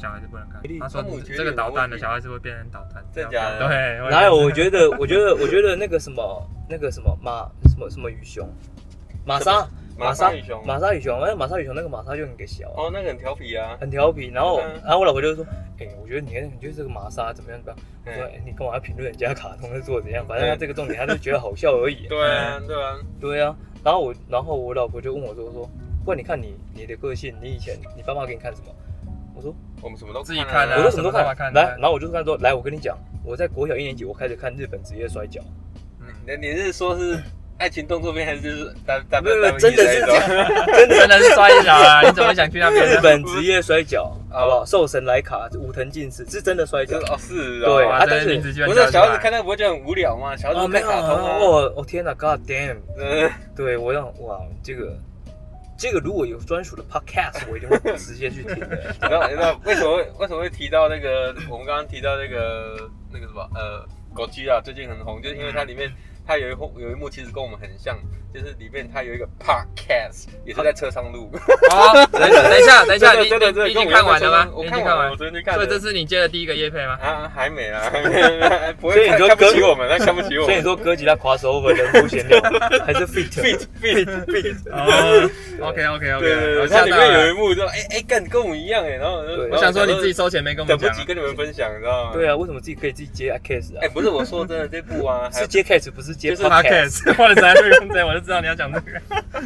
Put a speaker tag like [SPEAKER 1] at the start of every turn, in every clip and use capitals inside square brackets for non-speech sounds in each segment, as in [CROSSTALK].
[SPEAKER 1] 小孩是不能看
[SPEAKER 2] 欸。
[SPEAKER 1] 他说
[SPEAKER 2] 但我
[SPEAKER 1] 你
[SPEAKER 2] 觉得
[SPEAKER 1] 这个
[SPEAKER 2] 有
[SPEAKER 1] 捣蛋
[SPEAKER 2] 问
[SPEAKER 1] 的
[SPEAKER 2] 题
[SPEAKER 1] 小孩是会变成捣蛋，
[SPEAKER 2] 真
[SPEAKER 1] 不要
[SPEAKER 2] 假的
[SPEAKER 1] 看对，
[SPEAKER 3] [LAUGHS]
[SPEAKER 1] 会
[SPEAKER 3] 然后
[SPEAKER 1] 变
[SPEAKER 3] 我觉得，我觉得，我觉得那个什么，那个什么马什么什么鱼熊，玛莎，
[SPEAKER 2] 玛莎与熊，
[SPEAKER 3] 玛莎鱼熊，哎，玛莎鱼熊那个玛莎就很给小、
[SPEAKER 2] 哦，那个很调皮啊，
[SPEAKER 3] 很调皮。然后，
[SPEAKER 2] 嗯
[SPEAKER 3] 然后我老婆就说，哎、我觉得你，你就是这个玛莎怎么样怎么样。我说，
[SPEAKER 2] 嗯
[SPEAKER 3] 哎、你干嘛要评论人家卡通是做怎样？反正他这个重点，他就觉得好笑而已。
[SPEAKER 2] [LAUGHS] 对啊，对啊，
[SPEAKER 3] 对啊，然后我，然后我老婆就问我说说，不然你看你你的个性，你以前你爸妈给你看什么？我说
[SPEAKER 2] 我们什么都
[SPEAKER 1] 自己看啊
[SPEAKER 3] 我说什么
[SPEAKER 1] 什么都
[SPEAKER 3] 都看
[SPEAKER 1] 要，看
[SPEAKER 3] 来，
[SPEAKER 1] 对
[SPEAKER 3] 然后我就看说，来，我跟你讲，我在国小一年级我开始看日本职业摔跤，
[SPEAKER 1] 嗯
[SPEAKER 2] 那你是说是爱情动作片，还是 W
[SPEAKER 3] 没有
[SPEAKER 2] W
[SPEAKER 3] 没有
[SPEAKER 2] W
[SPEAKER 3] 真的是这
[SPEAKER 1] 真的真的是摔小啊！你怎么会想去那边呢？
[SPEAKER 3] [LAUGHS] 日本职业摔跤，
[SPEAKER 2] 哦
[SPEAKER 3] 好不好？兽神莱卡、武藤进士是真的摔跤
[SPEAKER 2] 就。是哦，是
[SPEAKER 3] 对
[SPEAKER 2] 哦，
[SPEAKER 3] 啊
[SPEAKER 1] 哇，这
[SPEAKER 3] 但是
[SPEAKER 1] 个名字居然
[SPEAKER 2] 不
[SPEAKER 1] 叫
[SPEAKER 2] 是
[SPEAKER 1] 出
[SPEAKER 2] 小孩
[SPEAKER 1] 来
[SPEAKER 2] 子看那个不会就很无聊吗？小孩
[SPEAKER 3] 哦，
[SPEAKER 2] 子
[SPEAKER 3] 没
[SPEAKER 2] 看
[SPEAKER 3] 有
[SPEAKER 2] 卡
[SPEAKER 3] 啊，
[SPEAKER 2] 通啊，
[SPEAKER 3] 哦，哦天哪，God damn！
[SPEAKER 2] 嗯
[SPEAKER 3] 对我让哇，这个这个如果有专属的 podcast，我一定会直接去听的。
[SPEAKER 2] 你知道你知道 [LAUGHS] 为什么会为什么会提到那个？我们刚刚提到那个那个什么呃，狗鸡啊，最近很红，就是因为它里面它有一幕有一幕其实跟我们很像，就是里面它有一个 podcast，也是在车上录。
[SPEAKER 1] 哦，等等一下，等一下，
[SPEAKER 2] 对
[SPEAKER 1] 你
[SPEAKER 2] 对对对
[SPEAKER 1] 你你已经
[SPEAKER 2] 跟
[SPEAKER 1] 看
[SPEAKER 2] 我们
[SPEAKER 1] 完
[SPEAKER 2] 在车
[SPEAKER 1] 了
[SPEAKER 2] 上
[SPEAKER 1] 吗？
[SPEAKER 2] 啊我
[SPEAKER 1] 你已
[SPEAKER 2] 看
[SPEAKER 1] 经看
[SPEAKER 2] 完
[SPEAKER 1] 完
[SPEAKER 2] 了，我
[SPEAKER 1] 了，
[SPEAKER 2] 昨天去看
[SPEAKER 1] 所
[SPEAKER 2] 了。
[SPEAKER 1] 以这是你接的第一个叶配吗？
[SPEAKER 2] 啊，还没
[SPEAKER 1] [LAUGHS]
[SPEAKER 2] 啊，还没不
[SPEAKER 3] 所以
[SPEAKER 2] 会
[SPEAKER 3] 你
[SPEAKER 2] 看
[SPEAKER 3] 就
[SPEAKER 2] 看不
[SPEAKER 3] 跟
[SPEAKER 2] 起我们，那看不起我
[SPEAKER 3] 所以
[SPEAKER 2] 们。
[SPEAKER 3] 你说哥吉拉 crossover 人物闲聊还是
[SPEAKER 2] [LAUGHS]
[SPEAKER 3] fit？
[SPEAKER 1] [LAUGHS]
[SPEAKER 2] fit fit fit，
[SPEAKER 1] 哦，OK OK
[SPEAKER 2] 对对
[SPEAKER 1] OK，
[SPEAKER 2] 对，
[SPEAKER 1] 我
[SPEAKER 2] 它
[SPEAKER 1] 吓
[SPEAKER 2] 里
[SPEAKER 1] 到
[SPEAKER 2] 面有一
[SPEAKER 1] 了。
[SPEAKER 2] 幕就哎哎，干跟我们一样哎，然后
[SPEAKER 3] 对
[SPEAKER 1] 我想说你自己收钱没跟我
[SPEAKER 2] 等
[SPEAKER 1] 们讲
[SPEAKER 2] 不
[SPEAKER 1] 啊
[SPEAKER 2] 及，跟你们分享，你知道吗？
[SPEAKER 3] [LAUGHS] 对啊，为什么自己可以自己接 case
[SPEAKER 2] 哎，
[SPEAKER 3] 啊？
[SPEAKER 2] 不是我说真的，这部
[SPEAKER 1] [LAUGHS]
[SPEAKER 2] 啊，还
[SPEAKER 3] 是接 case 不是接
[SPEAKER 2] 就是
[SPEAKER 3] podcast？
[SPEAKER 1] 啊 podcast，或者在这用 [LAUGHS] 这，我就知道你要讲这个。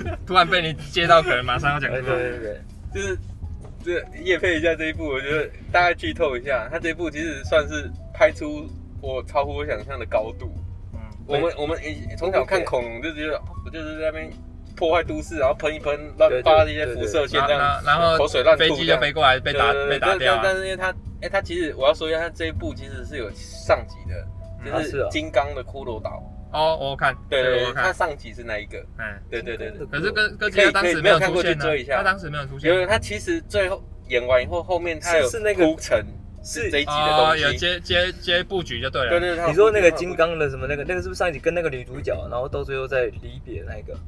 [SPEAKER 2] [LAUGHS]
[SPEAKER 1] 突然被你接到，可能马上要讲
[SPEAKER 3] 哎对
[SPEAKER 1] 这个。
[SPEAKER 3] 对对，
[SPEAKER 2] 就是这夜配一下这一部，我觉得大概剧透一下，它这一部其实算是拍出我超乎我想象的高度。
[SPEAKER 1] 嗯
[SPEAKER 2] 我们我们以从小看恐龙就觉得，我就是在那边破坏都市，然后喷一喷，乱
[SPEAKER 3] 对对
[SPEAKER 2] 发一些辐射线
[SPEAKER 1] 然
[SPEAKER 2] 这
[SPEAKER 1] 后
[SPEAKER 2] 样，
[SPEAKER 1] 然后
[SPEAKER 2] 口水乱吐
[SPEAKER 1] 飞
[SPEAKER 2] 这
[SPEAKER 1] 机就
[SPEAKER 2] 样。
[SPEAKER 1] 飞过来被打
[SPEAKER 2] 对对对
[SPEAKER 1] 被打
[SPEAKER 2] 但
[SPEAKER 1] 掉啊
[SPEAKER 2] 但。但是因为它，哎，它其实我要说一下，它这一部其实是有上集的，
[SPEAKER 3] 啊
[SPEAKER 1] 嗯
[SPEAKER 2] 就是是
[SPEAKER 3] 啊
[SPEAKER 2] 金刚的骷髅岛。
[SPEAKER 1] 哦，我有看，
[SPEAKER 2] 对
[SPEAKER 1] 这个
[SPEAKER 2] 对
[SPEAKER 1] 我有
[SPEAKER 2] 对，它
[SPEAKER 1] 看，
[SPEAKER 2] 上集是那一个？
[SPEAKER 1] 嗯。
[SPEAKER 2] 对对对对。
[SPEAKER 1] 可是跟跟
[SPEAKER 2] 可以
[SPEAKER 1] 他当
[SPEAKER 2] 可以
[SPEAKER 1] 时
[SPEAKER 2] 没有
[SPEAKER 1] 有
[SPEAKER 2] 看
[SPEAKER 1] 出
[SPEAKER 2] 过去
[SPEAKER 1] 现呢啊
[SPEAKER 2] 追一，下
[SPEAKER 1] 他当时没有出现
[SPEAKER 2] 因。为它其实最后演完以后，后面它
[SPEAKER 3] 是
[SPEAKER 2] 有
[SPEAKER 3] 是那个
[SPEAKER 2] 铺陈
[SPEAKER 3] 是
[SPEAKER 2] 这一集的
[SPEAKER 1] 哦，
[SPEAKER 2] 东西。
[SPEAKER 1] 有接接接布局就对
[SPEAKER 2] 对
[SPEAKER 1] 了。
[SPEAKER 2] 对对，
[SPEAKER 3] 你说那个金刚的什么那个那个是不是上一集跟那个女主角，然后到最后再离别那个？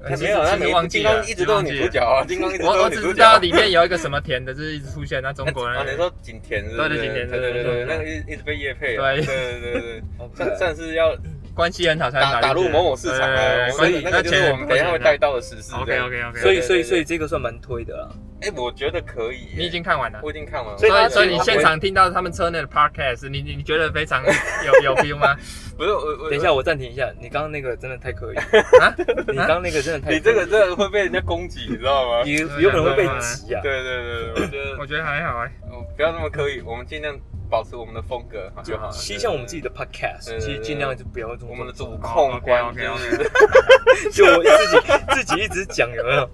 [SPEAKER 1] 呃
[SPEAKER 2] 他
[SPEAKER 1] 其
[SPEAKER 2] 没
[SPEAKER 1] 实
[SPEAKER 2] 有，他
[SPEAKER 1] 其实
[SPEAKER 2] 没
[SPEAKER 1] 忘
[SPEAKER 2] 金
[SPEAKER 1] 记了，
[SPEAKER 2] 刚一直都是女主角啊，金刚一直
[SPEAKER 1] 我
[SPEAKER 2] 都
[SPEAKER 1] 我只
[SPEAKER 2] 是女主
[SPEAKER 1] 知
[SPEAKER 2] 角
[SPEAKER 1] 道
[SPEAKER 2] 啊。
[SPEAKER 1] 里面有一个什么田的，就是一直出现，那中国
[SPEAKER 2] 啊，
[SPEAKER 1] 人
[SPEAKER 2] 你说景田是不是？
[SPEAKER 1] 对对景田
[SPEAKER 2] 对对
[SPEAKER 1] 对对对
[SPEAKER 2] 对，那个一直一直被叶配啊，
[SPEAKER 1] 对
[SPEAKER 2] 对对对
[SPEAKER 1] [LAUGHS]
[SPEAKER 2] 对，
[SPEAKER 3] 哦
[SPEAKER 2] 算算是要
[SPEAKER 1] 关系很好才
[SPEAKER 2] 打打入某某市场啊，
[SPEAKER 1] 所
[SPEAKER 2] 所
[SPEAKER 1] 以
[SPEAKER 2] 以那个就是我们等一下
[SPEAKER 1] 啊
[SPEAKER 2] 会带到的实事。
[SPEAKER 1] OK OK OK，
[SPEAKER 3] 所以所以所以这个算蛮推的啦。
[SPEAKER 2] 哎，我觉得可以耶，
[SPEAKER 1] 你已经看完了。
[SPEAKER 2] 我已经看完了，
[SPEAKER 3] 所
[SPEAKER 1] 所
[SPEAKER 3] 以他
[SPEAKER 1] 以，所以你
[SPEAKER 3] 他不会
[SPEAKER 1] 现场听到他们车内的 podcast，你你你觉得非常有有 feel
[SPEAKER 2] [LAUGHS]
[SPEAKER 1] 吗？
[SPEAKER 2] 不是我我
[SPEAKER 3] 等一下，我暂停一下，你刚刚那个真的太
[SPEAKER 2] [LAUGHS]
[SPEAKER 3] 可以了，
[SPEAKER 1] 啊，
[SPEAKER 3] 你刚刚那个真的太可以
[SPEAKER 2] 你这个这个会被人家攻击，你知
[SPEAKER 1] [LAUGHS]
[SPEAKER 2] 道吗？
[SPEAKER 3] 你有可能会被挤啊。
[SPEAKER 2] 对对对，我觉得
[SPEAKER 1] 我觉得还好哎、
[SPEAKER 2] 哦不要那么刻意，我们尽量保持我们的风格好就好了。
[SPEAKER 3] 其实像我们自己的 podcast，
[SPEAKER 2] 对对对
[SPEAKER 3] 其实尽量就不要这么
[SPEAKER 2] 我们的主
[SPEAKER 3] 做
[SPEAKER 2] 控官就
[SPEAKER 1] OK，OK，OK
[SPEAKER 2] 是
[SPEAKER 3] 就我自己 [LAUGHS] 自己一直讲有没有？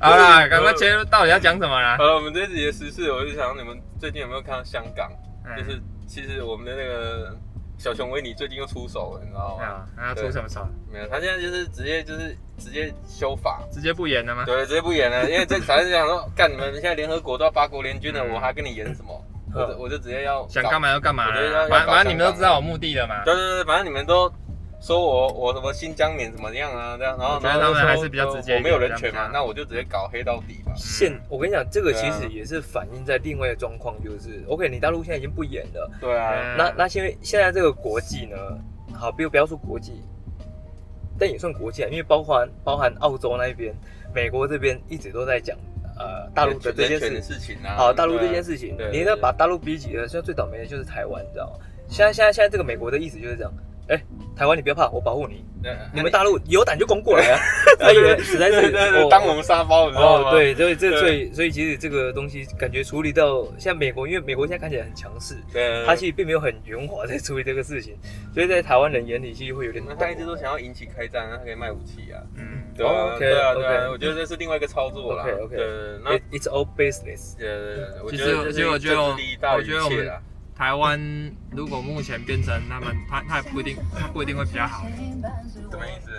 [SPEAKER 1] 好啦，赶快切入，到底要讲什么啦
[SPEAKER 2] 好？了，我们这集的时事，我就想你们最近有没有看到香港？呃
[SPEAKER 1] 嗯
[SPEAKER 2] 就是其实我们的那个小熊维尼最近又出手了，你知道
[SPEAKER 1] 嗯
[SPEAKER 2] 吗？
[SPEAKER 1] 啊，那要出什么手？
[SPEAKER 2] 没有，他现在就是直接就是直接修法，
[SPEAKER 1] 直接不演了吗？
[SPEAKER 2] 对，直接不演了，因为这反正想说，干你们现在联合国都要八国联军了，
[SPEAKER 1] 嗯
[SPEAKER 2] 我还跟你演什么？我就
[SPEAKER 3] 嗯
[SPEAKER 2] 我就直接要
[SPEAKER 1] 想
[SPEAKER 2] 搞
[SPEAKER 1] 干嘛就干嘛
[SPEAKER 2] 我觉得要
[SPEAKER 1] 啦，
[SPEAKER 2] 要
[SPEAKER 1] 反
[SPEAKER 2] 搞
[SPEAKER 1] 反正你们都
[SPEAKER 2] 香港
[SPEAKER 1] 知道我目的了嘛。
[SPEAKER 2] 对对对，反正你们都说我我什么新疆棉怎么样啊，这样，然后
[SPEAKER 1] 我觉得
[SPEAKER 2] 然
[SPEAKER 1] 他们
[SPEAKER 2] 后就说
[SPEAKER 1] 还是比较直接一点
[SPEAKER 2] 我没有人权
[SPEAKER 1] 这样
[SPEAKER 2] 嘛
[SPEAKER 1] 比，较
[SPEAKER 2] 那我就直接搞黑到底吧。
[SPEAKER 3] 现我跟你讲，这个
[SPEAKER 2] 对
[SPEAKER 3] 其
[SPEAKER 2] 啊
[SPEAKER 3] 实也是反映在另外一个状况，就是 OK，你大陆现在已经不演了，
[SPEAKER 2] 对啊，
[SPEAKER 1] 嗯
[SPEAKER 3] 那那现在现在这个国际呢，好，不要不要说国际，但也算国际啊，因为包含包含澳洲那一边、美国这边一直都在讲呃大陆的这件
[SPEAKER 2] 人
[SPEAKER 3] 事
[SPEAKER 2] 权的事情啊，
[SPEAKER 3] 好，大陆
[SPEAKER 2] 对
[SPEAKER 3] 这
[SPEAKER 2] 啊
[SPEAKER 3] 件事情
[SPEAKER 2] 对，对
[SPEAKER 3] 你要把大陆逼急了，现在最倒霉的就是台湾，你知道吗？现在现在现在这个美国的意思就是这样，哎，台湾你不要怕，我保护
[SPEAKER 2] [LAUGHS]
[SPEAKER 3] 你，
[SPEAKER 2] 对
[SPEAKER 3] 你们大陆有胆就攻过来啊！
[SPEAKER 2] [LAUGHS]
[SPEAKER 3] 哎
[SPEAKER 2] 对
[SPEAKER 3] 呀，
[SPEAKER 2] 对
[SPEAKER 3] 实在是
[SPEAKER 2] 对对对
[SPEAKER 3] 哦
[SPEAKER 2] 当我们沙包，你知道
[SPEAKER 3] 哦
[SPEAKER 2] 吗？，
[SPEAKER 3] 对，所以这
[SPEAKER 2] 对
[SPEAKER 3] 所以所以其实这个东西感觉处理到像美国，因为美国现在看起来很强势，
[SPEAKER 2] 对，
[SPEAKER 3] 它其实并没有很圆滑在处理这个事情，所以在台湾人眼里其实会有点
[SPEAKER 2] 那他一直都想要引起开战，那他可以卖武器啊。
[SPEAKER 1] 嗯，
[SPEAKER 2] 对啊，
[SPEAKER 3] OK，
[SPEAKER 2] 对啊，对啊，
[SPEAKER 3] OK
[SPEAKER 2] 我觉得这是另外一个操作啦。
[SPEAKER 3] OK，OK
[SPEAKER 2] 对对对，那
[SPEAKER 3] It- it's all business。
[SPEAKER 2] 呃，我
[SPEAKER 1] 其
[SPEAKER 2] 觉
[SPEAKER 1] 实
[SPEAKER 2] 得这
[SPEAKER 1] 其实
[SPEAKER 2] 是
[SPEAKER 1] 我觉得
[SPEAKER 2] 政
[SPEAKER 1] 我
[SPEAKER 2] 治利益大于
[SPEAKER 1] 我觉得
[SPEAKER 2] 一
[SPEAKER 1] 我们
[SPEAKER 2] 切啦。
[SPEAKER 1] 台湾如果目前变成他们，他他也不一定，他不一定会比较好。啊
[SPEAKER 2] 什么意思？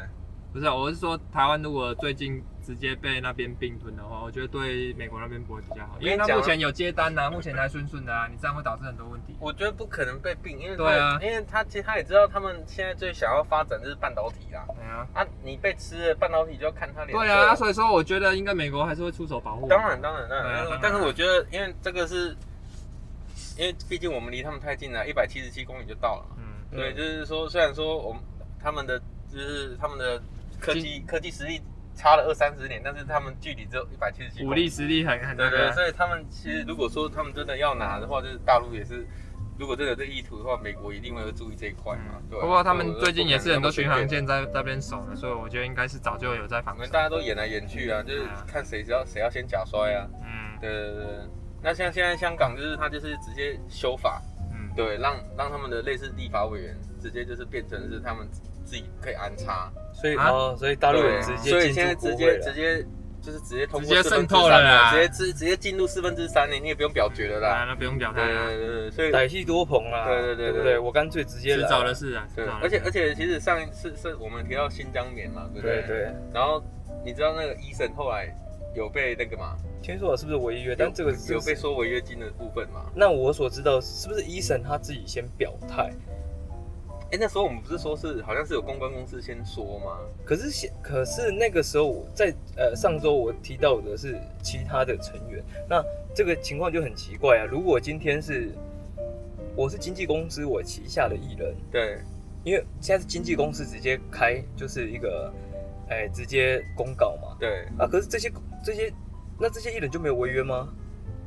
[SPEAKER 1] 不是，我是说台湾如果最近直接被那边并吞的话，我觉得对美国那边不会比较好，
[SPEAKER 2] 我跟
[SPEAKER 1] 因
[SPEAKER 2] 你
[SPEAKER 1] 为他
[SPEAKER 2] 讲啊
[SPEAKER 1] 目前有接单呐、目前还顺顺的啊，你这样会导致很多问题。
[SPEAKER 2] 我觉得不可能被并，因为他
[SPEAKER 1] 对啊
[SPEAKER 2] 因为他其实他也知道他们现在最想要发展就是半导体啦。
[SPEAKER 1] 对啊，
[SPEAKER 2] 啊，你被吃了半导体就要看他脸色。
[SPEAKER 1] 对啊，所以说我觉得应该美国还是会出手保护。
[SPEAKER 2] 当然，当然，当
[SPEAKER 1] 对啊
[SPEAKER 2] 然
[SPEAKER 1] 当然。
[SPEAKER 2] 但是我觉得，因为这个是，因为毕竟我们离他们太近了，一百七十七公里就到了嘛。
[SPEAKER 1] 嗯，
[SPEAKER 3] 嗯
[SPEAKER 2] 所以就是说，虽然说我们他们的就是他们的科技科技实力差了二三十年，但是他们距离只有一百七十七
[SPEAKER 1] 武
[SPEAKER 2] 公
[SPEAKER 1] 力
[SPEAKER 2] 里。
[SPEAKER 1] 实力很很
[SPEAKER 2] 嗯对
[SPEAKER 1] 那
[SPEAKER 2] 对，
[SPEAKER 1] 个。
[SPEAKER 2] 所以他们其实如果说他们真的要拿的话，就是大陆也是，如果真的有这意图的话，美国一定会注意这一块嘛。对
[SPEAKER 1] 嗯
[SPEAKER 2] 啊。
[SPEAKER 1] 不过他们最近也是很多巡航舰在在那边守的，所以我觉得应该是早就有在防
[SPEAKER 2] 我们
[SPEAKER 1] 守。
[SPEAKER 2] 大家都演来演去啊，就是看谁知道谁要先假摔啊。
[SPEAKER 1] 嗯
[SPEAKER 2] 对对对。对那像现在香港就是他就是直接修法，
[SPEAKER 1] 嗯，
[SPEAKER 2] 对，让让他们的类似立法委员直接就是变成是他们自己可以安插，
[SPEAKER 3] 所以
[SPEAKER 1] 啊
[SPEAKER 3] 哦，所以大陆
[SPEAKER 2] 对
[SPEAKER 3] 人直接
[SPEAKER 2] 所以
[SPEAKER 3] 进
[SPEAKER 2] 现在
[SPEAKER 3] 驻
[SPEAKER 2] 直
[SPEAKER 3] 国会
[SPEAKER 2] 接
[SPEAKER 3] 了
[SPEAKER 2] 直。接就是直接通
[SPEAKER 1] 直
[SPEAKER 2] 过
[SPEAKER 1] 接
[SPEAKER 2] 四分
[SPEAKER 1] 渗
[SPEAKER 2] 之
[SPEAKER 1] 透
[SPEAKER 2] 三
[SPEAKER 1] 了啦
[SPEAKER 2] 直接直直接进入四分之三了，欸你也不用表决了啦。
[SPEAKER 1] 啊那不用
[SPEAKER 3] 嗯
[SPEAKER 1] 表态
[SPEAKER 2] 对
[SPEAKER 1] 了，
[SPEAKER 2] 对对对，所以
[SPEAKER 3] 歹戏多捧啦，
[SPEAKER 2] 对对对
[SPEAKER 3] 对
[SPEAKER 2] 对
[SPEAKER 3] 不对？我干脆直接
[SPEAKER 1] 迟
[SPEAKER 3] 来
[SPEAKER 1] 早的事啊，
[SPEAKER 2] 对
[SPEAKER 1] 迟早，的
[SPEAKER 2] 而且
[SPEAKER 1] 事
[SPEAKER 2] 而且其实上一次是我们提到新疆棉嘛，对不
[SPEAKER 3] 对
[SPEAKER 2] 对？
[SPEAKER 3] 对，
[SPEAKER 2] 然后你知道那个医生后来有被那个嘛，
[SPEAKER 3] 听说我是不是违约？但这个是
[SPEAKER 2] 有被说违约金的部分嘛？
[SPEAKER 3] 那我所知道是不是医生他自己先表态？
[SPEAKER 2] 哎，那时候我们不是说是好像是有公关公司先说吗？
[SPEAKER 3] 可是现可是那个时候我在呃上周我提到的是其他的成员，那这个情况就很奇怪啊。如果今天是我是经纪公司我旗下的艺人，
[SPEAKER 2] 对，
[SPEAKER 3] 因为现在是经纪公司直接开就是一个哎直接公告嘛，
[SPEAKER 2] 对，
[SPEAKER 3] 啊可是这些这些那这些艺人就没有违约吗？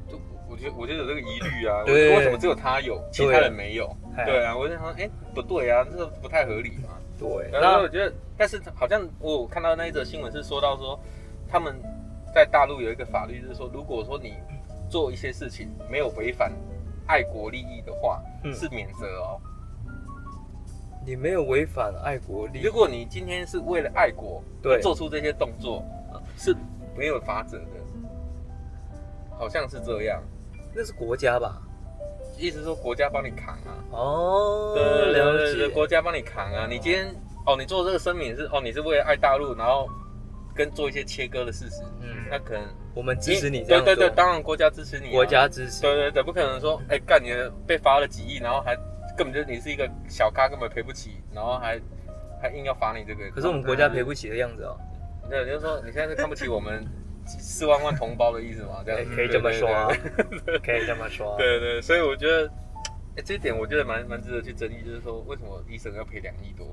[SPEAKER 2] 就我觉得我觉得有这个疑虑啊，我
[SPEAKER 3] 对
[SPEAKER 2] 为什么只有他有，其他人没有？
[SPEAKER 3] 哎
[SPEAKER 2] 对啊，我就想说，哎、不对啊，这个不太合理嘛。
[SPEAKER 3] 对，
[SPEAKER 2] 然后
[SPEAKER 3] 那
[SPEAKER 2] 我觉得，但是好像我有看到那一则新闻是说到说，他们在大陆有一个法律，就是说，如果说你做一些事情没有违反爱国利益的话，
[SPEAKER 3] 嗯
[SPEAKER 2] 是免责哦。
[SPEAKER 3] 你没有违反爱国利益
[SPEAKER 2] 如，果你今天是为了爱国
[SPEAKER 3] 对
[SPEAKER 2] 做出这些动作，是没有法则的，好像是这样。
[SPEAKER 3] 那是国家吧？
[SPEAKER 2] 意思是说国家帮你扛啊。
[SPEAKER 3] 哦，
[SPEAKER 2] 对对
[SPEAKER 3] 了
[SPEAKER 2] 对对，
[SPEAKER 3] 解。
[SPEAKER 2] 国家帮你扛啊！你今天哦，你做这个声明是哦，你是为了爱大陆，然后跟做一些切割的事实，
[SPEAKER 3] 嗯，
[SPEAKER 2] 那可能
[SPEAKER 3] 我们支持你这
[SPEAKER 2] 对
[SPEAKER 3] 样
[SPEAKER 2] 对对，
[SPEAKER 3] 做
[SPEAKER 2] 当然国家支持你啊、
[SPEAKER 3] 国家支持。
[SPEAKER 2] 对对对，不可能说哎干你的被罚了几亿，然后还根本就你是一个小咖，根本赔不起，然后还还硬要罚你这个。
[SPEAKER 3] 可是我们国家赔不起的样子哦。
[SPEAKER 2] 对，就是说你现在是看不起我们四万万同胞的意思嘛？这
[SPEAKER 3] 哎
[SPEAKER 2] 样子
[SPEAKER 3] 可以这么说啊
[SPEAKER 2] 对，
[SPEAKER 3] 可以这么说啊。
[SPEAKER 2] 对对对，所以我觉得。哎，这一点我觉得蛮蛮值得去争议，就是说为什么医生要赔两亿多？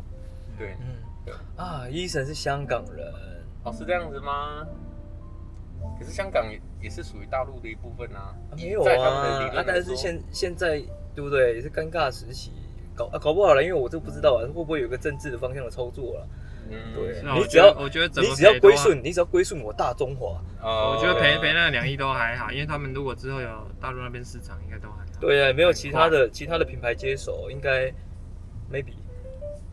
[SPEAKER 2] 对，
[SPEAKER 3] 嗯
[SPEAKER 2] 对
[SPEAKER 3] 啊，医生是香港人，
[SPEAKER 2] 哦，是这样子吗？可是香港也也是属于大陆的一部分啊。
[SPEAKER 3] 没有
[SPEAKER 2] 在他们的理论
[SPEAKER 3] 啊
[SPEAKER 2] 来
[SPEAKER 3] 啊，但
[SPEAKER 2] 说
[SPEAKER 3] 是现现在对不对？也是尴尬时期，搞啊搞不好了，因为我这不知道啊，会不会有个政治的方向的操作了？
[SPEAKER 2] 嗯
[SPEAKER 3] 对啊
[SPEAKER 1] 那啊
[SPEAKER 3] 你
[SPEAKER 1] 我
[SPEAKER 3] 只
[SPEAKER 1] 觉得
[SPEAKER 3] 要
[SPEAKER 1] 我觉得怎么
[SPEAKER 3] 你只要
[SPEAKER 1] 赔都
[SPEAKER 3] 归
[SPEAKER 1] 好
[SPEAKER 3] 顺，你只要归顺我大中华。
[SPEAKER 2] 哦
[SPEAKER 1] 我觉得赔赔
[SPEAKER 2] 了。
[SPEAKER 1] 那两亿都还好，因为他们如果之后有大陆那边市场，应该都还好。
[SPEAKER 3] 对啊，没有其他的其他的品牌接手，应该 maybe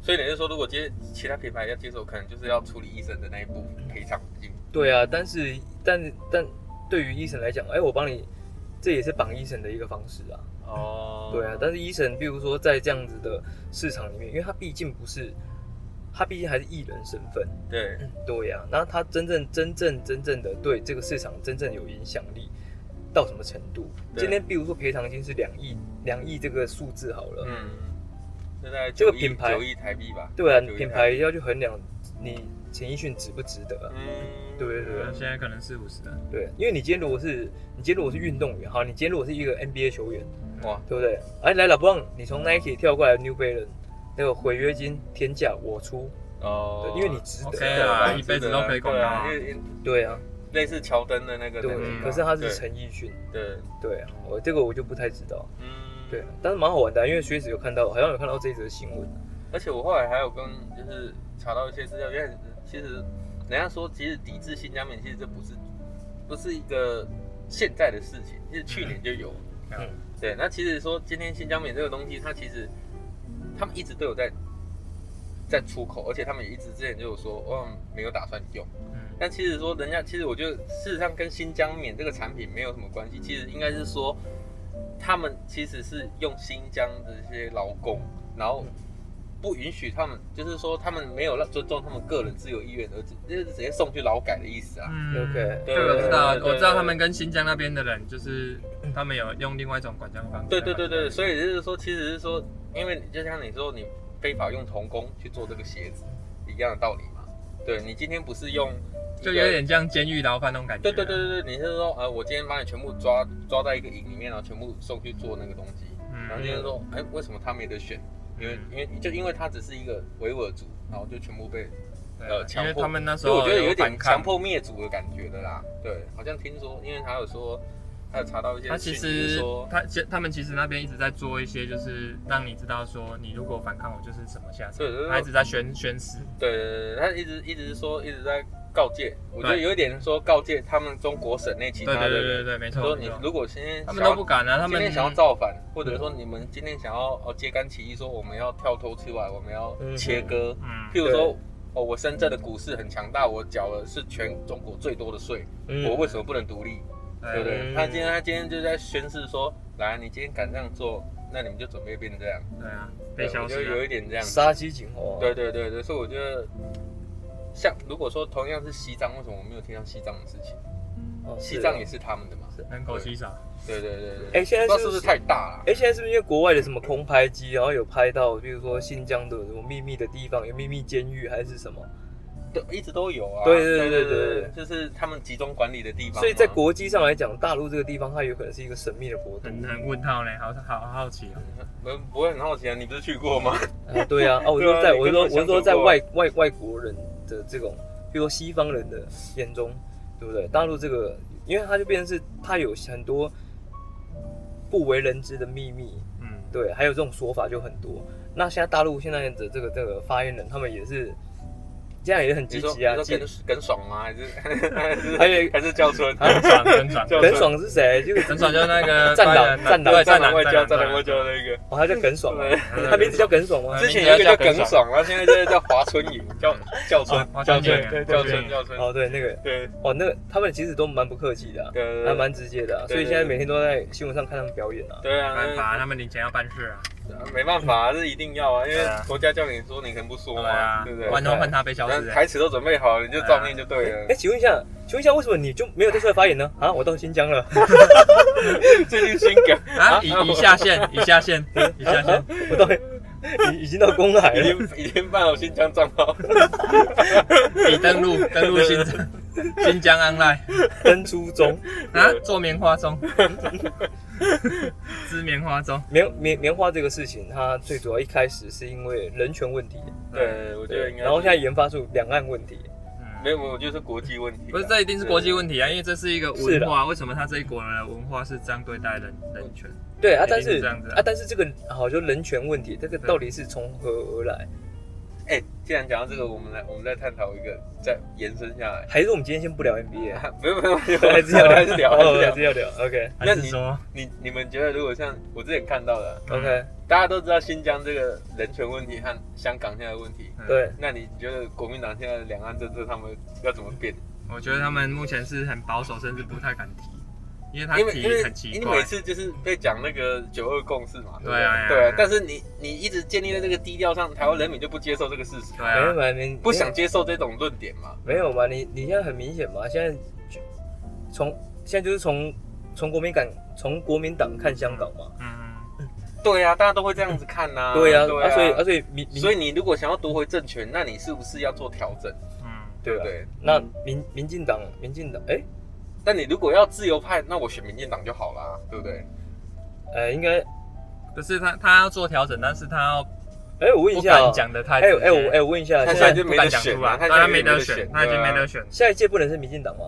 [SPEAKER 2] 所以你是说，如果接其他品牌要接手，可能就是要处理医生的那一部赔偿金。
[SPEAKER 3] 对啊，但是但但对于医生来讲，哎，我帮你，这也是绑医生的一个方式啊。
[SPEAKER 2] 哦
[SPEAKER 3] 对啊，但是医生，比如说在这样子的市场里面，因为他毕竟不是，他毕竟还是艺人身份，
[SPEAKER 2] 对，
[SPEAKER 3] 对呀、啊，那他真正真正真正的对这个市场真正有影响力到什么程度？
[SPEAKER 2] 对
[SPEAKER 3] 今天比如说赔偿金是两亿，两亿这个数字好了，
[SPEAKER 2] 嗯，就在
[SPEAKER 3] 这个
[SPEAKER 2] 九亿
[SPEAKER 3] 品牌
[SPEAKER 2] 九亿台币吧。
[SPEAKER 3] 对啊，
[SPEAKER 2] 九亿
[SPEAKER 3] 品
[SPEAKER 2] 台
[SPEAKER 3] 牌
[SPEAKER 2] 币。
[SPEAKER 3] 要去衡量你陈奕迅值不值得啊、
[SPEAKER 2] 嗯，
[SPEAKER 3] 对对对
[SPEAKER 1] 那啊现在可能四五十了。
[SPEAKER 3] 对，因为你今天如果是你今天如果是运动员，好，你今天如果是一个 NBA 球员，
[SPEAKER 2] 哇，
[SPEAKER 3] 对不对？哎、来老布朗，你从 Nike 跳过来 New Balance，那个违约金天价我出，
[SPEAKER 2] 哦
[SPEAKER 3] 对，，因为你值得。啊
[SPEAKER 1] OK
[SPEAKER 2] 啊
[SPEAKER 1] 啦一辈子都赔
[SPEAKER 2] 赔
[SPEAKER 1] 广告啊
[SPEAKER 3] 对啊，
[SPEAKER 2] 类似乔丹的那个等级
[SPEAKER 3] 对，
[SPEAKER 2] 嘛。
[SPEAKER 3] 可是他是
[SPEAKER 2] 对
[SPEAKER 3] 陈奕迅，
[SPEAKER 2] 对，
[SPEAKER 3] 对啊，我这个我就不太知道，
[SPEAKER 2] 嗯，
[SPEAKER 3] 对啊，但是蛮好玩的啊，因为学子有看到，好像有看到这一则新闻，
[SPEAKER 2] 而且我后来还有跟就是查到一些资料，因为其实人家说，其实抵制新疆棉，其实这不是不是一个现在的事情，其实去年就有。
[SPEAKER 3] 嗯
[SPEAKER 2] 对，那其实说今天新疆棉这个东西，它其实他们一直都有在在出口，而且他们也一直之前就有说，哦，没有打算用。
[SPEAKER 1] 嗯，
[SPEAKER 2] 但其实说人家，其实我觉得事实上跟新疆棉这个产品没有什么关系，其实应该是说
[SPEAKER 1] 嗯
[SPEAKER 2] 他们其实是用新疆的这些劳工，然后不允许他们，就是说他们没有让尊重他们个人自由意愿，而直就是直接送去劳改的意思啊。
[SPEAKER 1] 嗯
[SPEAKER 3] OK
[SPEAKER 1] 对，我知道，
[SPEAKER 2] 对对对
[SPEAKER 1] 我知道他们跟新疆那边的人，就是他们有用另外一种管教方式。
[SPEAKER 2] 对对对对，所以就是说，其实是说，因为就像你说，你非法用童工去做这个鞋子，一样的道理嘛。对你今天不是用一
[SPEAKER 1] 就
[SPEAKER 2] 个，
[SPEAKER 1] 有点像监狱牢饭那种感觉。啊
[SPEAKER 2] 对对对对对，你是说呃，我今天把你全部抓抓在一个营里面，然后全部送去做那个东西，
[SPEAKER 1] 嗯，
[SPEAKER 2] 然后就是说，哎，为什么他没得选？因为因为就因为他只是一个维吾尔族，然后就全部被，
[SPEAKER 1] 嗯对
[SPEAKER 2] 呃强迫
[SPEAKER 1] 因为他们那时
[SPEAKER 2] 所以
[SPEAKER 1] 候
[SPEAKER 2] 我觉得有
[SPEAKER 1] 反
[SPEAKER 2] 点
[SPEAKER 1] 抗
[SPEAKER 2] 强。迫灭族的感觉的啦。对，好像听说，因为他有说，他有查到一些
[SPEAKER 1] 他
[SPEAKER 2] 讯
[SPEAKER 1] 其
[SPEAKER 2] 息，就是
[SPEAKER 1] 实
[SPEAKER 2] 说，
[SPEAKER 1] 他其他们其实那边一直在做一些，就是让你知道说，你如果反抗我就是什么下场
[SPEAKER 2] 对对，对
[SPEAKER 1] 他一直在宣宣誓。
[SPEAKER 2] 对对对，他一直一直说一直在告诫，我觉得
[SPEAKER 1] 对
[SPEAKER 2] 有一点说告诫他们中国省内其
[SPEAKER 1] 对
[SPEAKER 2] 他
[SPEAKER 1] 对
[SPEAKER 2] 的
[SPEAKER 1] 对对
[SPEAKER 2] 人，
[SPEAKER 1] 对，没
[SPEAKER 2] 说
[SPEAKER 1] 错。
[SPEAKER 2] 你
[SPEAKER 1] 没错
[SPEAKER 2] 如果今天
[SPEAKER 1] 他
[SPEAKER 2] 想
[SPEAKER 1] 们
[SPEAKER 2] 要
[SPEAKER 1] 都不敢啊，他
[SPEAKER 2] 今
[SPEAKER 1] 们
[SPEAKER 2] 天想要造反，或者说你们今天想要哦揭竿起义，说我们要跳脱出来，我们要
[SPEAKER 3] 嗯
[SPEAKER 2] 切割，
[SPEAKER 1] 嗯，
[SPEAKER 2] 譬如说。哦，我深圳的股市很强大，我缴的是全中国最多的税，我为什么不能独立？对不对？
[SPEAKER 3] 嗯
[SPEAKER 2] 他今天他今天就在宣誓说，来，你今天敢这样做，那你们就准备变这样，
[SPEAKER 1] 对啊，
[SPEAKER 2] 对
[SPEAKER 1] 被消
[SPEAKER 2] 我觉得有
[SPEAKER 1] 失
[SPEAKER 2] 一
[SPEAKER 1] 啊。
[SPEAKER 2] 点这样子。
[SPEAKER 3] 杀鸡儆猴啊。
[SPEAKER 2] 对对对对，所以我觉得，像如果说同样是西藏，为什么我没有听到西藏的事情？
[SPEAKER 3] 哦，是
[SPEAKER 2] 西藏
[SPEAKER 3] 啊
[SPEAKER 2] 也是他们的嘛？
[SPEAKER 1] 人口稀少，
[SPEAKER 2] 对对对对。
[SPEAKER 3] 哎现在
[SPEAKER 2] 不知道
[SPEAKER 3] 是
[SPEAKER 2] 是
[SPEAKER 3] 不
[SPEAKER 2] 不
[SPEAKER 3] 是
[SPEAKER 2] 是太大了？
[SPEAKER 3] 哎，现在是不是因为国外的什么空拍机，然后有拍到，比如说新疆的什么秘密的地方，有秘密监狱还是什么？
[SPEAKER 2] 对，一直都有啊。
[SPEAKER 3] 对对对对对
[SPEAKER 2] 就是他们集中管理的地方嘛。
[SPEAKER 3] 所以在国际上来讲，大陆这个地方它有可能是一个神秘的国度。
[SPEAKER 1] 很很问号呢，好好好奇哦。
[SPEAKER 2] 不不会很好奇啊？你不是去过吗？
[SPEAKER 3] 啊，对啊，啊，我
[SPEAKER 2] 对啊
[SPEAKER 3] 说在，
[SPEAKER 2] 你
[SPEAKER 3] 我
[SPEAKER 2] 跟
[SPEAKER 3] 说，
[SPEAKER 2] 他
[SPEAKER 3] 我
[SPEAKER 2] 相处
[SPEAKER 3] 说在
[SPEAKER 2] 过啊
[SPEAKER 3] 外外外国人的这种，比如说西方人的眼中，对不对？大陆这个，因为它就变成是它有很多不为人知的秘密，
[SPEAKER 2] [LAUGHS]
[SPEAKER 1] 嗯，
[SPEAKER 3] 对，还有这种说法就很多。那现在大陆现在的这个这个发言人，他们也是现在也很
[SPEAKER 2] 你 [LAUGHS]
[SPEAKER 3] 积
[SPEAKER 2] 说
[SPEAKER 3] 极啊，
[SPEAKER 2] 你
[SPEAKER 3] 积
[SPEAKER 2] 说耿耿爽吗？ [LAUGHS] 还是还是
[SPEAKER 3] 还有
[SPEAKER 2] 还是叫春？ [LAUGHS]
[SPEAKER 1] 很爽很爽，
[SPEAKER 2] 耿
[SPEAKER 3] 耿爽是谁？就是
[SPEAKER 1] 很爽就是那个
[SPEAKER 3] 战
[SPEAKER 1] 白
[SPEAKER 3] 狼
[SPEAKER 1] 人
[SPEAKER 3] 战狼
[SPEAKER 1] 对
[SPEAKER 2] 战
[SPEAKER 1] 战
[SPEAKER 2] 狼
[SPEAKER 1] 狼
[SPEAKER 2] 外交，战
[SPEAKER 1] 战
[SPEAKER 2] 狼外
[SPEAKER 1] 外
[SPEAKER 2] 交那个。
[SPEAKER 3] 哦，他叫耿爽吗，
[SPEAKER 1] 对
[SPEAKER 3] 他名字叫耿爽吗
[SPEAKER 1] 对？
[SPEAKER 2] 之前有一个叫耿
[SPEAKER 1] 名字叫耿
[SPEAKER 2] 爽，啊然后现在就是叫华春莹，叫叫春
[SPEAKER 1] 哦，华
[SPEAKER 2] 叫
[SPEAKER 1] 春
[SPEAKER 2] 春
[SPEAKER 1] 莹，
[SPEAKER 2] 对，
[SPEAKER 1] 啊
[SPEAKER 2] 叫
[SPEAKER 1] 华春
[SPEAKER 2] 春，
[SPEAKER 1] 莹
[SPEAKER 2] 叫春。
[SPEAKER 3] 哦，对，那个
[SPEAKER 2] 对
[SPEAKER 3] 哦，那个他们其实都蛮不客气的啊、
[SPEAKER 2] 对
[SPEAKER 3] 还
[SPEAKER 2] 对。
[SPEAKER 3] 蛮直接的啊、
[SPEAKER 2] 对
[SPEAKER 3] 所以现在每天都在新闻上看他们表演啊。
[SPEAKER 2] 对啊，
[SPEAKER 1] 没办法，他们领钱要办事啊。
[SPEAKER 2] 没办法，这一定要啊，因为
[SPEAKER 1] 对啊
[SPEAKER 2] 国家叫你说，你可能不说
[SPEAKER 1] 对
[SPEAKER 2] 嘛，
[SPEAKER 1] 啊
[SPEAKER 2] 对不对？，
[SPEAKER 1] 万通恨他被消
[SPEAKER 2] 然
[SPEAKER 1] 失
[SPEAKER 2] 后。台词都准备好了，你就照念就对
[SPEAKER 3] 哎、
[SPEAKER 2] 了。
[SPEAKER 3] 请问一下，请问一下，为什么你就没有再出来发言呢？啊，我到新疆
[SPEAKER 2] [LAUGHS]
[SPEAKER 3] 了，
[SPEAKER 2] [LAUGHS] 最近新梗 [LAUGHS]
[SPEAKER 1] 啊，已已下线，已下线，已下线。
[SPEAKER 3] 啊我到已已 [LAUGHS] 经到公海
[SPEAKER 2] 已
[SPEAKER 3] 了。
[SPEAKER 2] 经已经办好新疆账号，
[SPEAKER 1] 已登录登录新疆新疆
[SPEAKER 2] [LAUGHS]
[SPEAKER 1] online
[SPEAKER 3] 登初中，
[SPEAKER 1] 啊，做棉花中，织棉花中，
[SPEAKER 3] 棉棉棉花这个事情，它最主要一开始是因为人权问题，
[SPEAKER 2] 对，我觉得应该是。
[SPEAKER 3] 然后现在研发出两岸问题，
[SPEAKER 1] 嗯，
[SPEAKER 2] 没有，没有，就是国际问题啊。
[SPEAKER 1] 不是这一定是国际问题啊，因为这是一个
[SPEAKER 3] 是
[SPEAKER 1] 文
[SPEAKER 3] 啦
[SPEAKER 1] 化，为什么他这一国人的文化是这样对待人人权？
[SPEAKER 3] 对啊，
[SPEAKER 1] 一定
[SPEAKER 3] 但
[SPEAKER 1] 是
[SPEAKER 3] 是
[SPEAKER 1] 这样子啊
[SPEAKER 3] 啊，但是这个好就人权问题，这个到底是从何而来？
[SPEAKER 2] 哎，既然讲到这个，我们来我们再探讨一个，再延伸下 [LAUGHS] 来。
[SPEAKER 3] 还是我们今天先不聊 NBA，
[SPEAKER 2] 没有没有，没有
[SPEAKER 3] 还是要
[SPEAKER 2] [LAUGHS]
[SPEAKER 3] 聊，
[SPEAKER 2] 还是聊，还是
[SPEAKER 3] 哦还
[SPEAKER 2] 聊。
[SPEAKER 3] 是要聊。OK
[SPEAKER 1] 还
[SPEAKER 2] 那
[SPEAKER 1] 是
[SPEAKER 2] 你
[SPEAKER 1] 说
[SPEAKER 2] 你你们觉得，如果像我之前看到的，
[SPEAKER 1] 嗯
[SPEAKER 3] OK，
[SPEAKER 2] 大家都知道新疆这个人权问题和香港现在的问题，
[SPEAKER 1] 嗯
[SPEAKER 3] 对，
[SPEAKER 2] 那你觉得国民党现在的两岸政策他们要怎么变？
[SPEAKER 1] 我觉得他们目前是很保守，甚至不太敢提，因为他
[SPEAKER 2] 因为因为
[SPEAKER 1] 提很奇
[SPEAKER 2] 因为你
[SPEAKER 1] 怪
[SPEAKER 2] 每。次就是被讲那个九二共识嘛，
[SPEAKER 1] 对啊
[SPEAKER 2] 对不对对啊
[SPEAKER 1] 对啊
[SPEAKER 2] 但是你你一直建立在这个低调上，台湾人民就不接受这个事实，
[SPEAKER 1] 对
[SPEAKER 3] 没有
[SPEAKER 1] 啊，
[SPEAKER 3] 嘛，你
[SPEAKER 2] 不想接受这种论点嘛。
[SPEAKER 3] 没有嘛？你你现在很明显嘛，现在就从现在就是从从国民党从国民党看香港嘛，
[SPEAKER 1] 嗯，
[SPEAKER 2] 对啊，大家都会这样子看呐、
[SPEAKER 3] [LAUGHS] 对呀、
[SPEAKER 2] 对
[SPEAKER 3] 啊，所以啊所以民民
[SPEAKER 2] 所以你如果想要夺回政权，那你是不是要做调整，
[SPEAKER 1] 嗯，
[SPEAKER 2] 对不
[SPEAKER 3] 对啊，
[SPEAKER 2] 对？
[SPEAKER 3] 那民民进党民进党哎
[SPEAKER 2] 但你如果要自由派，那我选民进党就好啦，对不对？
[SPEAKER 3] 呃应该
[SPEAKER 1] 就是他他要做调整，但是他要
[SPEAKER 3] 哎我问一
[SPEAKER 1] 不
[SPEAKER 3] 下啊
[SPEAKER 1] 敢讲的太
[SPEAKER 3] 哎
[SPEAKER 1] 直
[SPEAKER 3] 我
[SPEAKER 1] 接，
[SPEAKER 3] 哎我哎我问一下，
[SPEAKER 2] 他
[SPEAKER 3] 现
[SPEAKER 2] 现在
[SPEAKER 3] 在
[SPEAKER 2] 就
[SPEAKER 1] 不
[SPEAKER 2] 没
[SPEAKER 1] 敢
[SPEAKER 2] 得
[SPEAKER 1] 讲
[SPEAKER 2] 选
[SPEAKER 1] 出
[SPEAKER 2] 嘛，
[SPEAKER 1] 来，
[SPEAKER 2] 他
[SPEAKER 1] 他
[SPEAKER 2] 现在
[SPEAKER 1] 没得
[SPEAKER 2] 选
[SPEAKER 1] 选，，他已经没
[SPEAKER 2] 对啊
[SPEAKER 1] 得选。
[SPEAKER 3] 下一届不能是民进党吗？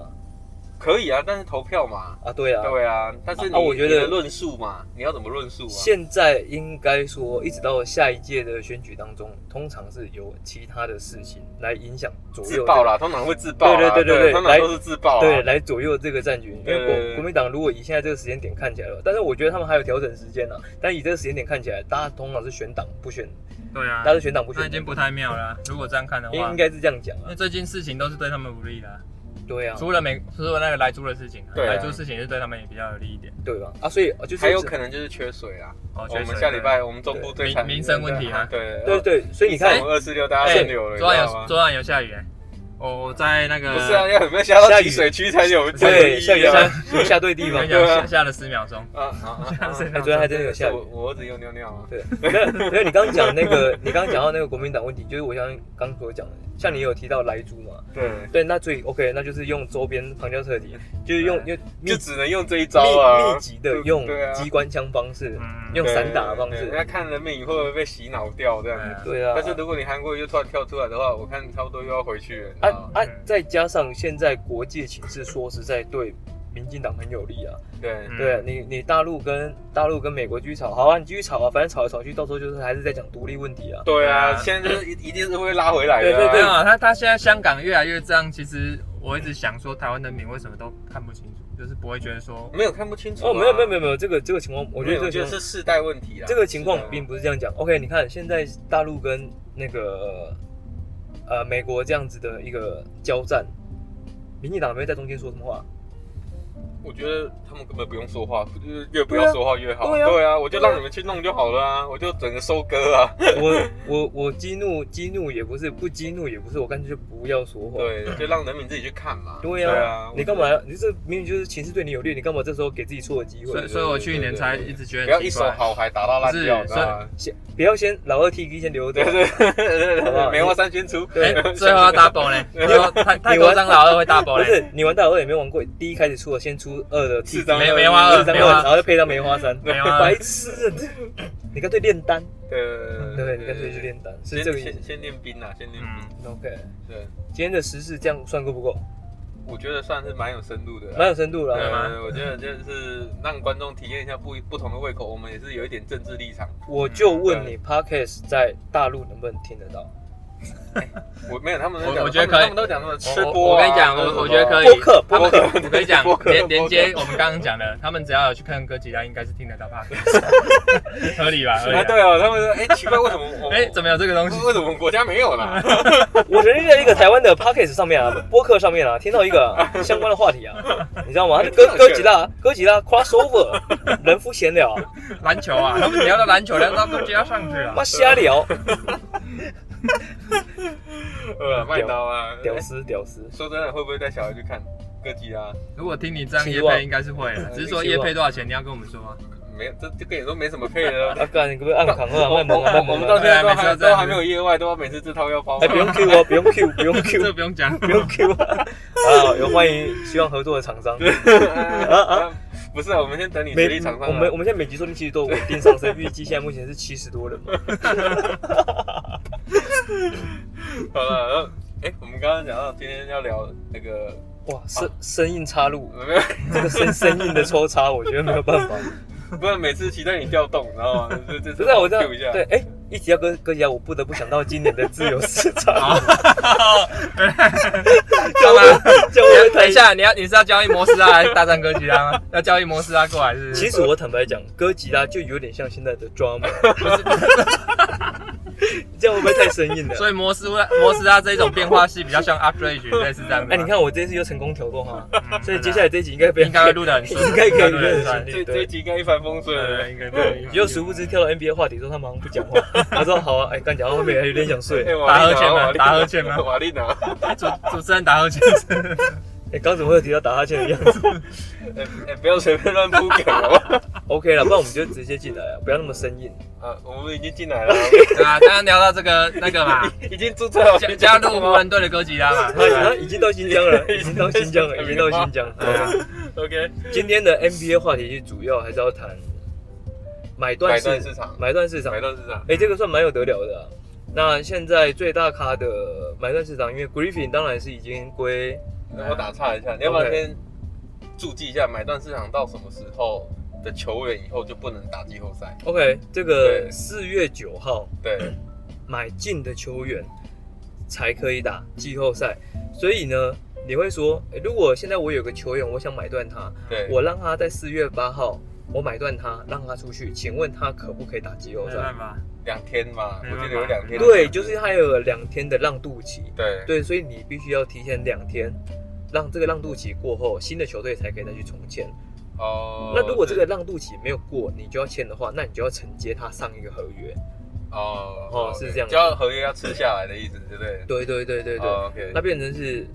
[SPEAKER 2] 可以啊，但是投票嘛，
[SPEAKER 3] 啊对啊，
[SPEAKER 2] 对啊，但是你、
[SPEAKER 3] 啊我觉得
[SPEAKER 2] 你的论述嘛，你要怎么论述啊？
[SPEAKER 3] 现在应该说一直到下一届的选举当中，通常是由其他的事情来影响左右、这
[SPEAKER 2] 自
[SPEAKER 3] 个
[SPEAKER 2] 爆啦，通常会自爆啦，
[SPEAKER 3] 对对对对
[SPEAKER 2] 通常都是自爆啦，啊
[SPEAKER 3] 对，来左右这个战局。因
[SPEAKER 2] 对
[SPEAKER 3] 为
[SPEAKER 2] 对对
[SPEAKER 3] 国国民党如果以现在这个时间点看起来了，但是我觉得他们还有调整时间呢、啊。但以这个时间点看起来，大家通常是选党不选，
[SPEAKER 1] 对啊
[SPEAKER 3] 大，家是选党不选
[SPEAKER 1] 那已
[SPEAKER 3] 人。
[SPEAKER 1] 经不太妙了啊。如果这样看的
[SPEAKER 3] 应
[SPEAKER 1] 话
[SPEAKER 3] 应，该是这样讲
[SPEAKER 1] 因
[SPEAKER 3] 啊
[SPEAKER 1] 为。最近事情都是对他们不利的啊。
[SPEAKER 3] 对啊，
[SPEAKER 1] 除了美，除了那个莱猪的事情啊，
[SPEAKER 2] 对啊
[SPEAKER 1] 莱猪事情是对他们也比较有利一点。
[SPEAKER 3] 对吧？啊，所以就是
[SPEAKER 2] 还有可能就是缺水啊。
[SPEAKER 1] 哦，
[SPEAKER 2] 我
[SPEAKER 1] 缺
[SPEAKER 2] 们
[SPEAKER 1] 水
[SPEAKER 2] 下礼拜我们中部最
[SPEAKER 3] 对
[SPEAKER 1] 民
[SPEAKER 2] 惨
[SPEAKER 1] 民生问题啊
[SPEAKER 2] 对
[SPEAKER 3] 对对，所以你看
[SPEAKER 2] 我们二四六大家
[SPEAKER 1] 哎
[SPEAKER 2] 顺流了，你知
[SPEAKER 1] 昨晚
[SPEAKER 2] 道
[SPEAKER 1] 有
[SPEAKER 2] 吗？
[SPEAKER 1] 昨晚有下雨哎，我我在那个
[SPEAKER 2] 不是啊，要有没有下到
[SPEAKER 3] 呃下雨
[SPEAKER 2] 集水区才有才有意
[SPEAKER 3] 对
[SPEAKER 2] 义
[SPEAKER 3] 下雨
[SPEAKER 2] 啊？
[SPEAKER 3] 下下对地
[SPEAKER 1] 我跟
[SPEAKER 3] 方
[SPEAKER 1] 你，
[SPEAKER 2] 对
[SPEAKER 1] 讲
[SPEAKER 2] 啊
[SPEAKER 1] 下下了十秒钟，
[SPEAKER 2] 啊啊啊
[SPEAKER 1] 下了十
[SPEAKER 2] 啊！
[SPEAKER 1] 秒
[SPEAKER 3] 哎昨天还
[SPEAKER 1] 钟。
[SPEAKER 3] 真的有下
[SPEAKER 2] 是
[SPEAKER 3] 雨
[SPEAKER 2] 我。我儿子又尿尿啊。
[SPEAKER 3] 对，没有没有，你刚刚讲那个，你刚刚讲到那个国民党问题，就是我像刚所讲的，像你有提到莱猪嘛，
[SPEAKER 2] 对，
[SPEAKER 3] 对，那最 OK，那就是用周边旁敲侧击，就是用用密
[SPEAKER 2] 就只能用这一招
[SPEAKER 3] 密
[SPEAKER 2] 啊
[SPEAKER 3] 密。集的用
[SPEAKER 2] 对啊
[SPEAKER 3] 机关枪方式，
[SPEAKER 1] 嗯
[SPEAKER 3] 用散打的方
[SPEAKER 2] 对啊
[SPEAKER 3] 式
[SPEAKER 2] 对，要看人民会不会被洗脑掉这样子。
[SPEAKER 3] 对啊。
[SPEAKER 2] 但是如果你韩国又突然跳出来的话，我看差不多又要回去了你知
[SPEAKER 3] 啊
[SPEAKER 2] 道吗。
[SPEAKER 3] 啊，再加上现在国际情势，说实在对民进党很有利啊。
[SPEAKER 2] 对
[SPEAKER 1] 嗯
[SPEAKER 3] 对你，你大陆跟大陆跟美国继续吵，好啊，你继续吵啊，反正吵来吵去，到时候就是还是在讲独立问题啊。
[SPEAKER 2] 对啊，
[SPEAKER 1] 啊
[SPEAKER 2] 现在就是一一定是会拉回来的啊。
[SPEAKER 3] 对对
[SPEAKER 1] 没有啊，他他现在香港越来越这样，其实我一直想说，台湾人民为什么都看不清楚，就是不会觉得说
[SPEAKER 2] 没有看不清楚啊。
[SPEAKER 3] 哦，没有没有没有没有，这个这个情况，我觉得
[SPEAKER 2] 没有
[SPEAKER 3] 这个情
[SPEAKER 2] 就
[SPEAKER 3] 况
[SPEAKER 2] 是世代问题啦。啊
[SPEAKER 3] 这个情况
[SPEAKER 2] 是的
[SPEAKER 3] 并不是这样讲。OK，你看现在大陆跟那个呃美国这样子的一个交战，民进党有没有在中间说什么话？
[SPEAKER 2] 我觉得他们根本不用说话，就是越不要说话越好。
[SPEAKER 3] 对啊
[SPEAKER 2] 对啊，我就让你们去弄就好了啊，我就整个收割啊。
[SPEAKER 3] 我我我激怒激怒也不是，不激怒也不是，我干脆就不要说话。
[SPEAKER 2] 对，就让人民自己去看嘛。
[SPEAKER 3] 对
[SPEAKER 2] 对
[SPEAKER 3] 啊
[SPEAKER 2] 啊，
[SPEAKER 3] 你干嘛？你这明明就是情势对你有利，你干嘛这时候给自己错的机
[SPEAKER 1] 所
[SPEAKER 3] 会
[SPEAKER 1] 以，？所以我去年才一直觉
[SPEAKER 2] 不
[SPEAKER 1] 得
[SPEAKER 2] 要
[SPEAKER 1] 很
[SPEAKER 2] 一
[SPEAKER 1] 奇
[SPEAKER 2] 手
[SPEAKER 1] 怪。
[SPEAKER 2] 好牌打到烂
[SPEAKER 1] 不
[SPEAKER 2] 掉，
[SPEAKER 1] 是
[SPEAKER 2] 知道吗？
[SPEAKER 3] 先不要先老二 T K 先留着
[SPEAKER 2] 对，对对对
[SPEAKER 3] 好不好
[SPEAKER 2] 对，梅啊花三千出。
[SPEAKER 1] 哎
[SPEAKER 3] 对，
[SPEAKER 1] 最后要 double
[SPEAKER 2] [LAUGHS]
[SPEAKER 1] 呢，最后太太多张老二会 double
[SPEAKER 3] 不
[SPEAKER 1] 呢。
[SPEAKER 3] 是你玩大老二也没玩过，第一开始出了先出二的 T
[SPEAKER 2] 四张
[SPEAKER 1] 梅梅花二
[SPEAKER 3] 四张
[SPEAKER 1] 梅花
[SPEAKER 3] 然后再配上梅花三，
[SPEAKER 1] 梅花
[SPEAKER 3] 白痴，啊你干脆炼丹，
[SPEAKER 2] 对
[SPEAKER 3] [LAUGHS] 对，你干脆去炼丹，是
[SPEAKER 2] 先
[SPEAKER 3] 这个意
[SPEAKER 2] 先
[SPEAKER 3] 思。
[SPEAKER 2] 先练兵啊，先练
[SPEAKER 1] 嗯
[SPEAKER 2] 兵。，
[SPEAKER 3] OK，
[SPEAKER 2] 对，
[SPEAKER 3] 今天的时事这样算够不够？
[SPEAKER 2] 我觉得算是蛮有深度的啦。
[SPEAKER 3] 蛮有嗯深度啊
[SPEAKER 1] 对
[SPEAKER 3] 了。
[SPEAKER 1] 吗
[SPEAKER 2] 呃，我觉得就是让观众体验一下不不同的胃口，我们也是有一点政治立场。
[SPEAKER 3] 我就问你，Podcast 在大陆能不能听得到？
[SPEAKER 2] 我没有，他们都
[SPEAKER 1] 我
[SPEAKER 2] 讲
[SPEAKER 1] 我觉得
[SPEAKER 2] 他
[SPEAKER 1] 可
[SPEAKER 2] 们
[SPEAKER 1] 以
[SPEAKER 2] 他们都讲什么吃
[SPEAKER 1] 我
[SPEAKER 2] 播
[SPEAKER 1] 我
[SPEAKER 2] 啊
[SPEAKER 1] 跟你讲，
[SPEAKER 2] 那什么哦
[SPEAKER 1] 我我觉得可以。
[SPEAKER 3] 播客，
[SPEAKER 1] 他
[SPEAKER 3] [LAUGHS] 播
[SPEAKER 1] 们
[SPEAKER 3] 客，
[SPEAKER 1] 我跟你讲
[SPEAKER 2] 播，客
[SPEAKER 1] 连连
[SPEAKER 2] 播客
[SPEAKER 1] 接我们刚刚讲的，他们只要有去看哥吉拉，应该是听
[SPEAKER 3] [LAUGHS]
[SPEAKER 1] 得到 p o 合理吧？合
[SPEAKER 2] 啊，
[SPEAKER 1] 理吧。
[SPEAKER 2] 对哦，他们说，哎，奇怪，为什么我
[SPEAKER 1] 哎，怎么有这个东西？
[SPEAKER 2] 为什么我们国家没有
[SPEAKER 3] [LAUGHS]
[SPEAKER 2] 啦？
[SPEAKER 3] 我曾经在一个台湾的 podcast
[SPEAKER 2] [LAUGHS]
[SPEAKER 3] 上面啊，播客上面啊，听到一个啊、相关的话题啊，你知道吗？
[SPEAKER 2] 哎
[SPEAKER 3] 它是哥哥吉拉，哥吉拉 crossover，
[SPEAKER 2] [LAUGHS]
[SPEAKER 3] 人夫闲聊，
[SPEAKER 1] 篮球啊，他们聊到篮球，聊到哥吉拉上去啊了
[SPEAKER 3] 妈。
[SPEAKER 2] [LAUGHS]
[SPEAKER 3] 瞎聊，
[SPEAKER 2] 呃，麦当啊，
[SPEAKER 3] 屌
[SPEAKER 2] 哎
[SPEAKER 3] 丝屌丝，
[SPEAKER 2] 说真的，会不会带小孩去看歌姬啊？
[SPEAKER 1] 如果听你这样
[SPEAKER 3] 希
[SPEAKER 1] 叶
[SPEAKER 3] 望
[SPEAKER 1] 配，应该是会的，只是说
[SPEAKER 3] 希
[SPEAKER 1] 叶
[SPEAKER 3] 望
[SPEAKER 1] 配多少钱，你要跟我们说啊吗？
[SPEAKER 3] [LAUGHS]
[SPEAKER 2] 没有，这这跟你说没什么配的啊。
[SPEAKER 3] 啊，干你可不可以按扛啊，慢萌啊，慢
[SPEAKER 2] 我
[SPEAKER 3] 萌
[SPEAKER 2] 们到
[SPEAKER 3] 啊
[SPEAKER 2] 现，在都
[SPEAKER 1] 每次
[SPEAKER 2] 还
[SPEAKER 1] 都这样
[SPEAKER 2] 都还没有业外，都要每次这套要包
[SPEAKER 3] 哎，。不用 Q 哦，不用 Q，不用
[SPEAKER 2] [LAUGHS]
[SPEAKER 1] 这个
[SPEAKER 3] Q，
[SPEAKER 1] 不用讲。
[SPEAKER 3] 不用 Q 啊，啊，有欢迎希望合作的厂商。啊
[SPEAKER 2] 不是啊，我们先等你
[SPEAKER 3] 每
[SPEAKER 2] 实力厂商啊。
[SPEAKER 3] 我们我们现在每集收听其实都有稳定上升，预计现在目前是七十多人嘛。
[SPEAKER 2] 好了，然后哎，我们刚刚讲到今天要聊那个，
[SPEAKER 3] 哇，
[SPEAKER 2] [LAUGHS]
[SPEAKER 3] 生生硬插入，
[SPEAKER 2] 没有
[SPEAKER 3] 这个生生硬的抽插，我觉得没有办法。
[SPEAKER 2] 不然每次期待你调动，你知道吗？这这
[SPEAKER 3] 不是啊，我知道
[SPEAKER 2] Q 一下，
[SPEAKER 3] 对，，哎、一提到哥哥吉拉，我不得不想到今年的自由市场。
[SPEAKER 1] [LAUGHS]
[SPEAKER 3] [LAUGHS]
[SPEAKER 1] 好， [LAUGHS]
[SPEAKER 3] 交易交易
[SPEAKER 1] 等一，下，你要你是要交易摩斯拉来大战哥吉拉吗？要交易摩斯拉过来是不是？
[SPEAKER 3] 其实我坦白讲，哥吉拉就有点像现在的 drama，这样会不会太生硬了？
[SPEAKER 1] 所以摩斯拉摩斯拉这一种变化系比较像 upgrade，类
[SPEAKER 3] [LAUGHS]
[SPEAKER 1] 似这样子吧。
[SPEAKER 3] 哎、你看我这次又成功挑动哈，
[SPEAKER 1] 嗯，
[SPEAKER 3] 所以接下来这一集应该被
[SPEAKER 1] 应该会录得很顺，
[SPEAKER 3] 应该可以
[SPEAKER 1] 录
[SPEAKER 3] 录
[SPEAKER 1] 得很
[SPEAKER 3] 得很
[SPEAKER 1] 顺
[SPEAKER 3] 顺。
[SPEAKER 2] 这这一集应该一帆风顺了。
[SPEAKER 1] 对，应该对。
[SPEAKER 3] [LAUGHS] 又殊不知跳到 NBA 话题说他马上不讲话，他说好啊，哎、刚讲到后面还有点想睡，
[SPEAKER 2] 哎
[SPEAKER 3] 哎、
[SPEAKER 2] 瓦力
[SPEAKER 1] 打呵欠
[SPEAKER 2] 拿
[SPEAKER 1] 吗
[SPEAKER 2] 瓦力拿
[SPEAKER 1] 打呵欠吗
[SPEAKER 2] [LAUGHS] 瓦力拿，
[SPEAKER 1] 主主持人打呵
[SPEAKER 3] [LAUGHS]
[SPEAKER 1] 欠，
[SPEAKER 3] 哎刚怎么会有提到打哈欠的样子 [LAUGHS]
[SPEAKER 2] 哎哎，不要随便乱铺梗好吧？
[SPEAKER 3] ？OK 了，不然我们就直接进来啊，不要那么生硬。
[SPEAKER 2] 啊，我们已经进来了，
[SPEAKER 1] 对啊，刚刚聊到这个那个
[SPEAKER 3] [LAUGHS]
[SPEAKER 1] 嘛，
[SPEAKER 2] 已经注册好
[SPEAKER 1] 加加入湖人队的哥吉拉嘛，
[SPEAKER 3] 他他已经到新疆了，已经到新疆了，已经到新疆了。对啊
[SPEAKER 2] OK，
[SPEAKER 3] 今天的 NBA 话题主要还是要谈买断
[SPEAKER 2] 买
[SPEAKER 3] 市
[SPEAKER 2] 断市场
[SPEAKER 3] 买断市场。
[SPEAKER 2] 买到市场，
[SPEAKER 3] 哎、这个算蛮有得了的啊、那现在最大咖的买断市场，因为 Griffin 当然是已经归
[SPEAKER 2] 那我打岔一下，你要不要先注记一下买断市场到什么时候的球员以后就不能打季后
[SPEAKER 3] [COUGHS]
[SPEAKER 2] 赛？
[SPEAKER 3] OK 这个
[SPEAKER 2] 对
[SPEAKER 3] 四月九号
[SPEAKER 2] 对，
[SPEAKER 3] 买进的球员才可以打季后赛。所以呢，你会说，诶如果现在我有个球员，我想买断他，
[SPEAKER 2] 对，
[SPEAKER 3] 我让他在四月八号。我买断他，让他出去，请问他可不可以打季后
[SPEAKER 1] 没
[SPEAKER 3] 赛？
[SPEAKER 1] 办法，
[SPEAKER 2] 两天嘛，
[SPEAKER 1] 没
[SPEAKER 2] 我
[SPEAKER 1] 办法
[SPEAKER 2] 记得有两天。
[SPEAKER 3] 对，就是他有两天的让渡期，
[SPEAKER 2] 对
[SPEAKER 3] 对，所以你必须要提前两天让这个让渡期过后，新的球队才可以再去重签。
[SPEAKER 2] 哦，
[SPEAKER 3] 那如果这个让渡期没有过，你就要签的话，那你就要承接他上一个合约。
[SPEAKER 2] 哦
[SPEAKER 3] 哦是这样
[SPEAKER 2] 就要合约要吃下来的意思，对不对？
[SPEAKER 3] 对对对对对，
[SPEAKER 2] 哦，OK，
[SPEAKER 3] 那变成是，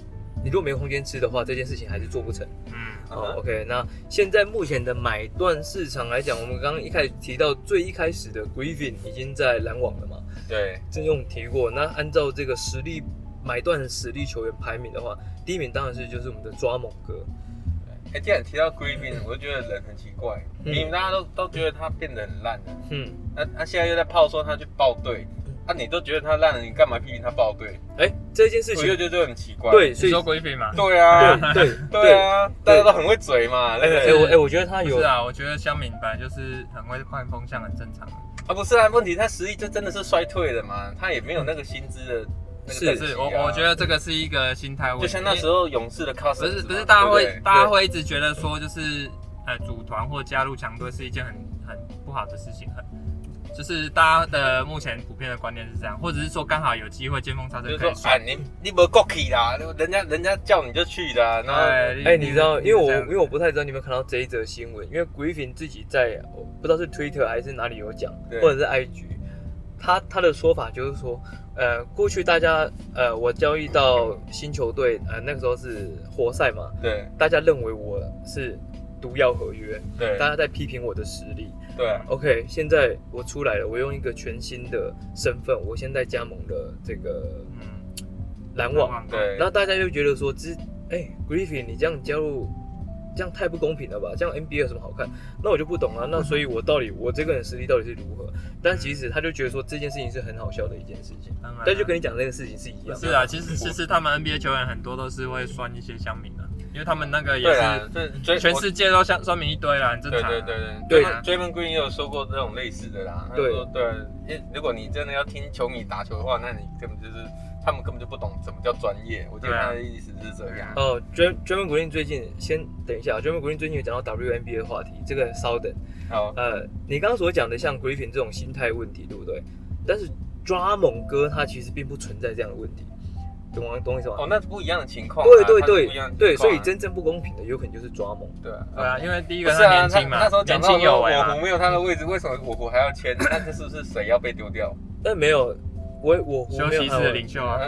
[SPEAKER 3] 你如果没有空间吃的话，这件事情还是做不成。
[SPEAKER 1] 嗯，
[SPEAKER 3] 哦
[SPEAKER 2] 嗯
[SPEAKER 3] ，OK，那现在目前的买断市场来讲，我们刚刚一开始提到最一开始的 Griffin 已经在篮网了嘛，
[SPEAKER 2] 对，
[SPEAKER 3] 郑用提过。那按照这个实力买断实力球员排名的话，第一名当然是就是我们的抓猛哥，
[SPEAKER 2] 哎，既然提到 Griffin，我就觉得人很奇怪，
[SPEAKER 3] 嗯
[SPEAKER 2] 你们大家都都觉得他变得很烂了，
[SPEAKER 3] 嗯，
[SPEAKER 2] 那他现在又在炮说他去报队，啊，你都觉得他烂了，你干嘛批评他报队？
[SPEAKER 3] 哎、这件事
[SPEAKER 2] 我
[SPEAKER 3] 情
[SPEAKER 2] 就觉得很奇怪。
[SPEAKER 3] 对，所
[SPEAKER 1] 你
[SPEAKER 3] 以
[SPEAKER 1] 说 Griffin 嘛？
[SPEAKER 2] 对啊，
[SPEAKER 3] 对对
[SPEAKER 2] 对，啊，大家都很会嘴嘛，对
[SPEAKER 3] 哎、
[SPEAKER 2] 不
[SPEAKER 3] 哎
[SPEAKER 2] 对？
[SPEAKER 3] 我哎、我觉得他
[SPEAKER 1] 不
[SPEAKER 3] 有
[SPEAKER 1] 是啊，我觉得香敏本来就是很会换风向，很正常。
[SPEAKER 2] 啊，不是啊，问题他实力就真的是衰退了嘛，他也没有那个薪资的那个等级啊。
[SPEAKER 1] 是我我觉得这个是一个心态问题，
[SPEAKER 2] 就像那时
[SPEAKER 1] 候
[SPEAKER 2] 候勇士的 c o s
[SPEAKER 1] 不是不是大家会大
[SPEAKER 3] 对
[SPEAKER 1] 家会一直觉得说就是呃组团或加入强队是一件很很不好的事情，很就是大家的目前普遍的观念是这样，或者是说刚好有机会见缝插
[SPEAKER 2] 就
[SPEAKER 1] 针
[SPEAKER 2] 是
[SPEAKER 1] 可
[SPEAKER 2] 说
[SPEAKER 1] 以
[SPEAKER 2] 啊，
[SPEAKER 1] 算。
[SPEAKER 2] 你你没过去啦，人家人家叫你就去啦，然后
[SPEAKER 3] 哎、你知道，因为我因为我不太知道你有没有看到这一则新闻，因为 Griffin 自己在我不知道是 Twitter 还是哪里有讲，
[SPEAKER 2] 对
[SPEAKER 3] 或者是 IG，他他的说法就是说，呃，过去大家呃我交易到新球队，呃那个时候是活塞嘛，
[SPEAKER 2] 对
[SPEAKER 3] 大家认为我是毒药合约，
[SPEAKER 2] 对
[SPEAKER 3] 大家在批评我的实力。
[SPEAKER 2] 对啊，
[SPEAKER 3] OK，现在我出来了，我用一个全新的身份，我现在加盟了这个
[SPEAKER 1] 嗯，
[SPEAKER 3] 篮网。
[SPEAKER 2] 对啊
[SPEAKER 3] 然后大家就觉得说，之哎、g r i f f i n 你这样加入，这样太不公平了吧？这样 NBA 有什么好看？那我就不懂 [LAUGHS] 了、那所以，我到底我这个人实力到底是如何？但其实他就觉得说这件事情是很好笑的一件事情，
[SPEAKER 1] 当然啊
[SPEAKER 3] 但就跟你讲这个事情嗯是一样
[SPEAKER 1] 是
[SPEAKER 3] 的。
[SPEAKER 1] 啊，其实其实他们 NBA 球员很多都是会酸一些乡民的，因为他们那个也
[SPEAKER 2] 对啊
[SPEAKER 1] 是，
[SPEAKER 2] 这追
[SPEAKER 1] 全
[SPEAKER 2] 我
[SPEAKER 1] 世界都像酸民一堆啦，很正
[SPEAKER 2] 对
[SPEAKER 1] 常啊。
[SPEAKER 2] 对对
[SPEAKER 3] 对
[SPEAKER 2] 对追 r Green 也有说过这种类似的啦。他
[SPEAKER 3] 对
[SPEAKER 2] 说对，因为如果你真的要听球迷打球的话，那你根本就是他们根本就不懂什么叫专业。我觉得
[SPEAKER 1] 对啊
[SPEAKER 2] 他的意思是这样。
[SPEAKER 3] 哦 d r a m o n Green 最近先等一下 d r a m o n Green 最近有讲到 WNBA 的话题，这个稍等。
[SPEAKER 2] 好，
[SPEAKER 3] 呃，你刚刚所讲的像 Griffin 这种心态问题，对不对？但是抓猛哥他其实并不存在这样的问题，懂吗？懂我意思吗？
[SPEAKER 2] 哦，那是不一样的情况啊。
[SPEAKER 3] 对对
[SPEAKER 2] 他是不一样
[SPEAKER 3] 对
[SPEAKER 2] 的
[SPEAKER 3] 对，
[SPEAKER 2] 情况
[SPEAKER 3] 所
[SPEAKER 2] 啊
[SPEAKER 3] 以真正不公平的有可能就是抓猛。
[SPEAKER 2] 对啊
[SPEAKER 1] 对啊，因为第一
[SPEAKER 2] 不
[SPEAKER 1] 个
[SPEAKER 2] 是
[SPEAKER 1] 他
[SPEAKER 2] 啊，
[SPEAKER 1] 年
[SPEAKER 2] 他
[SPEAKER 1] 轻嘛
[SPEAKER 2] 那时候，讲
[SPEAKER 1] 年
[SPEAKER 2] 到
[SPEAKER 1] 轻有
[SPEAKER 2] 说
[SPEAKER 1] 为啊
[SPEAKER 2] 我
[SPEAKER 1] 嘛
[SPEAKER 2] 湖。没有他的位置，为什么我湖还要签？那这是不是谁要被丢掉？
[SPEAKER 3] 但没有，我我我
[SPEAKER 1] 休
[SPEAKER 3] 没有
[SPEAKER 1] 息室
[SPEAKER 3] 看
[SPEAKER 1] 的
[SPEAKER 3] 过
[SPEAKER 1] 领袖啊，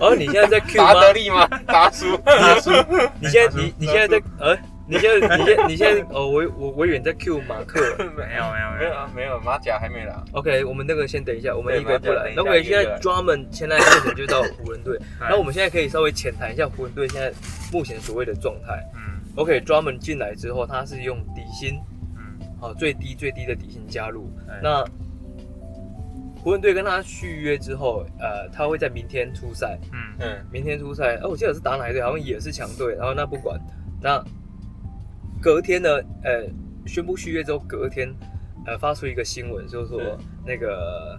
[SPEAKER 3] 哦，你现
[SPEAKER 2] [LAUGHS]
[SPEAKER 3] 在在 Q
[SPEAKER 2] 达
[SPEAKER 3] 吗
[SPEAKER 2] 德？利吗？达叔，达叔，
[SPEAKER 3] 你现在你你现在在呃，你现在你现在你现在哦，我我我以为你在 Q 马克。
[SPEAKER 1] 没有没有
[SPEAKER 2] 没
[SPEAKER 1] [LAUGHS] 没
[SPEAKER 2] 有
[SPEAKER 1] 有，
[SPEAKER 2] 啊，没有，马甲还没啦。
[SPEAKER 3] OK，我们那个先等一下，我们
[SPEAKER 2] 对
[SPEAKER 3] 一个一个
[SPEAKER 2] 马
[SPEAKER 3] 来
[SPEAKER 2] 克。
[SPEAKER 3] 那我
[SPEAKER 2] 等
[SPEAKER 3] 们
[SPEAKER 2] 一下
[SPEAKER 3] 现
[SPEAKER 2] 一个
[SPEAKER 3] 在
[SPEAKER 2] 一个
[SPEAKER 3] 专门现在目前就到湖
[SPEAKER 2] [LAUGHS]
[SPEAKER 3] 人队，
[SPEAKER 2] 哎
[SPEAKER 3] 那我们现在可以稍微浅谈一下湖人队现在目前所谓的状态。
[SPEAKER 1] 嗯
[SPEAKER 3] OK，专门进来之后，他是用底薪，
[SPEAKER 1] 嗯，哎
[SPEAKER 3] 好最低最低的底薪加入。
[SPEAKER 1] 对
[SPEAKER 3] 那湖人队跟他续约之后，呃，他会在明天出赛。
[SPEAKER 1] 嗯
[SPEAKER 2] 嗯，
[SPEAKER 3] 明天出赛，哦，我记得是打哪一队，好像也是强队，然后那不管，那隔天呢，呃，宣布续约之后，隔天，呃，发出一个新闻，就是说
[SPEAKER 2] 嗯
[SPEAKER 3] 那个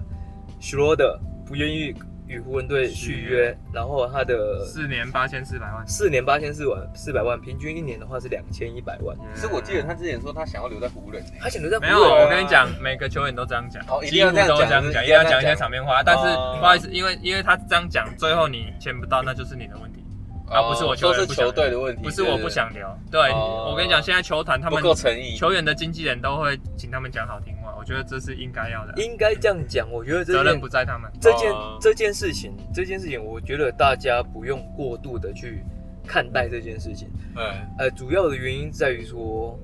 [SPEAKER 3] 许罗德不愿意与湖人队
[SPEAKER 1] 续
[SPEAKER 3] 续约
[SPEAKER 1] 约，
[SPEAKER 3] 然后他的
[SPEAKER 1] 四年八千四百万，
[SPEAKER 3] 四年八千四万四百万，平均一年的话是两千一百万，
[SPEAKER 2] 是我记得他之前说他想要留在湖人欸。
[SPEAKER 3] 他想留在湖
[SPEAKER 1] 没
[SPEAKER 3] 人
[SPEAKER 1] 有，
[SPEAKER 2] 对啊
[SPEAKER 1] 我跟你讲，每个球员都这样讲
[SPEAKER 2] 哦，一定
[SPEAKER 1] 几
[SPEAKER 2] 要
[SPEAKER 1] 乎
[SPEAKER 2] 这样讲
[SPEAKER 1] 都这样讲，
[SPEAKER 2] 一
[SPEAKER 1] 一定
[SPEAKER 2] 定
[SPEAKER 1] 要
[SPEAKER 2] 要这
[SPEAKER 1] 讲
[SPEAKER 2] 样讲
[SPEAKER 1] 一些场面话。但是
[SPEAKER 2] 哦
[SPEAKER 1] 不好意思，因为因为他这样讲，最后你签不到，那就是你的问题，啊不是我
[SPEAKER 2] 哦说
[SPEAKER 1] 球
[SPEAKER 2] 是
[SPEAKER 1] 员不想
[SPEAKER 2] 球队的问题，
[SPEAKER 1] 不是我不想留。对，
[SPEAKER 2] 哦
[SPEAKER 1] 我跟你讲，现在球团他
[SPEAKER 2] 对不
[SPEAKER 1] 们
[SPEAKER 2] 对，不够诚意。
[SPEAKER 1] 球员的经纪人都会请他们讲好听话，我觉得这是应该要的，
[SPEAKER 3] 应该这样讲，我觉得这
[SPEAKER 1] 责
[SPEAKER 3] 件
[SPEAKER 1] 任不在他们。
[SPEAKER 3] 这件、
[SPEAKER 2] 哦
[SPEAKER 3] 这件事情，这件事情，我觉得大家不用过度的去看待这件事情。
[SPEAKER 2] 嗯，
[SPEAKER 3] 呃，主要的原因在于说，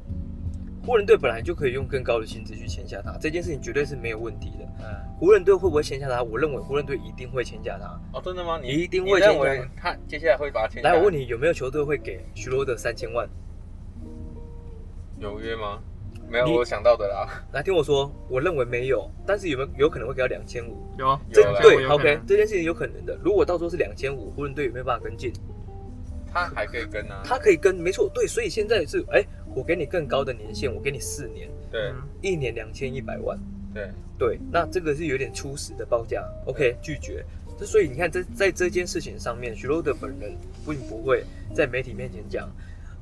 [SPEAKER 3] 湖人队本来就可以用更高的薪资去签下他，这件事情绝对是没有问题的。
[SPEAKER 1] 嗯，
[SPEAKER 3] 湖人队会不会签下他？我认为湖人队一定会签下他。
[SPEAKER 2] 哦，真的吗？你
[SPEAKER 3] 你一定
[SPEAKER 2] 你
[SPEAKER 3] 会
[SPEAKER 2] 认
[SPEAKER 3] 签
[SPEAKER 2] 为他接下来会把他签下？
[SPEAKER 3] 来，我问
[SPEAKER 2] 你，
[SPEAKER 3] 你，有没有球队会给许罗德三千万？
[SPEAKER 2] 有约吗？没有，
[SPEAKER 3] 你
[SPEAKER 2] 我想到的啦。
[SPEAKER 3] 来听我说，我认为没有，但是有没有有可能会给到两千五？
[SPEAKER 1] 有啊
[SPEAKER 3] 这
[SPEAKER 2] 有啦
[SPEAKER 3] 对
[SPEAKER 1] 有可
[SPEAKER 3] ，OK，
[SPEAKER 1] 能
[SPEAKER 3] 这件事情有可能的。如果到时候是两千五，湖人队有没有办法跟进？
[SPEAKER 2] [LAUGHS] 他还可以跟啊，
[SPEAKER 3] 他可以跟，没错，对，所以现在是，哎，我给你更高的年限，我给你四年，
[SPEAKER 2] 对
[SPEAKER 1] 嗯
[SPEAKER 3] 一年两千一百万。
[SPEAKER 2] 对，
[SPEAKER 3] 对，那这个是有点初始的报价，OK，拒绝。这所以你看，在在这件事情上面，许罗德本人不仅不会在媒体面前讲，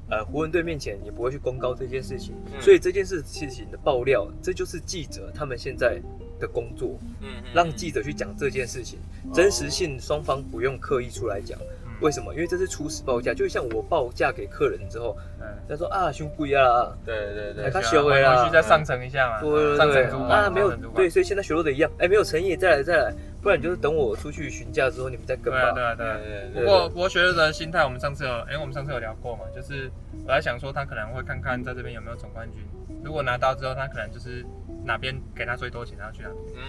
[SPEAKER 3] 呃，湖人队面前也不会去公告这件事情。
[SPEAKER 2] 嗯
[SPEAKER 3] 所以这件事事情的爆料，这就是记者他们现在的工作，
[SPEAKER 2] 嗯，嗯
[SPEAKER 3] 让记者去讲这件事情，真实性双方不用刻意出来讲。
[SPEAKER 1] 嗯
[SPEAKER 3] 为什么？因为这是初始报价，就像我报价给客人之后，
[SPEAKER 1] 嗯，
[SPEAKER 3] 他说啊，兄贵啊，
[SPEAKER 2] 对对对
[SPEAKER 3] 哎，他
[SPEAKER 1] 行啊
[SPEAKER 3] 学会了
[SPEAKER 1] 回去再上层一下嘛，
[SPEAKER 3] 对
[SPEAKER 1] 上
[SPEAKER 3] 对对
[SPEAKER 1] 层主管，
[SPEAKER 3] 啊，
[SPEAKER 1] 上
[SPEAKER 3] 没有
[SPEAKER 1] 层主管
[SPEAKER 3] 对，所以现在学肉的一样，哎，没有诚意，再来再来，不然你就是等我出去询价之后，你们再跟
[SPEAKER 1] 对啊对
[SPEAKER 3] 吧。
[SPEAKER 1] 啊对啊。
[SPEAKER 2] 对
[SPEAKER 1] 不过博学的心态，我们上次有，哎、我们上次有聊过嘛，就是我在想说，他可能会看看在这边有没有总冠军，如果拿到之后，他可能就是哪边给他最多钱，他去哪边，
[SPEAKER 2] 嗯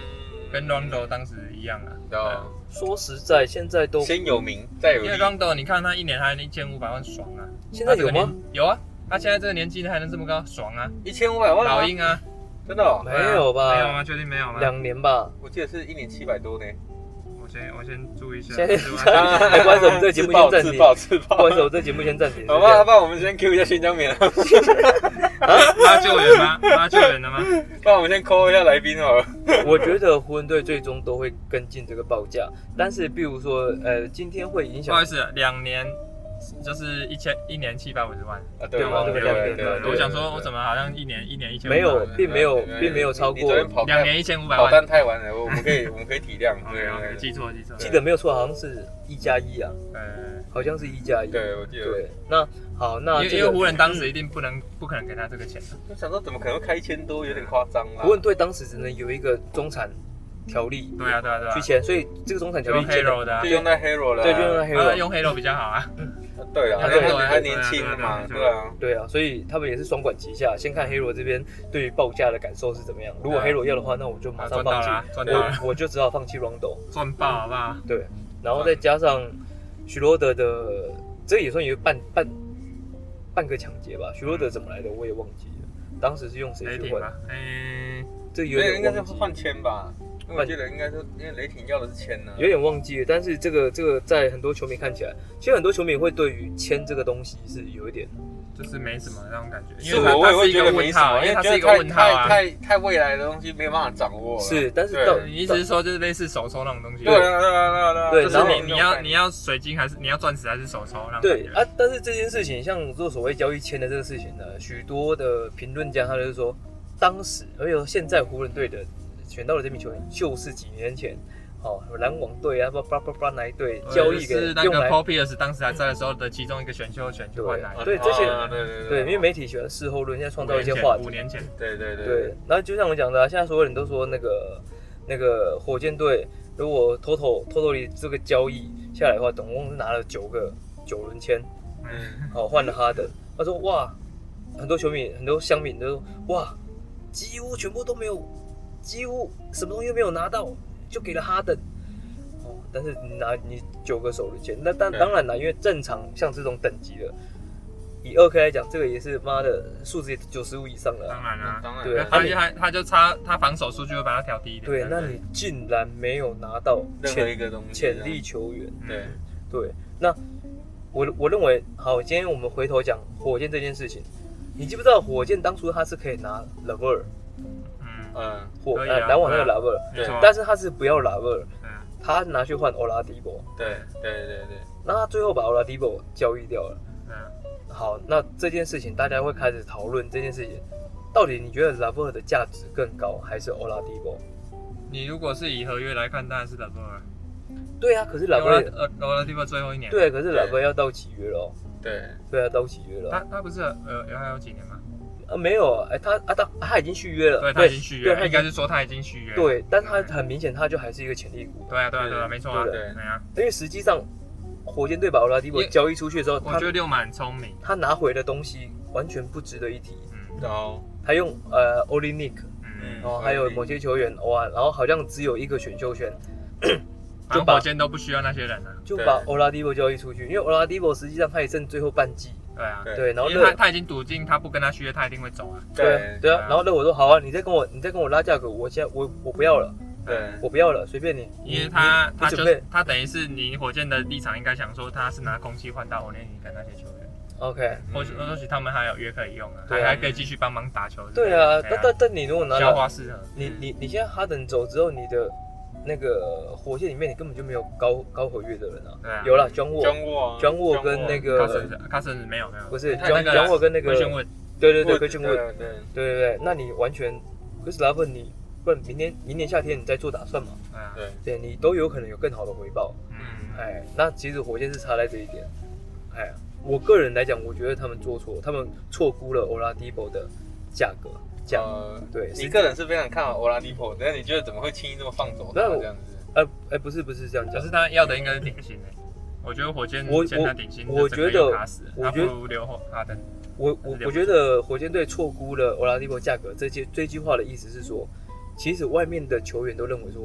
[SPEAKER 1] 跟 Rondo 当时一样啊。对啊
[SPEAKER 2] 哦
[SPEAKER 3] 说实在，现在都
[SPEAKER 2] 先有名再有
[SPEAKER 1] 因为
[SPEAKER 2] 利，
[SPEAKER 1] Rondo，你看他一年还一千五百万，爽啊！
[SPEAKER 3] 现在
[SPEAKER 1] 他这
[SPEAKER 3] 有
[SPEAKER 1] 个
[SPEAKER 3] 吗？
[SPEAKER 1] 年？有啊，他现在这个年纪还能这么高，爽啊！
[SPEAKER 2] 一千五百万啊
[SPEAKER 1] 老鹰啊，
[SPEAKER 2] 真的哦，
[SPEAKER 3] 没有吧
[SPEAKER 1] 没有吗？确定没有吗？
[SPEAKER 3] 两年吧。
[SPEAKER 2] 我记得是一年七百多呢。
[SPEAKER 1] 我先我先注意一下。
[SPEAKER 3] 现在
[SPEAKER 1] 是吧
[SPEAKER 3] [LAUGHS] 哎不好意思我们这个节目先暂停
[SPEAKER 2] 自爆自爆
[SPEAKER 3] 不好意
[SPEAKER 2] 自
[SPEAKER 3] 思，
[SPEAKER 2] 爆。
[SPEAKER 3] 我这节目先暂
[SPEAKER 1] [LAUGHS]
[SPEAKER 3] 停。
[SPEAKER 2] 好吧，好吧，我们先 Q 一下新疆棉， [LAUGHS]
[SPEAKER 3] [LAUGHS]
[SPEAKER 1] 他救援吗？他救援了吗？
[SPEAKER 2] 不然我们先 call 一下来宾好了。
[SPEAKER 3] 我觉得湖人队最终都会跟进这个报价，但是比如说，呃，今天会影
[SPEAKER 1] 不好
[SPEAKER 3] 响
[SPEAKER 1] 意，思，两年就是一千一年七百五十万。
[SPEAKER 2] 啊，
[SPEAKER 3] 对
[SPEAKER 2] 吗？
[SPEAKER 3] 吗
[SPEAKER 2] 对
[SPEAKER 3] 对
[SPEAKER 2] 对
[SPEAKER 3] 对
[SPEAKER 2] 对对。
[SPEAKER 1] 我想说，
[SPEAKER 2] 对
[SPEAKER 1] 我怎么好像一年一年一千
[SPEAKER 3] 没有
[SPEAKER 2] 对对
[SPEAKER 3] 并没有
[SPEAKER 2] 对对
[SPEAKER 3] 并没有超过
[SPEAKER 2] 你昨天跑
[SPEAKER 1] 两
[SPEAKER 2] 单
[SPEAKER 1] 年一千五百
[SPEAKER 2] 跑
[SPEAKER 1] 万。
[SPEAKER 2] 单太晚了，我们可
[SPEAKER 1] [LAUGHS]
[SPEAKER 2] 以我们可以体谅。对
[SPEAKER 1] OK
[SPEAKER 2] 对
[SPEAKER 1] OK，
[SPEAKER 2] 对
[SPEAKER 1] 记错记错。
[SPEAKER 3] 记得没有错，好像是一加一啊，
[SPEAKER 1] 呃，
[SPEAKER 3] 好像是一加一。
[SPEAKER 2] 对，我记得。
[SPEAKER 3] 对，那好，
[SPEAKER 1] 因
[SPEAKER 2] 啊
[SPEAKER 3] 那
[SPEAKER 1] 为
[SPEAKER 3] 这
[SPEAKER 1] 因为
[SPEAKER 3] 个
[SPEAKER 1] 湖人当
[SPEAKER 2] 嗯
[SPEAKER 1] 时一定不能不可能给他这个钱的。
[SPEAKER 2] 我想说，怎么可能会开一千多，有点夸张啦。
[SPEAKER 3] 湖人队当时只能有一个中产条例
[SPEAKER 1] 对啊对啊对啊
[SPEAKER 3] 去。签，所以这个中产条
[SPEAKER 1] 用
[SPEAKER 3] 例签了
[SPEAKER 1] Hero 的啊
[SPEAKER 2] 就，用在 Hero 了啊。
[SPEAKER 3] 对，就用在
[SPEAKER 1] 啊
[SPEAKER 3] Hero。
[SPEAKER 1] 用 Hero 比较好啊。
[SPEAKER 2] 对了，
[SPEAKER 1] 啊
[SPEAKER 2] 因为
[SPEAKER 3] 对
[SPEAKER 2] 他
[SPEAKER 1] 对
[SPEAKER 2] 他
[SPEAKER 1] 对
[SPEAKER 2] 年
[SPEAKER 1] 对
[SPEAKER 2] 轻了嘛，
[SPEAKER 1] 对
[SPEAKER 2] 对啊。
[SPEAKER 3] 对啊，所以他们也是双管齐下，先看 Hero 这边对于报价的感受是怎么样。如果
[SPEAKER 1] 对啊
[SPEAKER 3] Hero 要的话，那我就马
[SPEAKER 1] 啊
[SPEAKER 3] 上
[SPEAKER 1] 赚到
[SPEAKER 3] 放
[SPEAKER 1] 了
[SPEAKER 3] 弃
[SPEAKER 1] 啊，赚到了，
[SPEAKER 3] 我我就只好放弃 Rondo。
[SPEAKER 1] [LAUGHS] 赚爆好不好？
[SPEAKER 3] 对，然后再加上许罗德的，这也算有半半半个抢劫吧。许罗德怎么来的我也忘记了，当时是用
[SPEAKER 1] 雷
[SPEAKER 3] 谁去
[SPEAKER 1] 霆
[SPEAKER 3] 换
[SPEAKER 1] 吧？？嗯，
[SPEAKER 3] 这有
[SPEAKER 2] 没有，应该
[SPEAKER 3] 点
[SPEAKER 2] 是
[SPEAKER 3] 忘记，
[SPEAKER 2] 换签吧。因为我记得应该是因为雷霆要的是签呢。
[SPEAKER 3] 有点忘记了。但是这个这个在很多球迷看起来，其实很多球迷会对于签这个东西是有一点，
[SPEAKER 1] 就是没什么那种感觉，因
[SPEAKER 2] 是
[SPEAKER 1] 为
[SPEAKER 2] 我，
[SPEAKER 1] 它
[SPEAKER 2] 我也
[SPEAKER 1] 它是
[SPEAKER 2] 会
[SPEAKER 1] 一
[SPEAKER 2] 觉
[SPEAKER 1] 个
[SPEAKER 2] 得没
[SPEAKER 1] 问
[SPEAKER 2] 什
[SPEAKER 1] 号，
[SPEAKER 2] 么，
[SPEAKER 1] 因为它
[SPEAKER 2] 觉
[SPEAKER 1] 是
[SPEAKER 2] 得
[SPEAKER 1] 一个
[SPEAKER 2] 太
[SPEAKER 1] 问号啊。
[SPEAKER 2] 太太太未来的东西没有办法掌握了。
[SPEAKER 3] 是，但是
[SPEAKER 2] 对
[SPEAKER 3] 到
[SPEAKER 1] 你意思是说就是类似手抽那种东西？
[SPEAKER 2] 对啊，对啊对啊对啊
[SPEAKER 3] 对
[SPEAKER 2] 就
[SPEAKER 1] 就是是
[SPEAKER 3] 然后
[SPEAKER 1] 你你要你要水晶还是你要钻石还是手抽那种感觉？
[SPEAKER 3] 对啊，但是这件事情，像做所谓交易签的这个事情呢，许多的评论家他就是说，当时还有现在湖人队的选到了这名球员，就是几年前，哦，篮网队啊，叭叭叭叭哪一队
[SPEAKER 1] 对
[SPEAKER 3] 交易
[SPEAKER 1] 呃就
[SPEAKER 3] 给
[SPEAKER 1] 是那
[SPEAKER 3] 用
[SPEAKER 1] 个
[SPEAKER 3] 来
[SPEAKER 1] p o p i u s 当时还在的时候的其中一个选秀权去换来的。
[SPEAKER 3] 对这些
[SPEAKER 2] 啊对对
[SPEAKER 3] 对，因为媒体喜欢事后论，现在创造一些
[SPEAKER 1] 五年前
[SPEAKER 3] 话
[SPEAKER 1] 五
[SPEAKER 3] 题。
[SPEAKER 1] 年前，
[SPEAKER 2] 对对对
[SPEAKER 3] 对，然后就像我讲的、啊，现在所有人都说那个那个火箭队，如果 Toto Toto 里这个交易下来的话，总共拿了九个九轮签，
[SPEAKER 1] 嗯，
[SPEAKER 3] 哦，换了哈登。他说哇，很多球迷、很多乡民都说哇，几乎全部都没有，几乎什么东西都没有拿到，就给了哈登。哦，但是你拿你九个手的钱，那当
[SPEAKER 2] 对
[SPEAKER 3] 当然了，因为正常像这种等级的，以二 K 来讲，这个也是妈的数字九十五以上了
[SPEAKER 1] 当
[SPEAKER 3] 啊。
[SPEAKER 1] 然啦、
[SPEAKER 2] 当然
[SPEAKER 3] 对
[SPEAKER 1] 嗯他
[SPEAKER 3] 啊
[SPEAKER 1] 就他他就差他防守数据会把它调低一点。
[SPEAKER 3] 对，那你竟然没有拿到
[SPEAKER 2] 任何一
[SPEAKER 3] 潜
[SPEAKER 2] 个东西啊
[SPEAKER 3] 潜力球员，
[SPEAKER 1] 嗯
[SPEAKER 2] 对
[SPEAKER 3] 对，那我我认为，好，今天我们回头讲火箭这件事情。你记不知道火箭当初他是可以拿 l a v e r
[SPEAKER 1] 嗯，
[SPEAKER 2] 嗯
[SPEAKER 3] 或
[SPEAKER 1] 可以啊嗯
[SPEAKER 3] 呃篮网那个
[SPEAKER 1] 对
[SPEAKER 3] l a v e r
[SPEAKER 1] 没错。
[SPEAKER 3] 但是他是不要 l a v e r
[SPEAKER 1] 嗯
[SPEAKER 3] 他拿去换 Oladipo，
[SPEAKER 2] 对对对对
[SPEAKER 3] 那他最后把 Oladipo 交易掉了。
[SPEAKER 1] 嗯，
[SPEAKER 3] 好，那这件事情大家会开始讨论这件事情，到底你觉得 l a v e r 的价值更高还是 Oladipo？
[SPEAKER 1] 你如果是以合约来看，当然是 l a v e r
[SPEAKER 3] 对啊，可是 l a
[SPEAKER 1] 老
[SPEAKER 3] v e r
[SPEAKER 1] 呃 l a v e r 最后一年，，
[SPEAKER 3] 对，可是 l
[SPEAKER 2] 对
[SPEAKER 3] a v e r 要到几月了哦？
[SPEAKER 2] 对
[SPEAKER 3] 对啊，到几月了
[SPEAKER 1] 他
[SPEAKER 3] 哦？
[SPEAKER 1] 他不是呃有还有几年吗？
[SPEAKER 3] 啊，没有啊，哎，他啊，他他已经续约了，
[SPEAKER 1] 对，他已经续约
[SPEAKER 3] 对他
[SPEAKER 1] 了，
[SPEAKER 3] 已
[SPEAKER 1] 应
[SPEAKER 3] 经
[SPEAKER 1] 该是说他已经续约了。
[SPEAKER 3] 对，但他很明显，他就还是一个潜力股，
[SPEAKER 1] 对啊对啊对啊，
[SPEAKER 2] 对
[SPEAKER 1] 没错啊，
[SPEAKER 3] 对
[SPEAKER 2] 对
[SPEAKER 1] 对啊，
[SPEAKER 3] 因为实际上火箭队把奥拉迪波
[SPEAKER 1] 也
[SPEAKER 3] 交易出去的时候，
[SPEAKER 1] 我
[SPEAKER 3] 他
[SPEAKER 1] 觉得六马很聪明，
[SPEAKER 3] 他拿回的东西完全不值得一提，
[SPEAKER 1] 嗯
[SPEAKER 2] 然后
[SPEAKER 3] 他用呃 o l i n i k
[SPEAKER 1] 嗯，
[SPEAKER 3] 然后还有某些球员哇，然后好像只有一个选秀权，
[SPEAKER 1] 反正
[SPEAKER 3] 把
[SPEAKER 1] 火箭都不需要那些人啊，
[SPEAKER 3] 就
[SPEAKER 2] 对
[SPEAKER 3] 把奥拉迪波交易出去，因为奥拉迪波实际上他也剩最后半季，
[SPEAKER 1] 对啊，
[SPEAKER 2] 对
[SPEAKER 3] 对，然后
[SPEAKER 1] 因为他
[SPEAKER 3] 热。
[SPEAKER 1] 他已经赌进他不跟他续约，他一定会走啊，
[SPEAKER 3] 对啊对
[SPEAKER 1] 对
[SPEAKER 3] 啊
[SPEAKER 1] 啊，
[SPEAKER 3] 然后热火说好啊，你再跟我你再跟我拉价格，我现在我我不要了，
[SPEAKER 2] 对嗯
[SPEAKER 3] 我不要了，随便你。
[SPEAKER 1] 因为
[SPEAKER 3] 你
[SPEAKER 1] 他
[SPEAKER 3] 你
[SPEAKER 1] 他
[SPEAKER 3] 准
[SPEAKER 1] 就
[SPEAKER 3] 备
[SPEAKER 1] 是他等于是你火箭的立场应该想说他是拿空气换到欧联尼跟那些球员，
[SPEAKER 3] OK，
[SPEAKER 1] 或许或许他们还有约可以用啊，
[SPEAKER 3] 嗯对
[SPEAKER 1] 还
[SPEAKER 3] 啊
[SPEAKER 1] 还可以继续帮忙打球之类
[SPEAKER 3] 对
[SPEAKER 1] 的，哎
[SPEAKER 3] 啊，但但但你如果拿
[SPEAKER 1] 消
[SPEAKER 3] 到
[SPEAKER 1] 化适合，
[SPEAKER 3] 你你你现在哈登走之后，你的那个火箭里面你根本就没有高高合约的人啊。
[SPEAKER 1] 对啊，
[SPEAKER 3] 有了 John Wall，John
[SPEAKER 2] 沃啊
[SPEAKER 3] Wall 跟那
[SPEAKER 1] 卡
[SPEAKER 3] 个
[SPEAKER 1] 森卡森啊没有没有，
[SPEAKER 3] 不是
[SPEAKER 1] 他那
[SPEAKER 3] John
[SPEAKER 1] 个
[SPEAKER 3] John Wall 跟那个
[SPEAKER 1] 微询问，
[SPEAKER 3] 对对对 g r
[SPEAKER 1] 啊
[SPEAKER 3] 对
[SPEAKER 2] 对
[SPEAKER 3] 对对，那你完全 Chris l a v e n 你不然明年明年夏天你再做打算嘛？
[SPEAKER 1] 对啊，
[SPEAKER 2] 对
[SPEAKER 3] 对你都有可能有更好的回报。
[SPEAKER 1] 嗯，
[SPEAKER 3] 哎，那其实火箭是差在这一点。哎，我个人来讲，我觉得他们做错，他们错估了 Oladipo 的价格价。
[SPEAKER 1] 哦
[SPEAKER 2] 呃，
[SPEAKER 3] 对，
[SPEAKER 2] 你
[SPEAKER 3] 是
[SPEAKER 2] 个人是非常看好欧拉迪波，但是你觉得怎么会轻易这么放走他
[SPEAKER 3] 那我
[SPEAKER 2] 这样子？
[SPEAKER 3] 呃呃，不是不是这样
[SPEAKER 1] 可
[SPEAKER 3] 讲，
[SPEAKER 1] 是他要的应该是顶薪诶、我觉得火箭
[SPEAKER 3] 我
[SPEAKER 1] 签他顶薪，
[SPEAKER 3] 我
[SPEAKER 1] 这整个
[SPEAKER 3] 我觉得
[SPEAKER 1] 又卡死了，
[SPEAKER 3] 我
[SPEAKER 1] 他不
[SPEAKER 3] 觉得
[SPEAKER 1] 如留后哈登。
[SPEAKER 3] 我我我觉得火箭队错估了 Oladipo 价格这句这句话的意思是说，其实外面的球员都认为说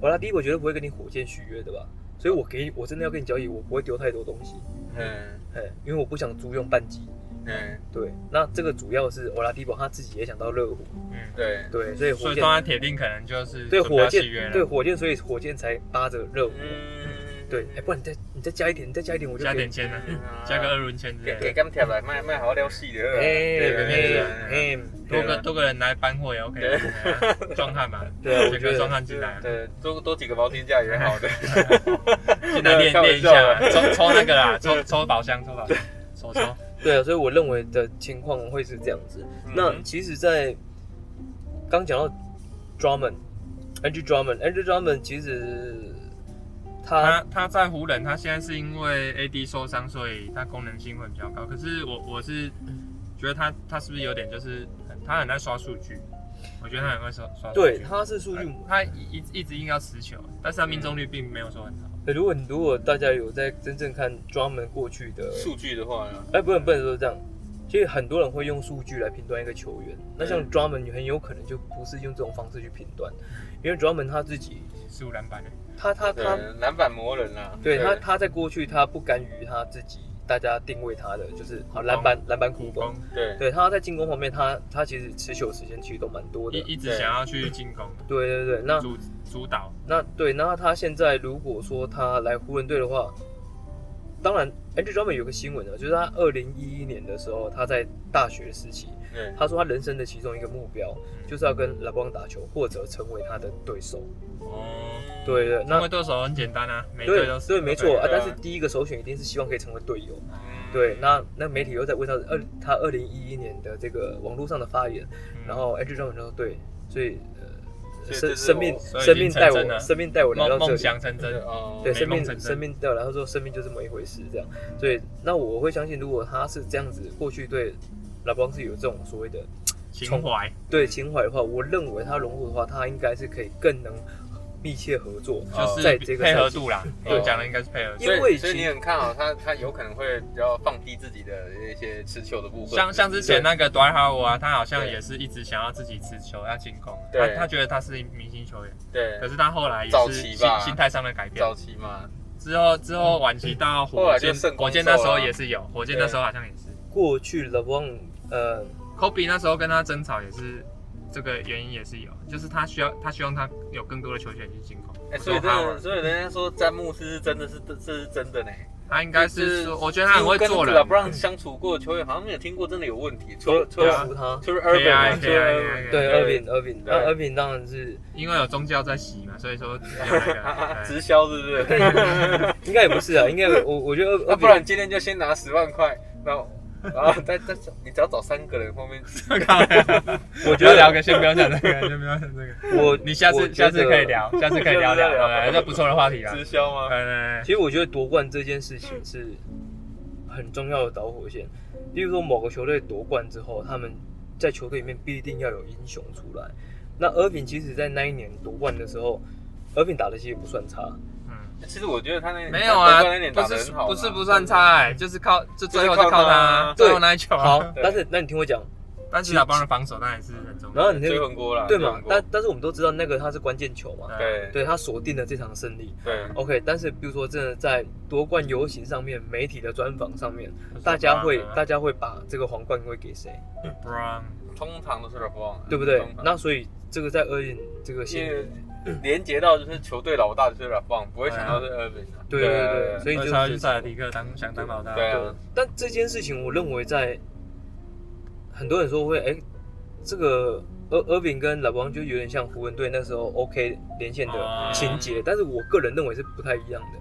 [SPEAKER 3] ，Oladipo 绝对不会跟你火箭续约的吧？所以我给你，我真的要跟你交易，我不会丢太多东西，
[SPEAKER 2] 嗯
[SPEAKER 3] 哎，因为我不想租用半级。
[SPEAKER 2] 嗯，
[SPEAKER 3] 对，那这个主要是 Oladipo 他自己也想到热火，
[SPEAKER 1] 嗯，
[SPEAKER 2] 对，
[SPEAKER 3] 对，所以火
[SPEAKER 1] 所以
[SPEAKER 3] 箭
[SPEAKER 1] 当然铁定可能就是
[SPEAKER 3] 对
[SPEAKER 1] 准备要
[SPEAKER 3] 火
[SPEAKER 1] 续约
[SPEAKER 3] 箭
[SPEAKER 1] 了
[SPEAKER 3] 对火箭，所以火箭才扒着热火。
[SPEAKER 2] 嗯，
[SPEAKER 3] 对，哎，不然你再你再加一点，你再加一点，我就
[SPEAKER 1] 加
[SPEAKER 3] 给
[SPEAKER 1] 点
[SPEAKER 3] 你
[SPEAKER 1] 签呢、
[SPEAKER 2] 嗯
[SPEAKER 1] 加个二轮签之
[SPEAKER 2] 给
[SPEAKER 1] 类
[SPEAKER 2] 给
[SPEAKER 1] 的，
[SPEAKER 2] 干跳来，卖卖好料戏的，
[SPEAKER 1] 对
[SPEAKER 3] 哎哎
[SPEAKER 2] 对
[SPEAKER 3] 哎，
[SPEAKER 1] 多
[SPEAKER 2] 对
[SPEAKER 1] 个
[SPEAKER 2] 啊
[SPEAKER 1] 多个人来搬货也 OK，
[SPEAKER 2] 对
[SPEAKER 1] 哎呀壮汉嘛，
[SPEAKER 3] [LAUGHS] 对啊我
[SPEAKER 1] 选
[SPEAKER 3] 觉
[SPEAKER 1] 个
[SPEAKER 3] 得
[SPEAKER 1] 壮汉进来，
[SPEAKER 2] 对，多多几个毛巾架也好
[SPEAKER 3] [LAUGHS]
[SPEAKER 2] 的，
[SPEAKER 1] 进来练
[SPEAKER 2] 开玩
[SPEAKER 1] 练一下啊，
[SPEAKER 2] 笑
[SPEAKER 1] 抽抽那个啦，抽抽宝箱，抽宝箱，手抽。
[SPEAKER 3] 对啊，所以我认为的情况会是这样子。那
[SPEAKER 2] 嗯
[SPEAKER 3] 其实，在刚讲到 Drummond，Andrew Drummond，Andrew Drummond 其实他
[SPEAKER 1] 他他在湖人，他现在是因为 AD 受伤，所以他功能性会比较高。可是我我是觉得他他是不是有点就是很他很爱刷数据？我觉得他很会刷刷数据。
[SPEAKER 3] 对他是数据哎
[SPEAKER 1] 呃他一一一直硬要持球，但是他命中率并没有说很好。
[SPEAKER 3] 对，如果你如果大家有在真正看 Drummond 过去 [LAUGHS] 的，
[SPEAKER 2] 数据的话呢，
[SPEAKER 3] 哎，不能不能说这样。其实很多人会用数据来评断一个球员，那像 Drummond 很有可能就不是用这种方式去评断，因为 Drummond 他自己，
[SPEAKER 1] 十五篮板的，
[SPEAKER 3] 他他
[SPEAKER 2] 对
[SPEAKER 3] 他，
[SPEAKER 2] 篮板魔人啊啦，
[SPEAKER 3] 对他，他在过去他不甘于他自己大家定位他的就是好篮板篮板苦
[SPEAKER 1] 苦
[SPEAKER 3] 攻
[SPEAKER 1] 攻，
[SPEAKER 2] 对，
[SPEAKER 3] 对，他在进攻方面，他他其实持球时间其实都蛮多的。
[SPEAKER 1] 一一直
[SPEAKER 2] 对
[SPEAKER 1] 想要去进攻，
[SPEAKER 3] 对对对，那
[SPEAKER 1] 主主导。
[SPEAKER 3] 那对，那他现在如果说他来湖人队的话，当然 Andrew Drummond 有个新闻呢，啊就是他二零一一年的时候，他在大学时期，
[SPEAKER 2] 对，
[SPEAKER 3] 他说他人生的其中一个目标就是要跟拉布朗打球，或者成为他的对手。
[SPEAKER 1] 哦，
[SPEAKER 3] 对对，
[SPEAKER 1] 成
[SPEAKER 3] 那
[SPEAKER 1] 为对手很简单啊，每队都
[SPEAKER 3] 对
[SPEAKER 1] 是
[SPEAKER 3] 对没错啊，
[SPEAKER 2] 对啊
[SPEAKER 3] 但是第一个首选一定是希望可以成为队友。
[SPEAKER 2] 嗯
[SPEAKER 3] 对，那那媒体又在问他二他二零一一年的这个网络上的发言，
[SPEAKER 1] 嗯
[SPEAKER 3] 然后 Andrew Drummond 就说对，所以呃，
[SPEAKER 2] 所以
[SPEAKER 3] 生
[SPEAKER 2] 这是
[SPEAKER 3] 生命
[SPEAKER 2] 我
[SPEAKER 1] 所呃以已
[SPEAKER 3] 生
[SPEAKER 1] 经
[SPEAKER 3] 命带
[SPEAKER 1] 成真
[SPEAKER 3] 我
[SPEAKER 1] 了
[SPEAKER 3] 生命带我来到
[SPEAKER 1] 梦
[SPEAKER 3] 这
[SPEAKER 1] 梦
[SPEAKER 3] 里，
[SPEAKER 1] 想成真，
[SPEAKER 2] 哦，
[SPEAKER 3] 对，
[SPEAKER 1] 美
[SPEAKER 3] 生
[SPEAKER 1] 梦
[SPEAKER 3] 命
[SPEAKER 1] 成真
[SPEAKER 3] 生命带我来，他说生命就这么一回事这样，所以那我会相信，如果他是这样子，过去对拉邦是有这种所谓的
[SPEAKER 1] 情怀。
[SPEAKER 3] 对情怀的话，我认为他融入的话，他应该是可以更能密切合作，
[SPEAKER 1] 就是
[SPEAKER 3] 在哦这个
[SPEAKER 1] 配
[SPEAKER 3] 赛
[SPEAKER 1] 合
[SPEAKER 3] 季
[SPEAKER 1] 度啦，
[SPEAKER 2] 对
[SPEAKER 1] 我讲的应该是配合度
[SPEAKER 3] 因。为
[SPEAKER 2] 所以
[SPEAKER 3] 其
[SPEAKER 2] 所以你很看好他，他有可能会比较放低自己的一些持球的部分，
[SPEAKER 1] 像像之前那个 d w i 啊，他好像
[SPEAKER 2] 对
[SPEAKER 1] 也是一直想要自己持球要进攻，他
[SPEAKER 2] 对
[SPEAKER 1] 他觉得他是明星球员，
[SPEAKER 2] 对
[SPEAKER 1] 可是他后来也
[SPEAKER 2] 早
[SPEAKER 1] 是
[SPEAKER 2] 期
[SPEAKER 1] 心
[SPEAKER 2] 吧
[SPEAKER 1] 心态上的改变
[SPEAKER 2] 早，期嘛，
[SPEAKER 1] 之后之后晚期到
[SPEAKER 2] 后
[SPEAKER 1] 火
[SPEAKER 2] 来就
[SPEAKER 1] 箭
[SPEAKER 2] 圣，光
[SPEAKER 1] 火箭
[SPEAKER 2] 兽啊
[SPEAKER 1] 那时候也是有，火箭那时候好像也是
[SPEAKER 3] 过去拉邦呃，
[SPEAKER 1] ，Kobe 那时候跟他争吵也是这个原因也是有，就是他需要他希望他有更多的球权去进攻，
[SPEAKER 2] 哎，
[SPEAKER 1] 不
[SPEAKER 2] 所以
[SPEAKER 1] 是
[SPEAKER 2] 真
[SPEAKER 1] Howard
[SPEAKER 2] 的，所以人家说詹姆斯是真的是这是真的呢，
[SPEAKER 1] 他应该是说，我觉得啊他很会做
[SPEAKER 2] 了。
[SPEAKER 1] 人
[SPEAKER 2] 不，让相处过的球员好像没有听过真的有问题，除
[SPEAKER 3] 都
[SPEAKER 2] 了除
[SPEAKER 3] 都
[SPEAKER 1] 对啊
[SPEAKER 2] 了
[SPEAKER 3] 服他。
[SPEAKER 2] 除了
[SPEAKER 1] 对啊
[SPEAKER 2] Urban，除
[SPEAKER 1] 对啊
[SPEAKER 2] 了
[SPEAKER 1] 对啊
[SPEAKER 2] Urban
[SPEAKER 3] 对，
[SPEAKER 2] 对
[SPEAKER 3] 二饼二饼，那
[SPEAKER 2] 对
[SPEAKER 3] 二饼当然是
[SPEAKER 1] 因为有宗教在洗嘛，所以说有那
[SPEAKER 2] [LAUGHS]
[SPEAKER 1] 个哎对
[SPEAKER 2] 啊直销是不
[SPEAKER 1] [LAUGHS]
[SPEAKER 2] 是？
[SPEAKER 3] 应该也不是啊，应该我我觉得
[SPEAKER 2] 那
[SPEAKER 3] 二
[SPEAKER 2] 不然今天就先拿十万块，啊然后然后再再你只要找三个人后面，
[SPEAKER 1] [LAUGHS]
[SPEAKER 3] 我
[SPEAKER 1] 不
[SPEAKER 3] 觉
[SPEAKER 1] 要
[SPEAKER 3] 得
[SPEAKER 1] 聊个，先不要讲这个，先不要讲这个。
[SPEAKER 3] 我
[SPEAKER 1] 你下
[SPEAKER 3] 我
[SPEAKER 1] 次
[SPEAKER 3] 觉
[SPEAKER 1] 下次
[SPEAKER 3] 得
[SPEAKER 1] 可以聊，下次可以聊聊，
[SPEAKER 2] 下次再聊
[SPEAKER 1] 对这不错的话题啊。
[SPEAKER 2] 直销吗？
[SPEAKER 1] 嗯，
[SPEAKER 3] 其实我觉得夺冠这件事情是很重要的导火线。例如说，某个球队夺冠之后，他们在球队里面必定要有英雄出来。那尔饼其实，在那一年夺冠的时候，尔饼打的其实不算差。
[SPEAKER 1] 嗯，
[SPEAKER 2] 其实我觉得他那
[SPEAKER 1] 没有啊
[SPEAKER 2] 他那点，
[SPEAKER 1] 不
[SPEAKER 2] 打得
[SPEAKER 1] 是
[SPEAKER 2] 很好啊，
[SPEAKER 1] 不是不算差哎，就是靠这最后
[SPEAKER 2] 就是
[SPEAKER 1] 就
[SPEAKER 2] 靠
[SPEAKER 1] 靠
[SPEAKER 2] 他
[SPEAKER 1] 他
[SPEAKER 2] 啊
[SPEAKER 1] 最后那一球啊。
[SPEAKER 3] 好，
[SPEAKER 2] 对
[SPEAKER 3] 但是那你听我讲，
[SPEAKER 1] [LAUGHS] 但其实帮人防守当然是很重
[SPEAKER 3] 然
[SPEAKER 1] 要。
[SPEAKER 3] 后你
[SPEAKER 2] 追
[SPEAKER 3] 听
[SPEAKER 2] 魂锅啦，
[SPEAKER 3] 对
[SPEAKER 2] 追
[SPEAKER 3] 嘛
[SPEAKER 2] 魂？锅
[SPEAKER 3] 但但是我们都知道那个他是关键球嘛，
[SPEAKER 1] 对
[SPEAKER 2] 对
[SPEAKER 3] 对他锁定了这场胜利。
[SPEAKER 2] 对
[SPEAKER 3] OK，但是比如说真的在夺冠游行上面、媒体的专访上面，大家会大家会把这个皇冠会给谁，
[SPEAKER 1] Brown
[SPEAKER 2] 通常都是 LeBron，啊
[SPEAKER 3] 对不对
[SPEAKER 2] 通？常
[SPEAKER 3] 那所以这个在 Irving 这个
[SPEAKER 2] 因
[SPEAKER 3] 心
[SPEAKER 2] 为连接到就是球队老大就是 LeBron，不会想到是 Irving 啊。
[SPEAKER 3] 哎对对对，所以
[SPEAKER 1] 二
[SPEAKER 3] 就
[SPEAKER 1] 超去
[SPEAKER 3] 是
[SPEAKER 1] 塞尔迪克当想当老大。
[SPEAKER 2] 对
[SPEAKER 3] 对
[SPEAKER 2] 啊，
[SPEAKER 3] 但这件事情，我认为在很多人说会，哎，这个厄厄饼跟老王就有点像湖人队那时候 OK 连线
[SPEAKER 1] 哦
[SPEAKER 3] 的情节，但是我个人认为是不太一样的。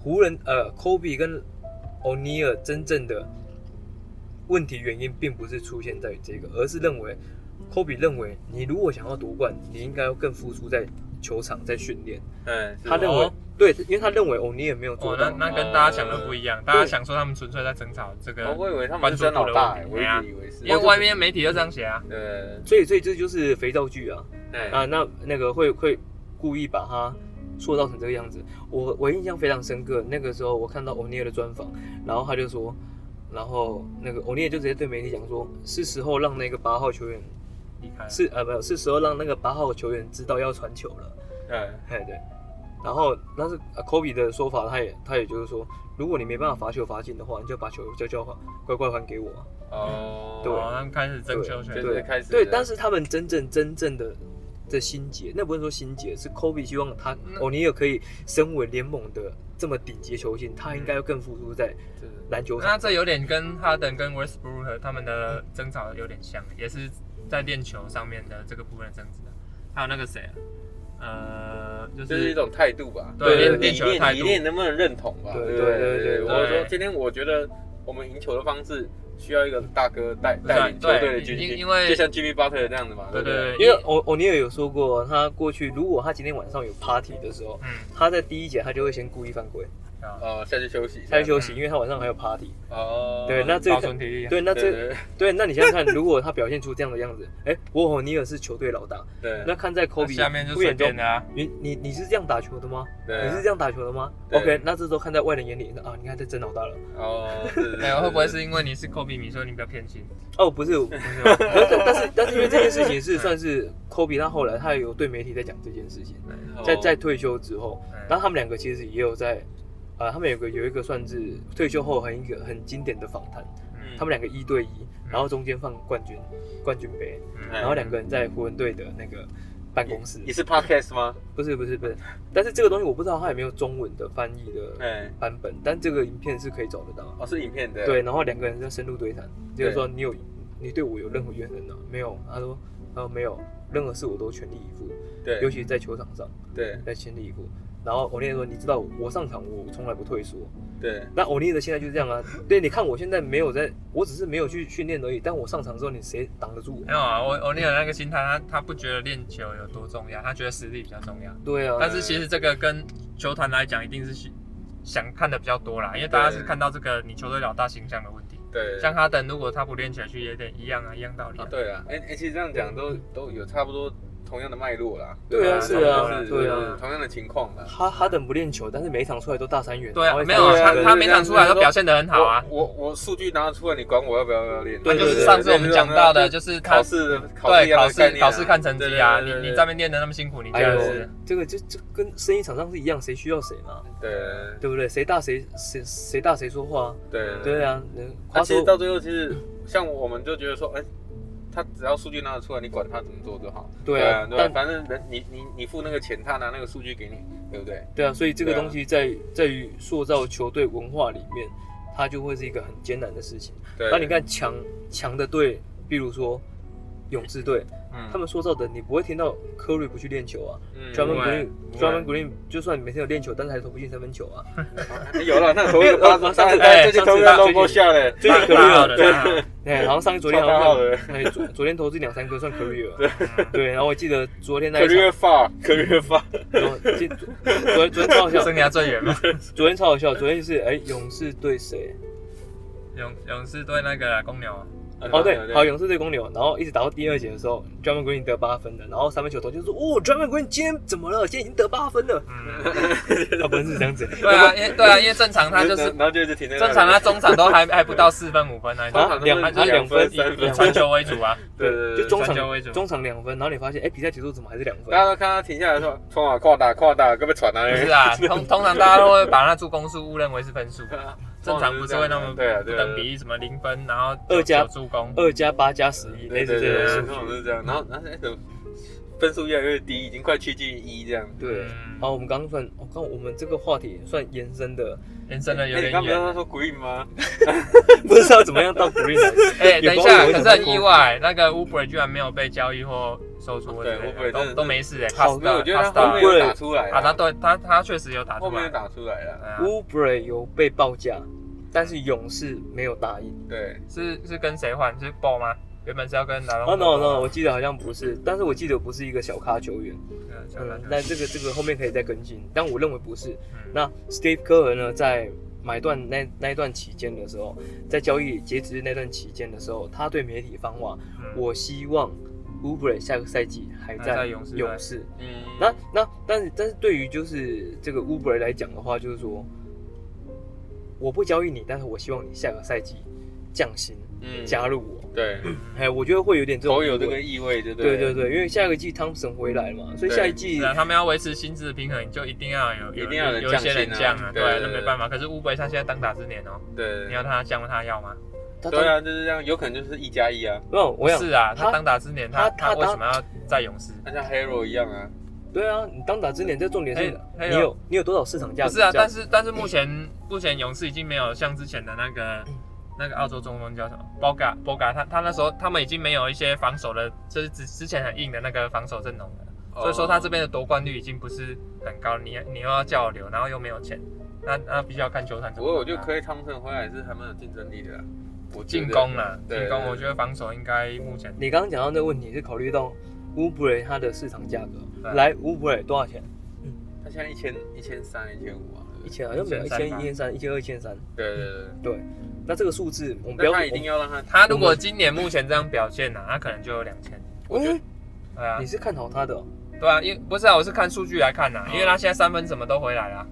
[SPEAKER 3] 湖人呃，Kobe 跟 O'Neal 真正的问题原因，并不是出现在于这个，而是认为 Kobe 认为你如果想要夺冠，你应该要更付出在球场在训练，
[SPEAKER 2] 嗯，是
[SPEAKER 3] 他认为
[SPEAKER 1] 哦
[SPEAKER 3] 对，因为他认为欧尼尔没有
[SPEAKER 1] 哦
[SPEAKER 3] 做，
[SPEAKER 1] 那
[SPEAKER 3] 到。
[SPEAKER 1] 那跟大家想的不一样，大家想说他们纯粹在争吵这
[SPEAKER 2] 哦
[SPEAKER 1] 个，
[SPEAKER 2] 我以为他们是真老大、欸，我一直以为是，
[SPEAKER 1] 因为外面媒体就这样写啊。
[SPEAKER 2] 呃，
[SPEAKER 3] 所以所以这就是肥皂剧啊
[SPEAKER 2] 对，
[SPEAKER 3] 啊，那那个会会故意把它塑造成这个样子。我我印象非常深刻，那个时候我看到欧尼尔的专访，然后他就说，然后那个欧尼尔就直接对媒体讲说，是时候让那个八号球员
[SPEAKER 1] 离开了
[SPEAKER 3] 是呃没有，是时候让那个八号球员知道要传球了。
[SPEAKER 2] 嗯，
[SPEAKER 3] 哎对，然后但是呃科比的说法，他也他也就是说，如果你没办法罚球罚进的话，你就把球交交还乖乖还给我啊、
[SPEAKER 2] 哦，
[SPEAKER 1] 哦，他们开始争球
[SPEAKER 2] 对
[SPEAKER 1] 权
[SPEAKER 2] 就。是开始
[SPEAKER 3] 对，
[SPEAKER 2] 的
[SPEAKER 3] 但是他们真正真正的的心结，那不是说心结，是 Kobe 希望他
[SPEAKER 1] 那
[SPEAKER 3] 欧尼尔可以身为联盟的这么顶级的球星，他应该要更付出在
[SPEAKER 2] 是
[SPEAKER 3] 篮球
[SPEAKER 1] 那
[SPEAKER 3] 场。
[SPEAKER 1] 这有点跟哈登跟 Westbrook 他们的争吵有点像，也是在练球上面的这个部分的争执啊。还有那个谁啊，呃，就
[SPEAKER 2] 就是一
[SPEAKER 1] 是
[SPEAKER 2] 种态度吧，
[SPEAKER 1] 对
[SPEAKER 3] 练
[SPEAKER 2] 理
[SPEAKER 1] 练球的态
[SPEAKER 2] 念
[SPEAKER 1] 度
[SPEAKER 2] 理念能不能认同吧？
[SPEAKER 3] 对
[SPEAKER 2] 对不
[SPEAKER 3] 对对对
[SPEAKER 2] 我
[SPEAKER 1] 对
[SPEAKER 2] 说今天我觉得我们赢球的方式需要一个大哥带
[SPEAKER 1] 对
[SPEAKER 2] 带领球队的
[SPEAKER 1] 对
[SPEAKER 2] 军
[SPEAKER 1] 因
[SPEAKER 2] 心，
[SPEAKER 1] 因为
[SPEAKER 2] 就像 Jimmy Butler 那样子嘛，
[SPEAKER 1] 对
[SPEAKER 2] 不
[SPEAKER 1] 对对，
[SPEAKER 3] 因为欧欧尼尔有说过，他过去如果他今天晚上有 party 的时候，
[SPEAKER 1] 嗯，
[SPEAKER 3] 他在第一节他就会先故意犯规，
[SPEAKER 1] 啊，
[SPEAKER 2] 哦，下去休息，
[SPEAKER 3] 他就休息，
[SPEAKER 1] 嗯
[SPEAKER 3] 因为他晚上还有 party。
[SPEAKER 2] 哦，
[SPEAKER 3] 对，那这
[SPEAKER 1] 保
[SPEAKER 3] 个
[SPEAKER 1] 存体力啊。
[SPEAKER 3] 对，那
[SPEAKER 2] 对
[SPEAKER 3] 这
[SPEAKER 2] 对
[SPEAKER 3] 对，那你想想看，如果他表现出这样的样子，哎，我欧尼尔是球队老大，
[SPEAKER 2] 对
[SPEAKER 3] 那看在
[SPEAKER 1] 那
[SPEAKER 3] Kobe
[SPEAKER 1] 下面就
[SPEAKER 3] 不
[SPEAKER 1] 随
[SPEAKER 3] 眼中
[SPEAKER 1] 便，的啊，
[SPEAKER 3] 你你你是这样打球的吗？
[SPEAKER 2] 对，啊
[SPEAKER 3] 你是这样打球的吗
[SPEAKER 2] 对
[SPEAKER 3] ？OK，那这时候看在外人眼里啊，你看这真老大了。
[SPEAKER 2] 哦，是是
[SPEAKER 1] 没哎有会不会是因为你是科比，你说你比较偏心？
[SPEAKER 3] 哦，不是，不是 [LAUGHS] 但是但是但是因为这件事情是算是科比，他后来他也有对媒体在讲这件事情，
[SPEAKER 2] 哦
[SPEAKER 3] 在在退休之后，
[SPEAKER 2] 嗯
[SPEAKER 1] 哎
[SPEAKER 3] 然后他们两个其实也有在，呃，他们有个有一个算是退休后很一个很经典的访谈，
[SPEAKER 1] 嗯
[SPEAKER 3] 他们两个一对一，
[SPEAKER 2] 嗯
[SPEAKER 3] 然后中间放冠军冠军杯，
[SPEAKER 1] 嗯
[SPEAKER 2] 哎
[SPEAKER 3] 然后两个人在湖人队的那个办公室
[SPEAKER 2] 你，是 Podcast 吗？
[SPEAKER 3] 不是不是不是，但是这个东西我不知道它有没有中文的翻译的
[SPEAKER 2] 哎，
[SPEAKER 3] 版本，但这个影片是可以找得到。
[SPEAKER 2] 哦，是影片的，
[SPEAKER 3] 对，然后两个人在深入对谈，就是
[SPEAKER 2] 对
[SPEAKER 3] 说你有你对我有任何怨恨呢？没有，他说呃没有，任何事我都全力以赴，尤
[SPEAKER 2] 对
[SPEAKER 3] 其在球场上
[SPEAKER 2] 对
[SPEAKER 3] 在全力以赴。然后欧尼尔说：“你知道我上场，我从来不退缩。
[SPEAKER 2] 对
[SPEAKER 3] 那欧尼尔现在就是这样啊。 [LAUGHS] 对，你看我现在没有在，我只是没有去训练而已。但我上场之后，你谁挡得住我
[SPEAKER 1] 没？有啊，我我那个那个心态，他他不觉得练球有多重要，他觉得实力比较重要。
[SPEAKER 3] 对啊，
[SPEAKER 1] 但是其实这个跟球团来讲，一定是想想看的比较多啦，因为大家是看到这个你球队老大形象的问题。
[SPEAKER 2] 对，
[SPEAKER 1] 像哈登，如果他不练起来去，也得一样啊，一样道理、
[SPEAKER 2] 啊，对啊，哎、哎，其实这样讲都都有差不多同样的脉络啦。
[SPEAKER 3] 对
[SPEAKER 1] 啊
[SPEAKER 2] 吧
[SPEAKER 1] 是啊
[SPEAKER 2] 同样的
[SPEAKER 1] 对啊
[SPEAKER 2] 就是同样的情况啦。
[SPEAKER 3] 哈哈登不练球，但是每一场出来都大三元。
[SPEAKER 1] 对
[SPEAKER 3] 然
[SPEAKER 1] 啊
[SPEAKER 3] 后，一
[SPEAKER 1] 没有
[SPEAKER 3] 场
[SPEAKER 1] 啊
[SPEAKER 2] 对
[SPEAKER 1] 他
[SPEAKER 2] 对哦
[SPEAKER 1] 他每场出来都表现得很好啊。
[SPEAKER 2] 我我我数据拿出来，你管我要不要要练？
[SPEAKER 1] 那
[SPEAKER 3] 对对
[SPEAKER 1] 就
[SPEAKER 3] 对
[SPEAKER 1] 是上次我们讲到的，就是他
[SPEAKER 2] 考试的考试一
[SPEAKER 1] 对
[SPEAKER 2] 样
[SPEAKER 1] 考
[SPEAKER 2] 的概
[SPEAKER 1] 试
[SPEAKER 2] 念啊
[SPEAKER 1] 考试看成绩啊，
[SPEAKER 2] 对
[SPEAKER 1] 你
[SPEAKER 2] 对对
[SPEAKER 1] 你
[SPEAKER 2] 对
[SPEAKER 1] 在那边练的那么辛苦，你这
[SPEAKER 3] 哎
[SPEAKER 1] 样
[SPEAKER 3] 呦
[SPEAKER 1] 子，
[SPEAKER 3] 这个就就跟生意场上是一样，谁需要谁嘛，
[SPEAKER 2] 对
[SPEAKER 3] 对不对？谁大谁谁谁大谁说话啊。
[SPEAKER 2] 对
[SPEAKER 3] 对。啊，嗯
[SPEAKER 2] 那、
[SPEAKER 3] 话
[SPEAKER 2] 其
[SPEAKER 3] 说
[SPEAKER 2] 实到最后，其实像我们就觉得说，哎、他只要数据拿得出来，你管他怎么做就好。
[SPEAKER 3] 对啊，
[SPEAKER 2] 对啊，
[SPEAKER 3] 但
[SPEAKER 2] 反正人你你你付那个钱，他拿那个数据给你，对不对？
[SPEAKER 3] 对啊，所以这个
[SPEAKER 2] 对啊
[SPEAKER 3] 东西在在于塑造球队文化里面，它就会是一个很艰难的事情。
[SPEAKER 2] 对。
[SPEAKER 3] 那你，看强强的队，比如说勇士队，
[SPEAKER 2] 嗯
[SPEAKER 3] 他们塑造的你不会听到科瑞不去练球啊
[SPEAKER 2] 嗯
[SPEAKER 3] ，Drummond
[SPEAKER 1] 不会
[SPEAKER 3] Green
[SPEAKER 1] 不会
[SPEAKER 3] Drummond Green 就算每天有练球，但是还投不进三分球啊。
[SPEAKER 2] [LAUGHS] 有了，那头有
[SPEAKER 3] 没有
[SPEAKER 2] 上
[SPEAKER 3] 上次
[SPEAKER 2] 最近
[SPEAKER 3] 上次
[SPEAKER 2] 头有
[SPEAKER 3] 上次
[SPEAKER 2] logo 下嘞，
[SPEAKER 3] 最近
[SPEAKER 1] 蛮好的，
[SPEAKER 3] 对
[SPEAKER 1] 蛮好的
[SPEAKER 3] 哎，然后上一昨天好像
[SPEAKER 2] 超大号的
[SPEAKER 3] [LAUGHS] 哎昨昨天投进两三颗算 career，啊
[SPEAKER 1] 嗯
[SPEAKER 3] [LAUGHS] 对，然后我记得昨天那一场
[SPEAKER 2] career far career far，
[SPEAKER 3] 然后今昨昨昨天超好笑，
[SPEAKER 1] [LAUGHS] 生涯最远嘛。
[SPEAKER 3] 昨天超好笑，昨天是哎、勇士对谁？
[SPEAKER 1] 勇勇士对那个公牛啊，
[SPEAKER 3] 哦
[SPEAKER 2] 嗯
[SPEAKER 3] 对，好勇士对公牛，然后一直打到第二节的时候，Drummond Green 得八分了，然后三分球投就是哦，Drummond Green 今天怎么了？今天已经得八分了，
[SPEAKER 1] 嗯，
[SPEAKER 3] [LAUGHS] 他不是这样子，
[SPEAKER 1] 对啊，因为对啊，因为正常
[SPEAKER 2] [LAUGHS]
[SPEAKER 1] 他就是
[SPEAKER 2] 然后就一直停在那
[SPEAKER 1] 正
[SPEAKER 2] 里
[SPEAKER 1] 常他啊中场都还还不到四分五分那一种
[SPEAKER 3] 啊，两
[SPEAKER 1] 他
[SPEAKER 3] 啊
[SPEAKER 1] 就是
[SPEAKER 3] 两分
[SPEAKER 1] 以
[SPEAKER 2] 三
[SPEAKER 1] 以
[SPEAKER 2] 分
[SPEAKER 1] 传球为主啊。
[SPEAKER 2] [LAUGHS] 对对对
[SPEAKER 3] 就中
[SPEAKER 1] 传球为主
[SPEAKER 3] 场中场两分，然后你发现哎、比赛结束怎么还是两分
[SPEAKER 2] 大？家都看他停下来说，冲啊，跨打，跨打，该被传啊！
[SPEAKER 1] 不是
[SPEAKER 2] [LAUGHS]
[SPEAKER 1] 啊，通通常大家都会把那助攻数误认为是分数，正常不是会那么
[SPEAKER 2] 啊对啊，
[SPEAKER 1] 不等比例，什么零分，然后
[SPEAKER 3] 二加
[SPEAKER 1] 九助攻，嗯
[SPEAKER 3] 二加八加十一，类
[SPEAKER 2] 对对
[SPEAKER 3] 似这
[SPEAKER 2] 对，通
[SPEAKER 3] 种数
[SPEAKER 2] 常
[SPEAKER 3] 据。
[SPEAKER 2] 是这样。然后然后哎，怎么分数越来越低，已经快趋近于一这样。
[SPEAKER 3] 对，
[SPEAKER 1] 嗯
[SPEAKER 3] 好，我们刚刚算，我、哦、刚我们这个话题算延伸的， [LAUGHS]
[SPEAKER 1] 延伸的有
[SPEAKER 2] 哎，你
[SPEAKER 1] 点
[SPEAKER 2] 刚不是
[SPEAKER 1] 远。
[SPEAKER 2] 他说 green 吗？
[SPEAKER 3] 不知道怎么样到 Green 来。
[SPEAKER 2] [LAUGHS]
[SPEAKER 1] 哎，
[SPEAKER 3] 也
[SPEAKER 1] 等
[SPEAKER 3] 不
[SPEAKER 1] 一
[SPEAKER 3] 知道
[SPEAKER 1] 下，
[SPEAKER 3] 为什
[SPEAKER 1] 可
[SPEAKER 3] 么
[SPEAKER 1] 是很意外，那个 Uber 居然没有被交易或售出，
[SPEAKER 2] 对
[SPEAKER 1] 我
[SPEAKER 2] Oubre 真的
[SPEAKER 1] 都
[SPEAKER 2] 是
[SPEAKER 1] 都没事哎，pass
[SPEAKER 3] 好
[SPEAKER 2] 哦没有，
[SPEAKER 1] 到
[SPEAKER 2] 我觉得
[SPEAKER 1] pass
[SPEAKER 2] 他后
[SPEAKER 1] 到
[SPEAKER 2] 面有打出来
[SPEAKER 1] 啊，他对他他确实有打
[SPEAKER 2] 后
[SPEAKER 1] 出
[SPEAKER 2] 面
[SPEAKER 1] 来
[SPEAKER 2] 有，打出来了。
[SPEAKER 3] [LAUGHS]
[SPEAKER 1] 哎呀
[SPEAKER 3] Ubre 啊有被报价，但是勇士没有答应。
[SPEAKER 2] 对，
[SPEAKER 1] 是是跟谁换？是 Ball 吗？原本是要跟拿
[SPEAKER 3] 啊
[SPEAKER 1] 龙
[SPEAKER 3] ，no no，我记得好像不是，但是我记得不是一个小咖球员，
[SPEAKER 1] 嗯小
[SPEAKER 3] 嗯
[SPEAKER 1] 篮，球
[SPEAKER 3] 但这个这个后面可以再更新，但我认为不是。
[SPEAKER 1] 嗯
[SPEAKER 3] 那 Steve Kerr 呢，在买断那那一段期间的时候，在交易截止日那段期间的时候，他对媒体放话，
[SPEAKER 1] 嗯
[SPEAKER 3] 我希望 u b r e 下个赛季还
[SPEAKER 1] 还
[SPEAKER 3] 在
[SPEAKER 1] 在勇士队
[SPEAKER 3] 勇士。
[SPEAKER 2] 嗯，
[SPEAKER 3] 那那但是但是对于就是这个 u b r e 来讲的话，就是说，我不交易你，但是我希望你下个赛季降薪
[SPEAKER 2] 嗯
[SPEAKER 3] 加入我。
[SPEAKER 2] 对，
[SPEAKER 3] 哎，我觉得会有点这种
[SPEAKER 2] 都有这
[SPEAKER 3] 意
[SPEAKER 2] 个
[SPEAKER 3] 味
[SPEAKER 2] 意味，对不
[SPEAKER 3] 对
[SPEAKER 2] 对？
[SPEAKER 3] 对对，因为下个季汤普森回来嘛，所
[SPEAKER 2] 对
[SPEAKER 3] 以下一季
[SPEAKER 1] 是啊，他们要维持薪资的平衡，就一定要有有
[SPEAKER 2] 一定要有
[SPEAKER 1] 有
[SPEAKER 2] 人
[SPEAKER 1] 有一些人
[SPEAKER 2] 降薪
[SPEAKER 1] 降
[SPEAKER 2] 啊
[SPEAKER 1] 啊，
[SPEAKER 2] 对
[SPEAKER 1] 对
[SPEAKER 2] 对
[SPEAKER 1] 啊，
[SPEAKER 2] 对
[SPEAKER 1] 那没办法。可是乌龟他现在当打之年哦，
[SPEAKER 2] 对
[SPEAKER 1] 你要他降，他要吗？
[SPEAKER 3] 他
[SPEAKER 2] 对啊，就是这样，有可能就是一加一啊，
[SPEAKER 3] 没有，我想
[SPEAKER 1] 是啊，
[SPEAKER 3] 他
[SPEAKER 1] 他当打之年，
[SPEAKER 3] 他
[SPEAKER 1] 他他
[SPEAKER 3] 他
[SPEAKER 1] 为什么要在勇士？
[SPEAKER 2] 那像 Hero 一样啊，
[SPEAKER 3] 对啊，你当打之年，这重点是
[SPEAKER 1] 嘿嘿
[SPEAKER 3] 你有你有多少市场价
[SPEAKER 1] 不
[SPEAKER 3] 值？
[SPEAKER 1] 是啊，
[SPEAKER 3] 这样
[SPEAKER 1] 但是但是目前 [COUGHS] 目前勇士已经没有像之前的那个那个澳洲中锋叫什么 Boga Boga，他他那时候他们已经没有一些防守的，就是之之前很硬的那个防守阵容了。
[SPEAKER 2] 哦
[SPEAKER 1] 所以说他这边的夺冠率已经不是很高，你你又要叫流，然后又没有钱，那那必须要看球探
[SPEAKER 2] 哦，
[SPEAKER 1] 怎
[SPEAKER 2] 不
[SPEAKER 1] 么打。啊
[SPEAKER 2] 过我觉得 Clay Thompson 回来也是还蛮有竞争力的啊，我觉得
[SPEAKER 1] 进攻啦，
[SPEAKER 2] 对
[SPEAKER 1] 进攻，我
[SPEAKER 2] 得
[SPEAKER 1] 觉得防守应该目前
[SPEAKER 3] 你刚刚讲到那个问题是考虑到乌布雷他的市场价格，
[SPEAKER 1] 对
[SPEAKER 3] 来乌布雷多少钱？
[SPEAKER 2] 他现在一千一千三一千五啊，对不
[SPEAKER 3] 一
[SPEAKER 2] 对
[SPEAKER 3] 千好像没有一千
[SPEAKER 1] 1300
[SPEAKER 3] 一千三一千二一千三，
[SPEAKER 2] 对对对
[SPEAKER 3] 对。那这个数字我们不
[SPEAKER 2] 对，那
[SPEAKER 3] 要
[SPEAKER 2] 他一定要让他，
[SPEAKER 1] 他如果今年目前这样表现呢、他可能就有两千。
[SPEAKER 3] 我觉得
[SPEAKER 1] 对啊
[SPEAKER 3] 你，是看好他的哦，
[SPEAKER 1] 对啊，因为不是啊，我是看数据来看呐、
[SPEAKER 2] 哦
[SPEAKER 1] 因为他现在三分什么都回来了、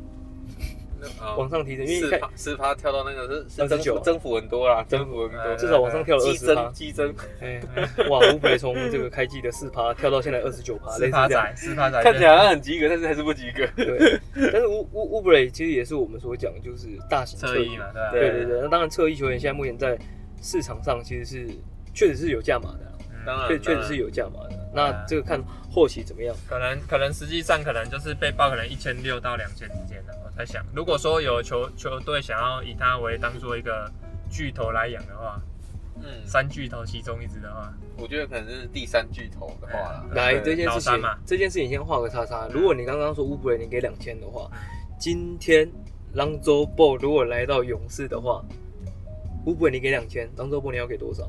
[SPEAKER 2] 啊
[SPEAKER 3] 往上提升，因为
[SPEAKER 2] 四
[SPEAKER 3] 你看
[SPEAKER 2] 趴四趴跳到那个是是征服
[SPEAKER 3] 29
[SPEAKER 2] 征服很多啦，征服很多，
[SPEAKER 1] 呃
[SPEAKER 3] 至少往上啊哎跳了二
[SPEAKER 2] 激
[SPEAKER 3] 十趴
[SPEAKER 2] 增，激增，
[SPEAKER 3] 哎， [LAUGHS] 哇，乌布雷从这个开季的四趴跳到现在二十九趴，类
[SPEAKER 1] 四
[SPEAKER 3] 似
[SPEAKER 1] 趴
[SPEAKER 3] 这样。
[SPEAKER 1] 仔，四趴仔，
[SPEAKER 2] [LAUGHS] 看起来好像很及格，但是还是不及格。
[SPEAKER 3] 对，但是乌乌乌布雷其实也是我们所讲就是大型
[SPEAKER 1] 侧翼嘛，对啊，
[SPEAKER 3] 对对对，那当然侧翼球员现在目前在市场上其实是确实是有价码的啊，
[SPEAKER 1] 嗯
[SPEAKER 2] 当然
[SPEAKER 3] 确确实是有价码的。那这个看后期怎么样？
[SPEAKER 1] 可能可能实际上可能就是被报可能一千六到两千之间的，我在想，如果说有球球队想要以他为当做一个巨头来养的话，
[SPEAKER 2] 嗯，
[SPEAKER 1] 三巨头其中一只的话，
[SPEAKER 2] 我觉得可能是第三巨头的话啦。
[SPEAKER 3] 来这
[SPEAKER 2] 嗯对
[SPEAKER 3] 件事
[SPEAKER 1] 老三
[SPEAKER 3] 情
[SPEAKER 1] 嘛，
[SPEAKER 3] 这件事情先画个叉叉。如果你刚刚说乌布雷你给两千的话
[SPEAKER 1] 嗯，
[SPEAKER 3] 今天朗州波如果来到勇士的话，乌布雷你给两千，朗州波你要给多少？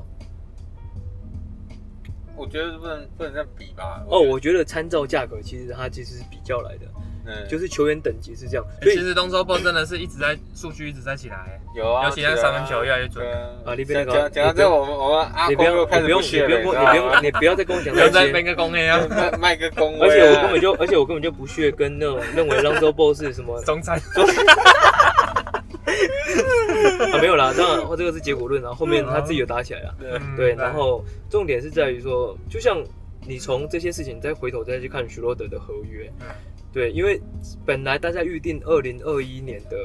[SPEAKER 2] 我觉得不能不能这样比吧。
[SPEAKER 3] 哦，我觉得参照价格其实它其实是比较来的，
[SPEAKER 2] 嗯
[SPEAKER 3] 就是球员等级是这样，
[SPEAKER 1] 欸
[SPEAKER 3] 所
[SPEAKER 1] 其
[SPEAKER 3] 以。
[SPEAKER 1] 实东周波真的是一直在数据一直在起来、欸
[SPEAKER 2] 有啊，
[SPEAKER 1] 尤其那三分球越来越准
[SPEAKER 2] 对啊
[SPEAKER 3] 啊你别那个
[SPEAKER 2] 讲讲到这，我们我们阿
[SPEAKER 3] 你不
[SPEAKER 2] 公
[SPEAKER 3] 要，
[SPEAKER 2] 又
[SPEAKER 3] 你
[SPEAKER 2] 开
[SPEAKER 3] 不
[SPEAKER 2] 始
[SPEAKER 3] 用，你
[SPEAKER 2] 屑
[SPEAKER 3] 不
[SPEAKER 2] 了，
[SPEAKER 3] 用
[SPEAKER 2] 你知道吗
[SPEAKER 3] 跟我，你不用，你不要再跟我
[SPEAKER 1] [LAUGHS]
[SPEAKER 3] 讲
[SPEAKER 1] 又
[SPEAKER 3] 那
[SPEAKER 1] 在
[SPEAKER 3] 些
[SPEAKER 1] 那。个攻 A 啊，
[SPEAKER 2] 卖卖个恭维啊。
[SPEAKER 3] 而且我根
[SPEAKER 1] [LAUGHS]
[SPEAKER 3] 本就，而且我根本就不屑跟那种认为 Lonzo Ball 是什么
[SPEAKER 1] 中餐
[SPEAKER 3] 啊，没有啦，当然这个是结果论，然后后
[SPEAKER 1] 嗯
[SPEAKER 3] 面他自己有打起来了，
[SPEAKER 2] 对
[SPEAKER 3] 对，然后重点是在于说，就像你从这些事情再回头再去看许洛德的合约
[SPEAKER 1] 嗯，
[SPEAKER 3] 对，因为本来大家预定二零二一年的，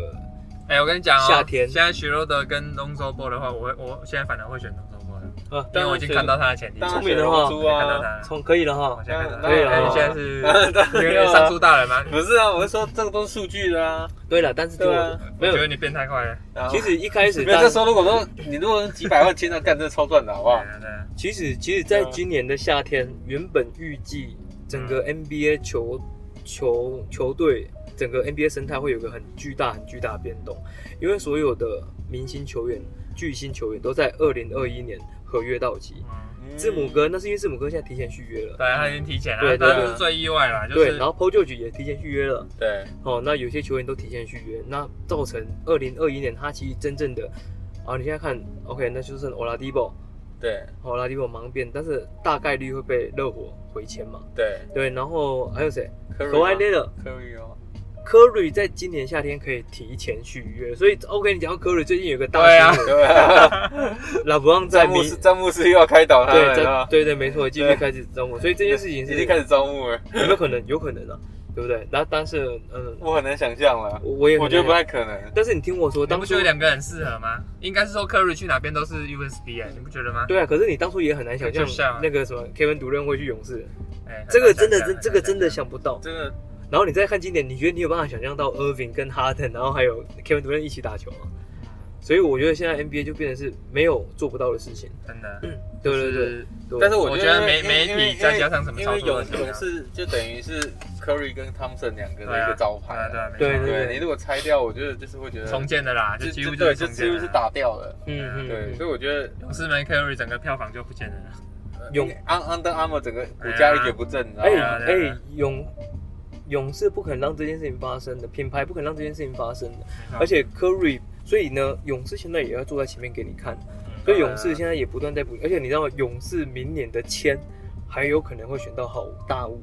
[SPEAKER 1] 哎、我跟你讲哦、
[SPEAKER 3] 夏天
[SPEAKER 1] 现在许诺德跟东周波的话，我会我现在反而会选东周波的，
[SPEAKER 3] 啊，
[SPEAKER 1] 因为我已经看到他的潜力，
[SPEAKER 2] 当
[SPEAKER 3] 聪
[SPEAKER 2] 然
[SPEAKER 3] 明
[SPEAKER 2] 水
[SPEAKER 3] 的
[SPEAKER 2] 龙
[SPEAKER 3] 话
[SPEAKER 2] 珠
[SPEAKER 1] 我看到
[SPEAKER 2] 啊
[SPEAKER 1] 他，了，
[SPEAKER 3] 从啊可以了哈
[SPEAKER 1] 我，现在看到他
[SPEAKER 2] 可以了
[SPEAKER 1] 哎
[SPEAKER 2] 哦
[SPEAKER 1] 你现在是因为上树大人吗？
[SPEAKER 2] 不是啊，我是说这个都是数据的啊。
[SPEAKER 3] 对了，但是听
[SPEAKER 2] 对
[SPEAKER 3] 我
[SPEAKER 2] 啊
[SPEAKER 1] 嗯我
[SPEAKER 3] 没有
[SPEAKER 1] 觉，得你变太快了，
[SPEAKER 2] 然后
[SPEAKER 3] 其实一
[SPEAKER 1] [LAUGHS]
[SPEAKER 3] 开始
[SPEAKER 2] 没有
[SPEAKER 3] 大
[SPEAKER 2] 这时候如果说你如果是几百万签到，干这超赚的
[SPEAKER 3] 哦
[SPEAKER 2] 好不好
[SPEAKER 1] 对？啊对啊
[SPEAKER 3] 其实，其实，在
[SPEAKER 2] 对啊
[SPEAKER 3] 今年的夏天，原本预计整
[SPEAKER 1] 嗯
[SPEAKER 3] 个 NBA 球球球队整个 NBA 生态会有个很巨大、很巨大的变动，因为所有的明星球员、巨星球员都在二零二一年合约到期。
[SPEAKER 1] 嗯
[SPEAKER 3] 字母哥，那是因为字母哥现在提前续约了，
[SPEAKER 1] 对，啊他已经提前了，
[SPEAKER 3] 对对
[SPEAKER 1] 但
[SPEAKER 2] 对
[SPEAKER 1] 是最意外啦，就
[SPEAKER 3] 对，
[SPEAKER 1] 是
[SPEAKER 3] 然后 PO 旧局也提前续约了，
[SPEAKER 2] 对，
[SPEAKER 3] 哦，那有些球员都提前续约，那造成二零二一年他其实真正的，啊，你现在看，OK，那就是欧拉迪波，
[SPEAKER 2] 对
[SPEAKER 3] 欧拉迪波盲变，但是大概率会被热火回签嘛。
[SPEAKER 2] 对，
[SPEAKER 3] 对，然后还有谁？
[SPEAKER 2] 科
[SPEAKER 3] 可爱勒勒。
[SPEAKER 2] 科瑞哦，
[SPEAKER 3] Curry 在今年夏天可以提前续约，所以 OK，你讲到 Curry 最近有个大
[SPEAKER 1] 对啊
[SPEAKER 3] 新闻，
[SPEAKER 2] 对啊，
[SPEAKER 3] [LAUGHS] 拉布朗在
[SPEAKER 2] 詹姆
[SPEAKER 3] 迷
[SPEAKER 2] 斯詹姆斯又要开导他
[SPEAKER 3] 对
[SPEAKER 2] 了，你知
[SPEAKER 3] 在
[SPEAKER 2] 道吗
[SPEAKER 3] 对对没错，继续开始招募，所以这件事情
[SPEAKER 2] [LAUGHS] 已
[SPEAKER 3] 是
[SPEAKER 2] 经开始招募了，
[SPEAKER 3] 有没有可能？有可能啊，对不对？那但是嗯，
[SPEAKER 2] 我很难想象了，
[SPEAKER 3] 我我也
[SPEAKER 2] 我觉得不
[SPEAKER 3] 很难
[SPEAKER 2] 太可能。
[SPEAKER 3] 但是你听我说，
[SPEAKER 1] 你
[SPEAKER 3] 当
[SPEAKER 1] 不
[SPEAKER 3] 初
[SPEAKER 1] 觉得两个很适合吗？应该是说科瑞去哪边都是 USB 哎、你不觉得吗？
[SPEAKER 3] 对啊，可是你当初也很难想
[SPEAKER 1] 就像
[SPEAKER 3] 象
[SPEAKER 1] 啊
[SPEAKER 3] 那个什么 Kevin 独任会去勇士，
[SPEAKER 1] 哎，
[SPEAKER 3] 这个真的
[SPEAKER 1] 很难
[SPEAKER 3] 真
[SPEAKER 1] 想象
[SPEAKER 3] 这个真的想不到。
[SPEAKER 2] 真的，
[SPEAKER 3] 然后你再看今年，你觉得你有办法想象到 Irving 跟 Harden，然后还有 Kevin 独任一起打球吗？所以我觉得现在 NBA 就变成是没有做不到的事情。
[SPEAKER 1] 真的。
[SPEAKER 3] 对
[SPEAKER 1] 就
[SPEAKER 3] 嗯对对
[SPEAKER 1] 是
[SPEAKER 3] 对，
[SPEAKER 2] 但是
[SPEAKER 1] 我
[SPEAKER 2] 觉
[SPEAKER 1] 觉得
[SPEAKER 2] 因为
[SPEAKER 1] 媒
[SPEAKER 2] 因为
[SPEAKER 1] 媒体再加上什么
[SPEAKER 2] 因
[SPEAKER 1] 操
[SPEAKER 2] 为
[SPEAKER 1] 作
[SPEAKER 2] 勇
[SPEAKER 1] 的时候
[SPEAKER 2] 勇士就等于是 Curry 跟 Thompson 两个
[SPEAKER 1] 对
[SPEAKER 2] 的一
[SPEAKER 1] 啊，
[SPEAKER 2] 个招牌
[SPEAKER 1] 对啊，对
[SPEAKER 2] 啊。
[SPEAKER 1] 啊，没
[SPEAKER 3] 对
[SPEAKER 1] 错
[SPEAKER 3] 对
[SPEAKER 2] 对你如果拆掉，我觉得就是会觉得
[SPEAKER 1] 重建的啦，就
[SPEAKER 2] 就
[SPEAKER 1] 几乎
[SPEAKER 2] 就对，
[SPEAKER 1] 是
[SPEAKER 2] 就
[SPEAKER 1] 重
[SPEAKER 2] 几
[SPEAKER 1] 建啊
[SPEAKER 2] 乎
[SPEAKER 1] 的
[SPEAKER 2] 是
[SPEAKER 1] 啦。
[SPEAKER 2] 打掉了。
[SPEAKER 3] 嗯嗯，
[SPEAKER 2] 对，所
[SPEAKER 3] 嗯
[SPEAKER 2] 以我觉得呃
[SPEAKER 1] 勇士没 carry 整个票房就不见了。
[SPEAKER 3] 勇
[SPEAKER 2] 安安德阿姆整个股价一蹶不振，你知道
[SPEAKER 3] 哎
[SPEAKER 2] 吗？
[SPEAKER 1] 啊对
[SPEAKER 3] 哎
[SPEAKER 1] 啊
[SPEAKER 3] 勇勇士不肯让这件事情发生的，品牌不肯让这件事情发生的，
[SPEAKER 1] 没错
[SPEAKER 3] 而且 Curry，所以呢，勇士现在也要坐在前面给你看，
[SPEAKER 1] 嗯
[SPEAKER 3] 所以勇士现在也不断在补，而且你知道勇士明年的签还有可能会选到好大物，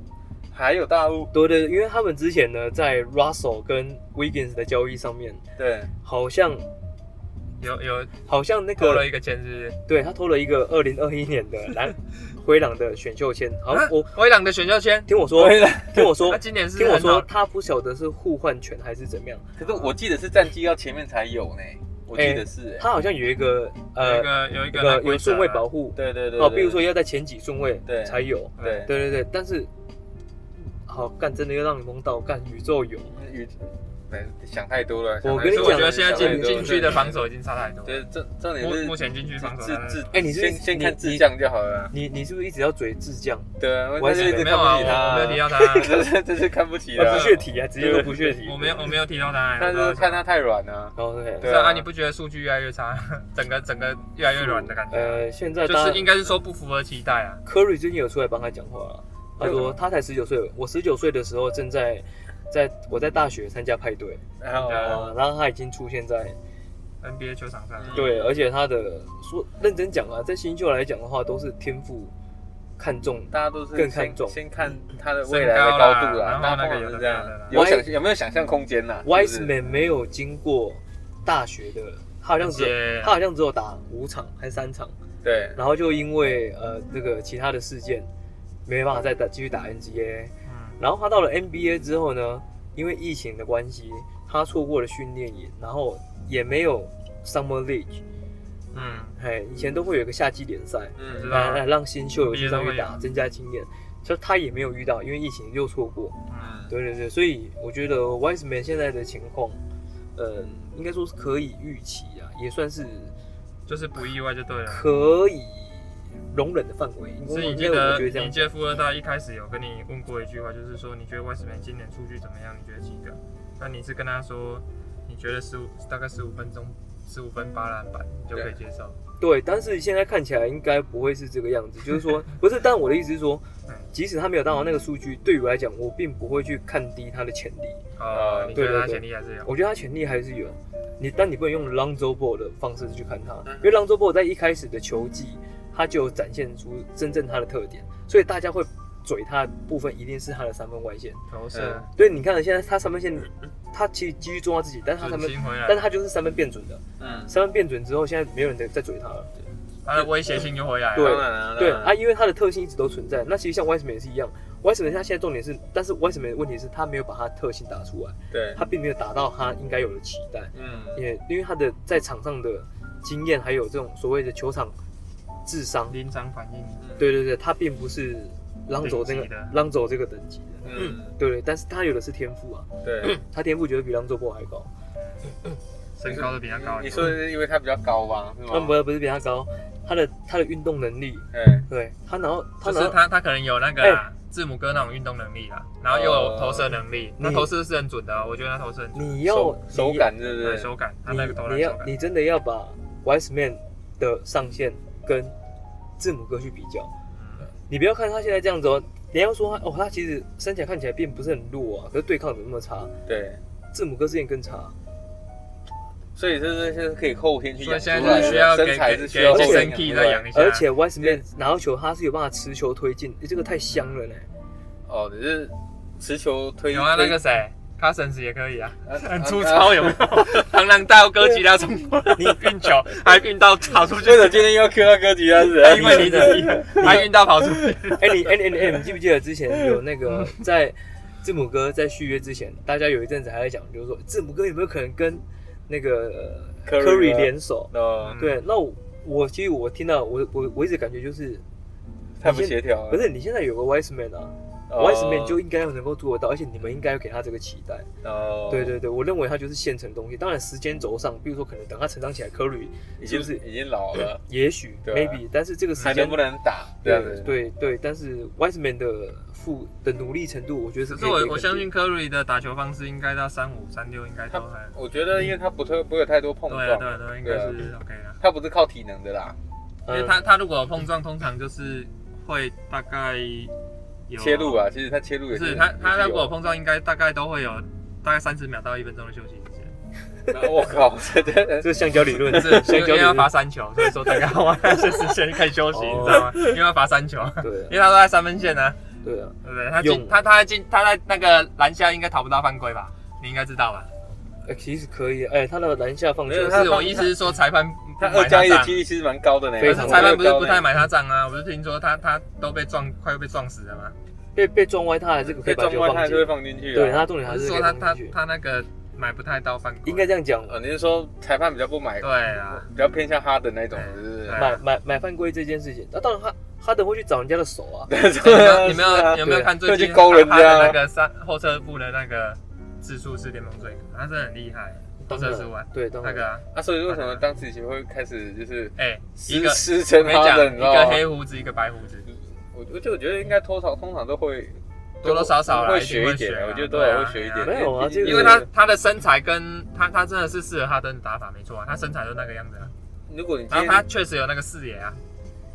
[SPEAKER 2] 还有大雾，
[SPEAKER 3] 对对，因为他们之前呢在 Russell 跟 Wiggins 的交易上面，
[SPEAKER 2] 对，
[SPEAKER 3] 好像
[SPEAKER 1] 呃有有
[SPEAKER 3] 好像那
[SPEAKER 1] 扣
[SPEAKER 3] 个
[SPEAKER 1] 了一个签，是
[SPEAKER 3] 对他偷了一个二零二一年的蓝灰狼的选秀签，好
[SPEAKER 1] 不是？
[SPEAKER 3] 我
[SPEAKER 1] 啊灰狼的选秀签，
[SPEAKER 3] 听我说，听我说
[SPEAKER 1] 他。今年是
[SPEAKER 3] 听我
[SPEAKER 1] 很
[SPEAKER 3] 说，
[SPEAKER 1] 好
[SPEAKER 3] 他不晓得是互换权还是怎么样，
[SPEAKER 2] 可是我记得是战绩要前面才有呢，我记得是哎，
[SPEAKER 3] 他好像有一个
[SPEAKER 1] 有
[SPEAKER 3] 呃
[SPEAKER 1] 一个有一个
[SPEAKER 3] 那个
[SPEAKER 1] 那规
[SPEAKER 3] 有
[SPEAKER 1] 则
[SPEAKER 3] 顺位
[SPEAKER 1] 啊
[SPEAKER 3] 保护
[SPEAKER 2] 对对对，
[SPEAKER 3] 哦，
[SPEAKER 2] 对
[SPEAKER 3] 比如说要在前几顺位
[SPEAKER 2] 对
[SPEAKER 3] 才有，
[SPEAKER 2] 对
[SPEAKER 3] 对对对，但是好干真的要让你蒙到干宇宙有，
[SPEAKER 2] 与对哎想太多了。
[SPEAKER 3] 我
[SPEAKER 1] 所
[SPEAKER 3] 跟
[SPEAKER 1] 以
[SPEAKER 3] 你
[SPEAKER 1] 我
[SPEAKER 3] 讲
[SPEAKER 1] 觉得现在
[SPEAKER 3] 讲
[SPEAKER 1] 禁
[SPEAKER 3] 太多
[SPEAKER 1] 禁区的防，守已经差太多了。
[SPEAKER 2] 对，这这点
[SPEAKER 1] 目
[SPEAKER 2] 是
[SPEAKER 1] 目前禁区
[SPEAKER 2] 自
[SPEAKER 1] 防守差太
[SPEAKER 2] 自
[SPEAKER 1] 多
[SPEAKER 2] 自
[SPEAKER 1] 了，
[SPEAKER 3] 哎你是不是
[SPEAKER 2] 先先看
[SPEAKER 3] 你
[SPEAKER 2] 志向就好了。
[SPEAKER 3] 你你是不是一直要嘴智将？
[SPEAKER 2] 对，
[SPEAKER 3] 我还
[SPEAKER 2] 但
[SPEAKER 3] 是
[SPEAKER 2] 是一直
[SPEAKER 1] 没
[SPEAKER 2] 看
[SPEAKER 1] 有
[SPEAKER 2] 不起
[SPEAKER 1] 啊，我没有提
[SPEAKER 2] 他，
[SPEAKER 1] 到
[SPEAKER 3] [LAUGHS]
[SPEAKER 1] 他，
[SPEAKER 2] [LAUGHS] 这是这是看不起
[SPEAKER 3] 啊
[SPEAKER 2] 他
[SPEAKER 3] 不。屑提啊，直接都不屑提。
[SPEAKER 1] 我没有我没有提到他。
[SPEAKER 2] 但是看他太软了，
[SPEAKER 3] 然后对
[SPEAKER 1] 不
[SPEAKER 2] 对
[SPEAKER 1] 是啊，你不觉得数据越来越差， [LAUGHS] 整个整个越来越软的感觉？
[SPEAKER 3] 呃，现在
[SPEAKER 1] 就
[SPEAKER 3] 当
[SPEAKER 1] 是
[SPEAKER 3] 然
[SPEAKER 1] 应该是说不符合期待啊。
[SPEAKER 3] Curry 最近有出来帮他讲话了，他说他才十九岁，我十九岁的时候正在在我在大学参加派对
[SPEAKER 2] 然后
[SPEAKER 1] 哦
[SPEAKER 3] 啊，然后他已经出现在
[SPEAKER 1] 嗯 NBA 球场上，
[SPEAKER 3] 对，而且他的说认真讲啊，在新秀来讲的话，都是天赋看重
[SPEAKER 2] 大家都是
[SPEAKER 3] 更看
[SPEAKER 2] 先
[SPEAKER 3] 重
[SPEAKER 2] 先看他的未
[SPEAKER 1] 身
[SPEAKER 2] 来的
[SPEAKER 1] 高
[SPEAKER 2] 高
[SPEAKER 1] 啦
[SPEAKER 2] 度啦，
[SPEAKER 1] 然后
[SPEAKER 2] 大
[SPEAKER 1] 那
[SPEAKER 2] 家
[SPEAKER 1] 个有
[SPEAKER 2] 通常
[SPEAKER 1] 的没
[SPEAKER 2] 是这
[SPEAKER 1] 有
[SPEAKER 2] 样
[SPEAKER 1] 的啦，
[SPEAKER 2] 有
[SPEAKER 3] Wise-
[SPEAKER 2] 想有没有想象空间呐
[SPEAKER 3] Wiseman 没有经过大学的，他好像只有
[SPEAKER 1] 也
[SPEAKER 3] 他好像只有打五场还是三场，
[SPEAKER 2] 对，
[SPEAKER 3] 然后就因为呃这个其他的事件，没办法再打继续打 NBA。
[SPEAKER 1] 嗯
[SPEAKER 3] 然后他到了 NBA 之后呢，因为疫情的关系，他错过了训练营，然后也没有 Summer League，
[SPEAKER 1] 嗯，
[SPEAKER 3] 嘿，以前都会有一个夏季联赛，
[SPEAKER 2] 嗯
[SPEAKER 1] 知道
[SPEAKER 3] 来来让新秀有
[SPEAKER 1] 毕
[SPEAKER 3] 机
[SPEAKER 1] 业
[SPEAKER 3] 会
[SPEAKER 1] 都会
[SPEAKER 3] 打，增加经验。所以他也没有遇到，因为疫情又错过。
[SPEAKER 1] 嗯
[SPEAKER 3] 对对对，所以我觉得 Wiseman 现在的情况，呃，应该说是可以预期啊，也算是
[SPEAKER 1] 就是不意外就对了。
[SPEAKER 3] 可以容忍的范围。
[SPEAKER 1] 所以你
[SPEAKER 3] 应
[SPEAKER 1] 记
[SPEAKER 3] 该
[SPEAKER 1] 得
[SPEAKER 3] 我觉得这
[SPEAKER 1] 你
[SPEAKER 3] 样
[SPEAKER 1] 杰夫二大一开始有跟你问过一句话，就是说你觉得 Westman 今年数据怎么样？你觉得几个？那你是跟他说你觉得十五大概十五分钟十五分八篮板你就可以接受，
[SPEAKER 3] 对，但是现在看起来应该不会是这个样子，就是说不是。但我的意思是说
[SPEAKER 1] 嗯，
[SPEAKER 3] 即使他没有达到那个数据，对于我来讲，我并不会去看低他的潜力。
[SPEAKER 1] 呃，
[SPEAKER 2] 呃
[SPEAKER 1] 你觉
[SPEAKER 3] 啊对对
[SPEAKER 1] 得他
[SPEAKER 3] 对
[SPEAKER 1] 潜力还是有？
[SPEAKER 3] 我觉得他潜力还是有，你但你不能用 Lonzo Ball 的方式去看他，
[SPEAKER 2] 嗯
[SPEAKER 3] 因为 Lonzo Ball 在一开始的球技，他就有展现出真正他的特点，所以大家会嘴他的部分一定是他的三分外线。
[SPEAKER 2] 嗯
[SPEAKER 1] 投射
[SPEAKER 3] 对，你看现在他三分线，他其实继续做他自己，但是他三
[SPEAKER 1] 准
[SPEAKER 3] 分，
[SPEAKER 1] 心回
[SPEAKER 3] 但是
[SPEAKER 1] 来，
[SPEAKER 3] 他就是三分变准的，
[SPEAKER 2] 嗯，
[SPEAKER 3] 三分变准之后，现在没有人再再嘴他了。
[SPEAKER 1] 他的威胁性就回来
[SPEAKER 3] 对
[SPEAKER 1] 了。
[SPEAKER 2] 当然了，
[SPEAKER 3] 对
[SPEAKER 2] 当然
[SPEAKER 3] 啊，因为他的特性一直都存在。那其实像 Wiseman 也是一样，Wiseman 他现在重点是，但是 Wiseman 的问题是他没有把他的特性打出来，
[SPEAKER 2] 对，
[SPEAKER 3] 他并没有达到他应该有的期待，
[SPEAKER 2] 嗯，
[SPEAKER 3] 也因为他的在场上的经验还有这种所谓的球场智商，
[SPEAKER 1] 临场反应，
[SPEAKER 3] 对对对，他并不是浪走这
[SPEAKER 1] 顶级
[SPEAKER 3] 个
[SPEAKER 1] 的
[SPEAKER 3] 浪走这个等级的，
[SPEAKER 2] 嗯，
[SPEAKER 3] 对对，但是他有的是天赋啊，
[SPEAKER 2] 对，
[SPEAKER 3] 他天赋绝对比浪走波还高，
[SPEAKER 1] 身高都比他高一
[SPEAKER 2] 你
[SPEAKER 1] 点。
[SPEAKER 2] 说的是因为他比较高
[SPEAKER 1] 哦
[SPEAKER 2] 吧，是
[SPEAKER 3] 那
[SPEAKER 2] 吗？
[SPEAKER 3] 不是不是比他高，他的他的运动能力，
[SPEAKER 2] 哎，
[SPEAKER 3] 对他然后他哎
[SPEAKER 1] 就
[SPEAKER 3] 然
[SPEAKER 1] 是
[SPEAKER 3] 后
[SPEAKER 1] 他，他可能有那个啦字母哥那种运动能力啦，然后又有投射能力，那
[SPEAKER 3] 你
[SPEAKER 1] 投射是很准的哦，我觉得他投射很准，
[SPEAKER 3] 你要
[SPEAKER 2] 手
[SPEAKER 3] 你
[SPEAKER 2] 手感是不
[SPEAKER 1] 对
[SPEAKER 2] 是？
[SPEAKER 1] 哎手感，他那个投
[SPEAKER 3] 你
[SPEAKER 1] 篮
[SPEAKER 3] 你
[SPEAKER 1] 手
[SPEAKER 3] 要
[SPEAKER 1] 感，
[SPEAKER 3] 你真的要把 Wiseman 的上限跟字母哥去比较，
[SPEAKER 1] 嗯
[SPEAKER 3] 你不要看他现在这样子哦，你要说他哦，他其实身材看起来并不是很弱啊，可是对抗怎么那么差？
[SPEAKER 2] 对，
[SPEAKER 3] 字母哥之前更差，
[SPEAKER 2] 所以这是是可以后天去
[SPEAKER 1] 所
[SPEAKER 2] 养
[SPEAKER 1] 以现
[SPEAKER 2] 出
[SPEAKER 1] 在
[SPEAKER 2] 来的，
[SPEAKER 1] 就是需要给
[SPEAKER 2] 身材
[SPEAKER 1] 给
[SPEAKER 2] 是
[SPEAKER 1] 给
[SPEAKER 2] 需要后天
[SPEAKER 1] 身
[SPEAKER 2] 养
[SPEAKER 1] key
[SPEAKER 2] 出
[SPEAKER 1] 再
[SPEAKER 2] 来
[SPEAKER 1] 养一下，
[SPEAKER 3] 而且 Wiseman 拿到球他是有办法持球推进，诶这个太香了呢。
[SPEAKER 1] [LAUGHS]
[SPEAKER 2] 哦，只是持球推
[SPEAKER 1] 有啊，那
[SPEAKER 2] 推
[SPEAKER 1] 个谁，Cousins 也可以啊，
[SPEAKER 2] 啊
[SPEAKER 1] 很
[SPEAKER 2] 啊
[SPEAKER 1] 粗
[SPEAKER 2] 啊 [LAUGHS]
[SPEAKER 1] 糙有没有？螳螂大哥吉拉中国运球，还运到跑出去
[SPEAKER 2] 为，了今天要 Q 到哥吉拉
[SPEAKER 1] [LAUGHS]
[SPEAKER 2] 是啊不是
[SPEAKER 1] 因为你的还运到跑出去，
[SPEAKER 3] 哎、你哎你哎、你记不记得之前有那个 [LAUGHS] 在字母哥在续约之前，大家有一阵子还在讲，就是说字母哥有没有可能跟那个呃
[SPEAKER 2] Curry 啊
[SPEAKER 3] 联手？
[SPEAKER 1] 嗯
[SPEAKER 2] 哦，
[SPEAKER 3] 对，那我我其实我听到我我我一直感觉就是
[SPEAKER 2] 太不协调
[SPEAKER 3] 可
[SPEAKER 2] 了。
[SPEAKER 3] 是你现在有个 Wiseman 啊，
[SPEAKER 2] 哦
[SPEAKER 3] Wiseman 就应该要能够做得到，而且你们应该要给他这个期待。
[SPEAKER 2] 呃，
[SPEAKER 3] 对对对，我认为他就是现成的东西。当然，时间轴上，比如说可能等他成长起来，科里
[SPEAKER 2] 已
[SPEAKER 3] 是
[SPEAKER 2] 经
[SPEAKER 3] 不是嗯
[SPEAKER 2] 已经老了，
[SPEAKER 3] 也许
[SPEAKER 2] 对啊
[SPEAKER 3] maybe，但是这个时
[SPEAKER 2] 还
[SPEAKER 3] 间
[SPEAKER 2] 能不能打？这样
[SPEAKER 3] 对
[SPEAKER 2] 子，
[SPEAKER 3] 对对，但是 Wiseman 的付的努力程度，我觉得是
[SPEAKER 1] 可
[SPEAKER 3] 可
[SPEAKER 1] 是
[SPEAKER 3] 以被肯
[SPEAKER 1] 我
[SPEAKER 3] 定。
[SPEAKER 1] 我相信科瑞的打球方式应该到三五三六应该都很，
[SPEAKER 2] 我觉得因为他不特不会有太多碰
[SPEAKER 1] 对啊
[SPEAKER 2] 撞
[SPEAKER 1] 对，啊对啊，应该是 OK 的。
[SPEAKER 2] 他不是靠体能的啦，
[SPEAKER 1] 因为
[SPEAKER 3] 嗯，
[SPEAKER 1] 他他如果有碰撞，通常就是会大概有
[SPEAKER 2] 切入，啊，其实他切入
[SPEAKER 1] 不
[SPEAKER 2] 也啊
[SPEAKER 1] 是他他如果有
[SPEAKER 2] 我
[SPEAKER 1] 碰撞，应该大概都会有大概三十秒到一分钟的休息时间。
[SPEAKER 2] 我靠， [LAUGHS] 真的
[SPEAKER 3] 这是橡胶理
[SPEAKER 2] [LAUGHS]
[SPEAKER 3] 论，
[SPEAKER 1] 是
[SPEAKER 3] 橡
[SPEAKER 1] 因
[SPEAKER 3] 胶
[SPEAKER 1] 为
[SPEAKER 3] 理
[SPEAKER 1] 要
[SPEAKER 3] 论
[SPEAKER 1] 罚。三球，所以说大概我 [LAUGHS] 那些时间可以休息，你知道吗？因为要罚三球，
[SPEAKER 3] 对
[SPEAKER 1] 因为
[SPEAKER 2] [LAUGHS]
[SPEAKER 3] 啊
[SPEAKER 1] 他都在三分线呢，
[SPEAKER 3] 对啊，
[SPEAKER 1] 对不对？他
[SPEAKER 3] 用
[SPEAKER 1] 进他他进他在那个篮下应该讨不到犯规吧？你应该知道吧？
[SPEAKER 3] 哎，其实可以，哎，他的篮下放球
[SPEAKER 2] 没有
[SPEAKER 1] 不
[SPEAKER 2] 他
[SPEAKER 1] 是我意思是说裁判
[SPEAKER 2] 他
[SPEAKER 1] 不
[SPEAKER 2] 二
[SPEAKER 1] 买他
[SPEAKER 2] 加一的
[SPEAKER 1] 账
[SPEAKER 2] 几，率其实蛮高的呢，
[SPEAKER 3] 非
[SPEAKER 1] 可
[SPEAKER 3] 常
[SPEAKER 1] 是裁判不是
[SPEAKER 2] 高
[SPEAKER 1] 不
[SPEAKER 2] 呢
[SPEAKER 1] 太买他账啊？我不是听说他他都被撞快要被撞死了吗？
[SPEAKER 3] 被被撞歪，他还是可
[SPEAKER 2] 被
[SPEAKER 3] 以把
[SPEAKER 2] 撞
[SPEAKER 3] 球
[SPEAKER 2] 坏，他
[SPEAKER 3] 放
[SPEAKER 2] 还
[SPEAKER 3] 进
[SPEAKER 2] 是
[SPEAKER 3] 去
[SPEAKER 2] 会。放进去啊。
[SPEAKER 3] 对，他的重点
[SPEAKER 1] 我
[SPEAKER 3] 还
[SPEAKER 1] 是
[SPEAKER 3] 是
[SPEAKER 1] 说
[SPEAKER 3] 可以
[SPEAKER 1] 他
[SPEAKER 3] 放
[SPEAKER 1] 他
[SPEAKER 3] 进去。
[SPEAKER 1] 他那个买不太到犯规，
[SPEAKER 3] 应该这样讲，
[SPEAKER 2] 呃，你是说裁判比较不买，
[SPEAKER 1] 对啊，
[SPEAKER 2] 比较偏向哈登那种，是不是
[SPEAKER 1] 对？
[SPEAKER 3] 呃买买买犯规这件事情，那、当然他哈登会去找人家的手啊，
[SPEAKER 2] [LAUGHS]
[SPEAKER 1] 哎你们有没
[SPEAKER 2] 是啊
[SPEAKER 1] 有有没有看最
[SPEAKER 2] 会
[SPEAKER 1] 近
[SPEAKER 2] 去勾人
[SPEAKER 1] 他的
[SPEAKER 2] 家
[SPEAKER 1] 那个三后撤步的那个次数是联盟最高，他是很厉害，后撤十五啊，
[SPEAKER 3] 对，当
[SPEAKER 1] 那
[SPEAKER 3] 然，
[SPEAKER 1] 个啊，
[SPEAKER 2] 啊，所以为什么当时协会开始就是
[SPEAKER 1] 哎，一
[SPEAKER 2] 师
[SPEAKER 1] 个
[SPEAKER 2] 师
[SPEAKER 1] 我
[SPEAKER 2] 承
[SPEAKER 1] 跟你
[SPEAKER 2] 哈
[SPEAKER 1] 讲，
[SPEAKER 2] 登，
[SPEAKER 1] 一
[SPEAKER 2] 你知道
[SPEAKER 1] 个
[SPEAKER 2] 吗？
[SPEAKER 1] 黑胡子，一个白胡子，
[SPEAKER 2] 我我就我觉得应该通常通常都会
[SPEAKER 1] 多多少少啦
[SPEAKER 2] 会
[SPEAKER 1] 一定
[SPEAKER 2] 学
[SPEAKER 1] 会
[SPEAKER 2] 一点
[SPEAKER 1] 学啊，
[SPEAKER 2] 我觉得多
[SPEAKER 1] 对啊
[SPEAKER 2] 少会学一点。
[SPEAKER 3] 对啊没有啊
[SPEAKER 2] 毕竟
[SPEAKER 3] 这
[SPEAKER 1] 因
[SPEAKER 3] 个
[SPEAKER 1] 为他他的身材跟他他真的是适合哈登的打法，没错啊，他身材就那个样子啊，
[SPEAKER 2] 如果你今
[SPEAKER 1] 然后
[SPEAKER 2] 天
[SPEAKER 1] 他确实有那个视野啊，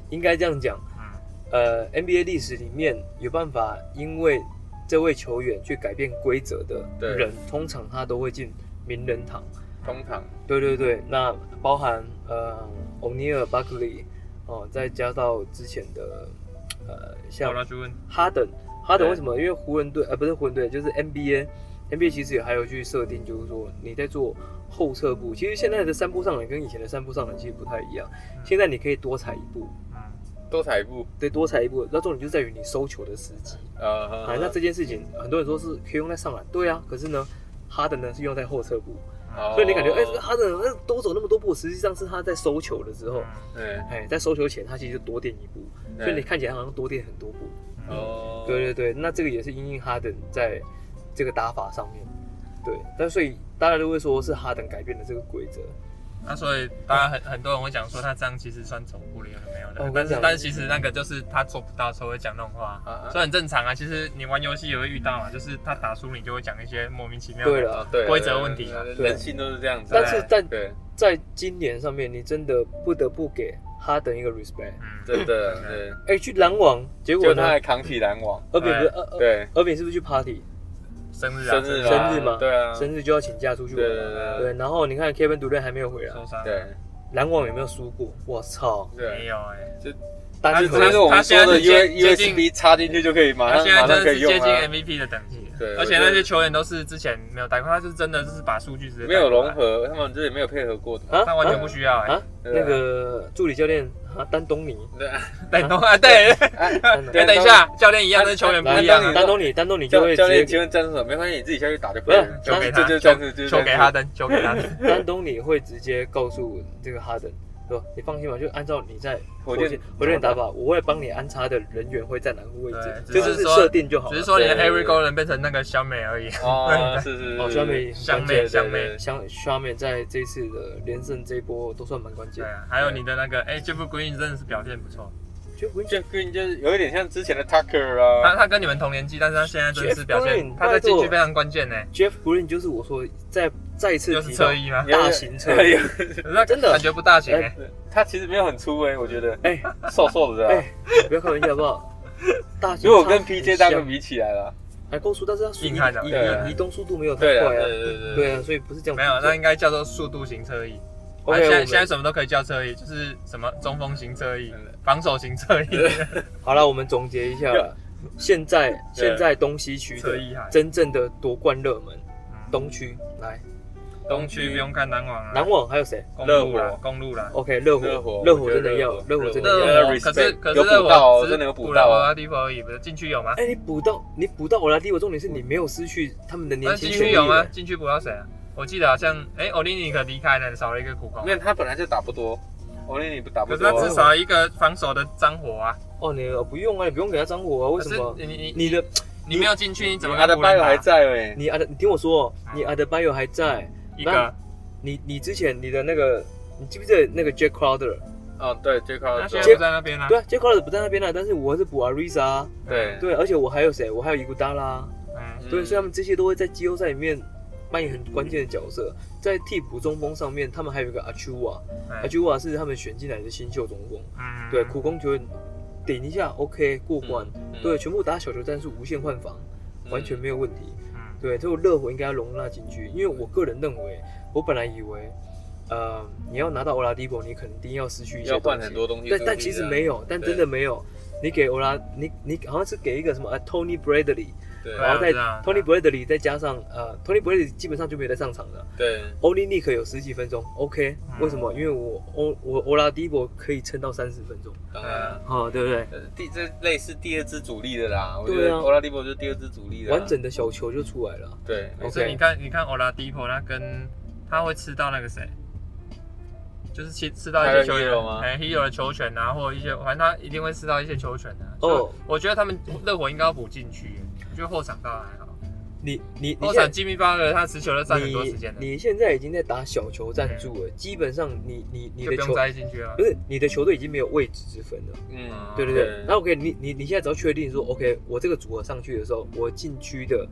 [SPEAKER 3] 应该这样讲。
[SPEAKER 1] 嗯，
[SPEAKER 3] 呃，NBA 历史里面有办法因为这位球员去改变规则的
[SPEAKER 2] 对
[SPEAKER 3] 人，通常他都会进名人堂。
[SPEAKER 2] 通常
[SPEAKER 3] 对对对，那包含呃欧尼尔、巴克利哦，再加到之前的呃像
[SPEAKER 1] 我来去问，
[SPEAKER 3] 哈登，哈登
[SPEAKER 2] 对嗯
[SPEAKER 3] 为什么？因为湖人队呃不是湖人队，就是 NBA。NBA 其实也还有去设定，就是说你在做后撤步，其实现在的三步上篮跟以前的三步上篮其实不太一样，
[SPEAKER 2] 嗯
[SPEAKER 3] 现在你可以多踩一步，
[SPEAKER 1] 嗯，
[SPEAKER 2] 多踩一步，
[SPEAKER 3] 对，多踩一步。那重点就在于你收球的时机
[SPEAKER 2] 呃，
[SPEAKER 3] 啊。那这件事情很多人说是可以用在上篮，对啊，可是呢，哈登呢是用在后撤步，
[SPEAKER 2] 哦
[SPEAKER 3] 所以你感觉哎、这个哈登呃多走那么多步，实际上是他在收球的时
[SPEAKER 1] 嗯
[SPEAKER 3] 候，
[SPEAKER 2] 对
[SPEAKER 3] 哎，在收球前他其实就多垫一步，所以你
[SPEAKER 2] 嗯对
[SPEAKER 3] 看起来好像多垫很多步。
[SPEAKER 1] 嗯，
[SPEAKER 2] 哦，
[SPEAKER 3] 对对对，那这个也是因应哈登在这个打法上面，对，但所以大家都会说是哈登改变了这个规则，
[SPEAKER 1] 那所以大家很很多人会讲说他这样其实算走步了，有没有
[SPEAKER 3] 哦
[SPEAKER 1] 的
[SPEAKER 3] 我？跟
[SPEAKER 1] 但
[SPEAKER 3] 你
[SPEAKER 1] 是
[SPEAKER 3] 讲
[SPEAKER 1] 但是其实那个就是他做不到，所以会讲那种话。
[SPEAKER 2] 啊
[SPEAKER 1] 所以很正常啊，其实你玩游戏也会遇到嘛，就是他打输你就会讲一些莫名其妙的。
[SPEAKER 3] 对
[SPEAKER 2] 啊
[SPEAKER 3] 了。
[SPEAKER 2] 对
[SPEAKER 1] 规则问题啊
[SPEAKER 2] 对
[SPEAKER 3] 对
[SPEAKER 2] 人性都是这样子。
[SPEAKER 3] 但是在
[SPEAKER 2] 对，
[SPEAKER 3] 在今年上面，你真的不得不给哈登一个 respect，
[SPEAKER 1] 嗯，
[SPEAKER 2] 真的对，
[SPEAKER 3] 哎、去篮网，结
[SPEAKER 2] 结果
[SPEAKER 3] 果
[SPEAKER 2] 他
[SPEAKER 3] 呢
[SPEAKER 2] 还，扛起篮网，
[SPEAKER 3] 厄比不是呃厄厄
[SPEAKER 2] 对，
[SPEAKER 3] 厄比是不是去 party，
[SPEAKER 1] 生日啊，
[SPEAKER 2] 生日
[SPEAKER 3] 生日嘛
[SPEAKER 2] 哎对啊，
[SPEAKER 3] 生日就要请假出去玩
[SPEAKER 2] 对
[SPEAKER 3] 了，
[SPEAKER 2] 对
[SPEAKER 3] 对，然后你看 Kevin Durant 还没有回来，
[SPEAKER 1] 受伤。
[SPEAKER 2] 对
[SPEAKER 3] 篮网有没有输过？我操，
[SPEAKER 2] 对
[SPEAKER 1] 没
[SPEAKER 2] 对。
[SPEAKER 1] 有哎、
[SPEAKER 3] 单
[SPEAKER 2] 这
[SPEAKER 1] 他
[SPEAKER 3] 球
[SPEAKER 2] 就是啊我们说
[SPEAKER 1] 他现在
[SPEAKER 2] 的
[SPEAKER 1] 是
[SPEAKER 2] U
[SPEAKER 1] 接
[SPEAKER 2] U
[SPEAKER 1] 接
[SPEAKER 2] S
[SPEAKER 1] 近
[SPEAKER 2] B 插进去就可以马
[SPEAKER 1] 他
[SPEAKER 2] 上
[SPEAKER 1] 现在
[SPEAKER 2] 马上
[SPEAKER 1] 真
[SPEAKER 2] 可
[SPEAKER 1] 的
[SPEAKER 2] 以
[SPEAKER 1] 是
[SPEAKER 2] 用
[SPEAKER 1] 接近
[SPEAKER 2] 啊，
[SPEAKER 1] MVP 的等级，
[SPEAKER 2] 对
[SPEAKER 1] 而且
[SPEAKER 2] 我觉得
[SPEAKER 1] 那些球员都是之前没有打过，他就是真的就是把数据直接带
[SPEAKER 2] 没
[SPEAKER 1] 过
[SPEAKER 2] 有
[SPEAKER 1] 来
[SPEAKER 2] 融，合，他们这里没有配合过的。
[SPEAKER 3] 啊
[SPEAKER 1] 他完全
[SPEAKER 3] 啊
[SPEAKER 1] 不需要 [LAUGHS] 哎、
[SPEAKER 3] 啊那个助理教练啊，丹
[SPEAKER 2] [LAUGHS]
[SPEAKER 3] 东尼，
[SPEAKER 2] 对啊，
[SPEAKER 1] 对，懂啊？ [LAUGHS] 对，
[SPEAKER 3] 丹东尼
[SPEAKER 1] 哎，等一下，教练一样，
[SPEAKER 2] 来
[SPEAKER 1] 跟球员不一样
[SPEAKER 2] 来
[SPEAKER 1] 啊，
[SPEAKER 3] 丹东尼，丹东尼就
[SPEAKER 2] 教
[SPEAKER 3] 会
[SPEAKER 2] 教练，
[SPEAKER 3] 直
[SPEAKER 2] 请
[SPEAKER 3] 接，
[SPEAKER 2] 问战术什么？没关系，你自己下去打就可以了。
[SPEAKER 1] 球给
[SPEAKER 2] 这
[SPEAKER 1] 他，
[SPEAKER 2] 就
[SPEAKER 1] 球
[SPEAKER 2] 战术，这就
[SPEAKER 1] 球给
[SPEAKER 2] 战术
[SPEAKER 1] 哈。登，球给他登，
[SPEAKER 2] [LAUGHS]
[SPEAKER 3] [LAUGHS] 丹东尼会直接告诉这个哈登说：“你放心吧，就按照你在
[SPEAKER 2] 火
[SPEAKER 3] 火
[SPEAKER 2] 箭
[SPEAKER 3] 箭火箭打法，我会帮你安插的人员会在哪个位置，
[SPEAKER 1] 对
[SPEAKER 3] 就是
[SPEAKER 1] 只是说
[SPEAKER 3] 设定就好了。”
[SPEAKER 1] 只是说你的
[SPEAKER 2] 对
[SPEAKER 1] Harry Golden 变成那个小美而已，
[SPEAKER 2] 哦，是是
[SPEAKER 3] 哦
[SPEAKER 2] 是，
[SPEAKER 3] 专门
[SPEAKER 1] 香
[SPEAKER 2] 对
[SPEAKER 1] 妹，
[SPEAKER 2] 对
[SPEAKER 1] 香
[SPEAKER 2] 对
[SPEAKER 1] 妹，
[SPEAKER 3] 呃像 s h a m a n 在这一次的连胜这一波都算蛮关键
[SPEAKER 1] 对。啊，还有你的那个，哎，Jeff Green 真的是表现不错，
[SPEAKER 3] 就
[SPEAKER 2] Jeff Green 就是有一点像之前的 Tucker 啊
[SPEAKER 1] 他，他跟你们同年纪，但是他现在真的是表
[SPEAKER 3] Jeff Green，
[SPEAKER 1] 现，他在禁
[SPEAKER 3] 拜
[SPEAKER 1] 区
[SPEAKER 3] 托
[SPEAKER 1] 非常关键呢，
[SPEAKER 3] Jeff Green 就是我说再再一次
[SPEAKER 1] 又是
[SPEAKER 3] 提到
[SPEAKER 1] 侧翼吗？
[SPEAKER 3] 大型车，
[SPEAKER 2] 有
[SPEAKER 1] 那
[SPEAKER 3] 真的
[SPEAKER 1] 感觉不大行哎，
[SPEAKER 2] 他其实没有很粗哎，我觉得
[SPEAKER 3] 哎
[SPEAKER 2] 瘦瘦的啊。
[SPEAKER 3] 哎，不要开玩笑好不好？大型
[SPEAKER 2] 如果跟
[SPEAKER 3] 差很哎
[SPEAKER 2] PJ 大哥
[SPEAKER 3] 像
[SPEAKER 2] 比起来了，
[SPEAKER 3] 还够速，但是他速
[SPEAKER 1] 硬汉啊
[SPEAKER 3] 移
[SPEAKER 2] 对啊
[SPEAKER 3] 移移动速度没有
[SPEAKER 2] 对
[SPEAKER 3] 太
[SPEAKER 2] 啊，
[SPEAKER 3] 快啊，
[SPEAKER 2] 对对
[SPEAKER 3] 对啊，所以不是这样比
[SPEAKER 1] 没
[SPEAKER 3] 较。
[SPEAKER 1] 有，那应该叫做速度型侧翼。啊
[SPEAKER 3] OK，
[SPEAKER 1] 现
[SPEAKER 3] 我
[SPEAKER 1] 在
[SPEAKER 3] 们
[SPEAKER 1] 现在什么都可以叫侧翼，就是什么中锋型侧翼
[SPEAKER 2] 嗯、
[SPEAKER 1] 防守型侧翼、
[SPEAKER 3] 好了，我们总结一下啦，现在现在东西
[SPEAKER 1] [LAUGHS]
[SPEAKER 3] 区
[SPEAKER 1] 侧
[SPEAKER 3] 的
[SPEAKER 1] 翼海。
[SPEAKER 3] 真正的夺冠热门，
[SPEAKER 1] 嗯
[SPEAKER 3] 东区来，
[SPEAKER 1] 东区不用看篮网啊，
[SPEAKER 3] 篮网还有谁
[SPEAKER 1] 公路
[SPEAKER 2] 热
[SPEAKER 1] 啦
[SPEAKER 2] 火，
[SPEAKER 1] 公路啦。
[SPEAKER 3] ？OK，热火，
[SPEAKER 2] 热火
[SPEAKER 3] 热
[SPEAKER 2] 我
[SPEAKER 3] 火
[SPEAKER 2] 觉得
[SPEAKER 3] 真的要，
[SPEAKER 2] 热
[SPEAKER 3] 热
[SPEAKER 2] 火
[SPEAKER 3] 火真
[SPEAKER 2] 热
[SPEAKER 3] 的
[SPEAKER 2] 火
[SPEAKER 3] 要。
[SPEAKER 1] 热火
[SPEAKER 2] respect，
[SPEAKER 1] 可是可是
[SPEAKER 2] 有补
[SPEAKER 1] 热
[SPEAKER 2] 到哦
[SPEAKER 1] 火只
[SPEAKER 2] 真的有
[SPEAKER 1] 是
[SPEAKER 2] 补
[SPEAKER 1] 了
[SPEAKER 2] 到哦
[SPEAKER 1] 我拉蒂夫而已，不是禁区有吗？
[SPEAKER 3] 哎，你补到你补到我拉蒂，我重点是你没有失去他们的年
[SPEAKER 1] 那
[SPEAKER 3] 轻
[SPEAKER 1] 禁
[SPEAKER 3] 球
[SPEAKER 1] 区有吗？
[SPEAKER 3] 员。
[SPEAKER 1] 禁区补到谁啊？我记得好像哎，欧利尼克离开了，少了一个苦工
[SPEAKER 2] 没。有他本来就打不多，我那你不打不
[SPEAKER 1] 可是他
[SPEAKER 2] 多
[SPEAKER 1] 至
[SPEAKER 2] 啊，
[SPEAKER 1] 少一个防守的脏活啊，
[SPEAKER 3] 哦，你呃不用啊，你不用给他张火啊，为
[SPEAKER 1] 可
[SPEAKER 3] 什
[SPEAKER 1] 是
[SPEAKER 3] 么？
[SPEAKER 1] 你你
[SPEAKER 3] 你的
[SPEAKER 1] 你没有进去，你怎么
[SPEAKER 2] 他
[SPEAKER 1] 跟
[SPEAKER 2] 的
[SPEAKER 1] 湖人
[SPEAKER 2] bio
[SPEAKER 1] 打
[SPEAKER 2] 还在哎，
[SPEAKER 3] 你阿德，你听我说哦，
[SPEAKER 1] 啊
[SPEAKER 3] 你阿德巴友还在，
[SPEAKER 1] 一个？
[SPEAKER 3] 你你之前你的那个，你记不记得那个 Jack Crowder？
[SPEAKER 2] 哦对 j a c
[SPEAKER 1] 他
[SPEAKER 2] o
[SPEAKER 1] 现在不在那边啦。
[SPEAKER 3] 对啊，Jack Crowder 不在那边了，但是我是补 Ariza，啊
[SPEAKER 2] 对
[SPEAKER 3] 对，而且我还有谁？我还有伊古达拉，啊
[SPEAKER 1] 嗯，
[SPEAKER 3] 对，所以他们这些都会在季后赛里面扮演很关键的角色。在替补中锋上面，他们还有一个阿丘瓦，阿
[SPEAKER 1] 嗯
[SPEAKER 3] 丘瓦是他们选进来的新秀中锋，
[SPEAKER 1] 嗯
[SPEAKER 3] 对，苦攻球员顶一下 OK 过关，
[SPEAKER 2] 嗯
[SPEAKER 3] 对，，全部打小球战术，无限换防，完全没有问题。
[SPEAKER 1] 嗯
[SPEAKER 3] 对，这个热火应该要容纳进去，因为
[SPEAKER 2] 嗯
[SPEAKER 3] 我个人认为，我本来以为，呃，你要拿到欧拉迪波，你可能一定要失去一些
[SPEAKER 2] 要
[SPEAKER 3] 东
[SPEAKER 2] 换
[SPEAKER 3] 西
[SPEAKER 2] 很多东西出
[SPEAKER 3] 但
[SPEAKER 2] 去，啊
[SPEAKER 3] 但其实没有，但
[SPEAKER 2] 对
[SPEAKER 3] 真的没有。你给欧拉，你你好像是给一个什么、呃、Tony Bradley，
[SPEAKER 2] 对
[SPEAKER 1] 对啊
[SPEAKER 3] 然后再
[SPEAKER 1] 我知道
[SPEAKER 3] Tony
[SPEAKER 1] 我
[SPEAKER 3] Bradley 再加上呃 Tony Bradley 基本上就没有再上场了。
[SPEAKER 2] 对，
[SPEAKER 3] 欧利尼克有十几分钟，OK，、
[SPEAKER 1] 嗯
[SPEAKER 3] 为什么？因为我欧我欧拉迪波可以撑到三十分钟，
[SPEAKER 2] 当然啊。
[SPEAKER 3] 哦，对不对？
[SPEAKER 2] 呃第这类似第二支主力的啦，我觉
[SPEAKER 3] 对
[SPEAKER 2] 得
[SPEAKER 3] 啊
[SPEAKER 2] 欧拉迪波就是第二支主
[SPEAKER 1] 啊
[SPEAKER 2] 力的啦，
[SPEAKER 3] 完整哦的小球就出来了。
[SPEAKER 2] 对，
[SPEAKER 1] 可是
[SPEAKER 3] OK
[SPEAKER 1] 你看，你看 Oladipo，他跟他会吃到那个谁，就是吃吃到一些球
[SPEAKER 2] Tyler Hero
[SPEAKER 1] 员
[SPEAKER 2] 吗
[SPEAKER 1] 哎，Hero 的球权啊，或者一些，反正他一定会吃到一些球权的、啊。
[SPEAKER 3] 哦
[SPEAKER 1] 哦，我觉得他们热火应该要补禁区，我觉得后场倒还好。
[SPEAKER 3] 你你你
[SPEAKER 1] 后
[SPEAKER 3] 现在
[SPEAKER 1] 场吉米巴尔他持球都占很多时间的，嗯
[SPEAKER 3] 你。你现在已经在打小球战术了，基本上你你你
[SPEAKER 1] 就
[SPEAKER 3] 的
[SPEAKER 1] 不
[SPEAKER 3] 球
[SPEAKER 1] 用栽进去了
[SPEAKER 3] 不。是你的球队已经没有位置之分了。
[SPEAKER 2] 嗯，
[SPEAKER 3] 对对对，那 OK，你你你现在只要确定说，OK，我这个组合上去的时候，我禁区的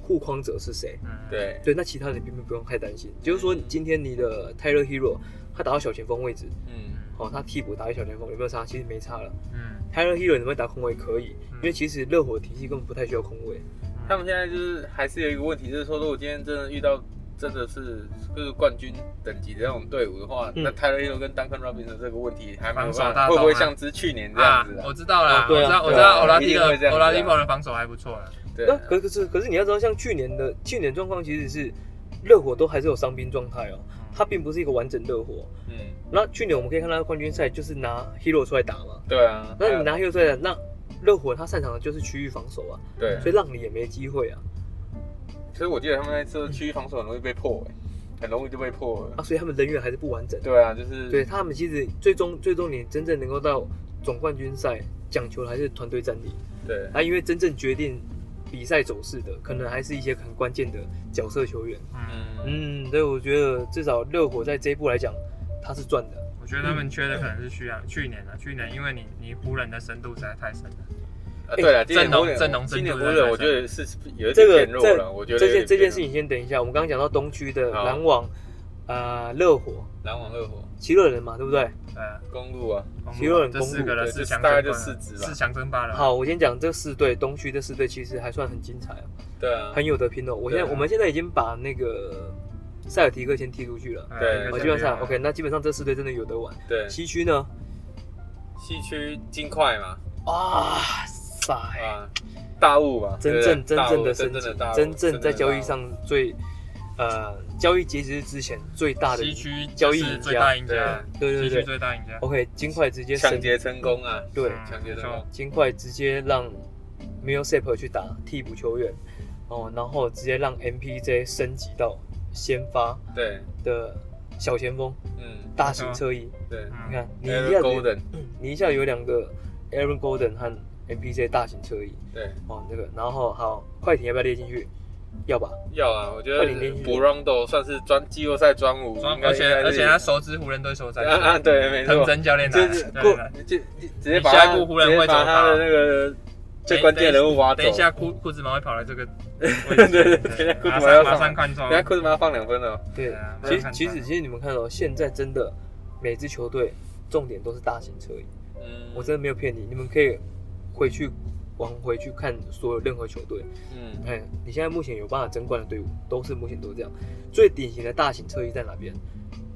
[SPEAKER 3] 护框者是谁？
[SPEAKER 1] 嗯，
[SPEAKER 2] 对
[SPEAKER 3] 对，那其他的并不用太担心。就是说，今天你的 Tyler Hero 他打到小前锋位置，
[SPEAKER 2] 嗯
[SPEAKER 3] 哦，他替补打到小前锋有没有差？其实没差了。
[SPEAKER 1] 嗯，
[SPEAKER 3] Tyler Hero 能不能打空位可以，
[SPEAKER 1] 嗯
[SPEAKER 3] 因为其实热火体系根本不太需要空位。
[SPEAKER 2] 他们现在就是还是有一个问题，就是说，如果今天真的遇到真的是就是冠军等级的那种队伍的话，
[SPEAKER 3] 嗯
[SPEAKER 2] 那泰勒 l 跟 Duncan Robinson 这个问题还没
[SPEAKER 1] 防
[SPEAKER 2] 有
[SPEAKER 1] 守
[SPEAKER 2] 办
[SPEAKER 1] 大
[SPEAKER 2] 法，
[SPEAKER 1] 盗
[SPEAKER 2] 会不会
[SPEAKER 1] 啊
[SPEAKER 2] 像之去年这样
[SPEAKER 1] 啊
[SPEAKER 2] 子，啊
[SPEAKER 1] 我？知道啦
[SPEAKER 3] 哦，
[SPEAKER 1] 我
[SPEAKER 3] 对啊
[SPEAKER 1] 知道，我
[SPEAKER 2] 对啊
[SPEAKER 1] 知道 o l a
[SPEAKER 2] 一
[SPEAKER 1] d i
[SPEAKER 2] 定
[SPEAKER 1] p o
[SPEAKER 2] 会这样
[SPEAKER 1] o
[SPEAKER 2] 子啊
[SPEAKER 1] l a d i p o 的防守还不错了。
[SPEAKER 2] 对
[SPEAKER 3] 那
[SPEAKER 2] 啊，
[SPEAKER 3] 可可是可是你要知道，像去年的去年状况其实是热火都还是有伤兵状态哦，它并不是一个完整热火。
[SPEAKER 2] 嗯，
[SPEAKER 3] 那去年我们可以看到冠军赛就是拿 Hero 出来打嘛，
[SPEAKER 2] 对啊，
[SPEAKER 3] 那你拿 Hero 出来打，那热火他擅长的就是区域防守啊，
[SPEAKER 2] 对，
[SPEAKER 3] 所以让你也没机会啊
[SPEAKER 2] 所以我记得他们那次区域防守很容易被破、欸，很容易就被破了
[SPEAKER 3] 啊，。所以他们人员还是不完整。
[SPEAKER 2] 对啊，就是
[SPEAKER 3] 对他们其实最终最终你真正能够到总冠军赛，讲求的还是团队战力
[SPEAKER 2] 对
[SPEAKER 3] 啊，因为真正决定比赛走势的，可能还是一些很关键的角色球员。
[SPEAKER 1] 嗯，
[SPEAKER 2] 嗯，
[SPEAKER 3] 嗯，对，我觉得至少热火在这一步来讲，他是赚的。
[SPEAKER 1] 我觉得他们缺的可能是去啊，去年啊，去年因为你你湖人的深度实在太深了。
[SPEAKER 3] 哎
[SPEAKER 2] 啊对了，今年
[SPEAKER 1] 阵容
[SPEAKER 2] 湖人
[SPEAKER 1] 阵容
[SPEAKER 2] 今
[SPEAKER 1] 深
[SPEAKER 2] 年
[SPEAKER 1] 度
[SPEAKER 2] 湖
[SPEAKER 1] 在
[SPEAKER 2] 人
[SPEAKER 1] 哪
[SPEAKER 2] 我觉得是有一
[SPEAKER 3] 这
[SPEAKER 2] 点
[SPEAKER 3] 个
[SPEAKER 2] 变弱了，我觉得
[SPEAKER 3] 这
[SPEAKER 2] 有点
[SPEAKER 3] 件这件
[SPEAKER 2] 变
[SPEAKER 3] 事
[SPEAKER 2] 弱
[SPEAKER 3] 情先等一下，我们刚刚讲到东区的
[SPEAKER 2] 好
[SPEAKER 3] 篮网，呃，热火、
[SPEAKER 2] 篮网热火
[SPEAKER 3] 奇乐人嘛，对不对？
[SPEAKER 1] 呃，
[SPEAKER 2] 公路啊，
[SPEAKER 1] 公
[SPEAKER 3] 其实
[SPEAKER 1] 路
[SPEAKER 3] 很
[SPEAKER 1] 这
[SPEAKER 3] 公路
[SPEAKER 1] 四个人
[SPEAKER 2] 对
[SPEAKER 1] 是
[SPEAKER 2] 就
[SPEAKER 1] 强
[SPEAKER 2] 大概
[SPEAKER 1] 争
[SPEAKER 2] 就
[SPEAKER 1] 霸
[SPEAKER 2] 四支吧
[SPEAKER 1] 是强争霸
[SPEAKER 2] 嗯
[SPEAKER 1] 了。
[SPEAKER 3] 好，我先讲这四队，东区这四队其实还算很精彩哦，
[SPEAKER 2] 对啊，
[SPEAKER 3] 很有得拼哦。我现在
[SPEAKER 2] 对啊
[SPEAKER 3] 我们现在已经把那个塞尔提克先踢出去了，
[SPEAKER 1] 呃
[SPEAKER 2] 对
[SPEAKER 1] 一个
[SPEAKER 3] 我
[SPEAKER 2] 对
[SPEAKER 3] 基本
[SPEAKER 1] 小
[SPEAKER 3] 上
[SPEAKER 1] 队
[SPEAKER 3] 啊 OK，那基本上这四队真的有得玩。
[SPEAKER 2] 对，
[SPEAKER 3] 西区呢？
[SPEAKER 2] 西区金块嘛，
[SPEAKER 3] 哇
[SPEAKER 1] 哎
[SPEAKER 3] 塞，
[SPEAKER 2] 啊，大雾嘛，
[SPEAKER 3] 真
[SPEAKER 2] 对
[SPEAKER 3] 正
[SPEAKER 2] 不对
[SPEAKER 3] 真
[SPEAKER 2] 大雾
[SPEAKER 3] 正的
[SPEAKER 2] 真
[SPEAKER 3] 升
[SPEAKER 2] 正
[SPEAKER 3] 级
[SPEAKER 2] 的大，雾，
[SPEAKER 3] 真正在交易
[SPEAKER 2] 大雾
[SPEAKER 3] 上最呃交易截止日之前最大的
[SPEAKER 1] 西区
[SPEAKER 3] 交易
[SPEAKER 1] 是
[SPEAKER 3] 赢
[SPEAKER 1] 最
[SPEAKER 3] 家
[SPEAKER 1] 大赢家，
[SPEAKER 3] 对对
[SPEAKER 1] 西区
[SPEAKER 3] 对
[SPEAKER 1] 最大赢家。
[SPEAKER 3] ，OK，金块直接
[SPEAKER 2] 抢
[SPEAKER 3] 升
[SPEAKER 2] 劫成功啊，
[SPEAKER 3] 对，
[SPEAKER 1] 嗯
[SPEAKER 2] 抢劫成
[SPEAKER 1] 没错
[SPEAKER 2] 功，
[SPEAKER 3] 金块直接让 m i l s a p 去打替补球员，哦，然后直接让 MPJ 升级到先发
[SPEAKER 2] 对，
[SPEAKER 3] 的小前锋，
[SPEAKER 2] 嗯，
[SPEAKER 3] 大型侧翼。
[SPEAKER 2] 对，
[SPEAKER 3] 你看
[SPEAKER 1] 嗯，，
[SPEAKER 3] 你
[SPEAKER 2] 还有
[SPEAKER 3] 一下子
[SPEAKER 2] Golden，
[SPEAKER 3] 你一下有两个 Aaron Golden 和 MPJ 大型侧翼，
[SPEAKER 2] 对，
[SPEAKER 3] 哦，这个，然后好，快艇要不要列进去？要吧，
[SPEAKER 2] 要啊，我觉
[SPEAKER 3] 快
[SPEAKER 2] 得
[SPEAKER 3] 点进去
[SPEAKER 2] Burondo 算是专季后赛专五，
[SPEAKER 1] 专
[SPEAKER 2] 应该
[SPEAKER 1] 而且
[SPEAKER 2] 应该是
[SPEAKER 1] 而且他熟知湖人队手战
[SPEAKER 2] 啊啊，
[SPEAKER 1] 术，
[SPEAKER 2] 对，没
[SPEAKER 1] 藤
[SPEAKER 2] 错，
[SPEAKER 1] 真教练来
[SPEAKER 2] 就
[SPEAKER 1] 了，
[SPEAKER 2] 是
[SPEAKER 1] 啊对
[SPEAKER 2] 过
[SPEAKER 1] 来了
[SPEAKER 2] 就就直接
[SPEAKER 1] 你
[SPEAKER 2] 把
[SPEAKER 1] 下一
[SPEAKER 2] 他
[SPEAKER 1] 步湖人
[SPEAKER 2] 直接
[SPEAKER 1] 会
[SPEAKER 2] 把
[SPEAKER 1] 走
[SPEAKER 2] 他的
[SPEAKER 1] 他
[SPEAKER 2] 那个最关键人物挖走
[SPEAKER 1] 等，一下，裤裤子毛会跑来这
[SPEAKER 2] [LAUGHS]
[SPEAKER 1] 个位
[SPEAKER 2] 对
[SPEAKER 1] 置，
[SPEAKER 2] 对对，等一下库
[SPEAKER 1] 马
[SPEAKER 2] 兹马
[SPEAKER 1] 上
[SPEAKER 2] 要
[SPEAKER 1] 马上
[SPEAKER 2] 上，
[SPEAKER 1] 看中
[SPEAKER 2] 等一。下库兹马要放两分哦了，
[SPEAKER 3] 对
[SPEAKER 1] 对，啊
[SPEAKER 3] 其
[SPEAKER 1] 马上
[SPEAKER 3] 实
[SPEAKER 1] 看
[SPEAKER 3] 其
[SPEAKER 1] 出
[SPEAKER 3] 实
[SPEAKER 1] 来
[SPEAKER 3] 其实你们看哦，现在真的每支球队重点都是大型车翼，
[SPEAKER 2] 嗯
[SPEAKER 3] 我真的没有骗你，你们可以回去往回去看所有任何球队，
[SPEAKER 2] 嗯
[SPEAKER 3] 哎，你现在目前有办法争冠的队伍都是目前都这样，最典型的大型车翼在哪边？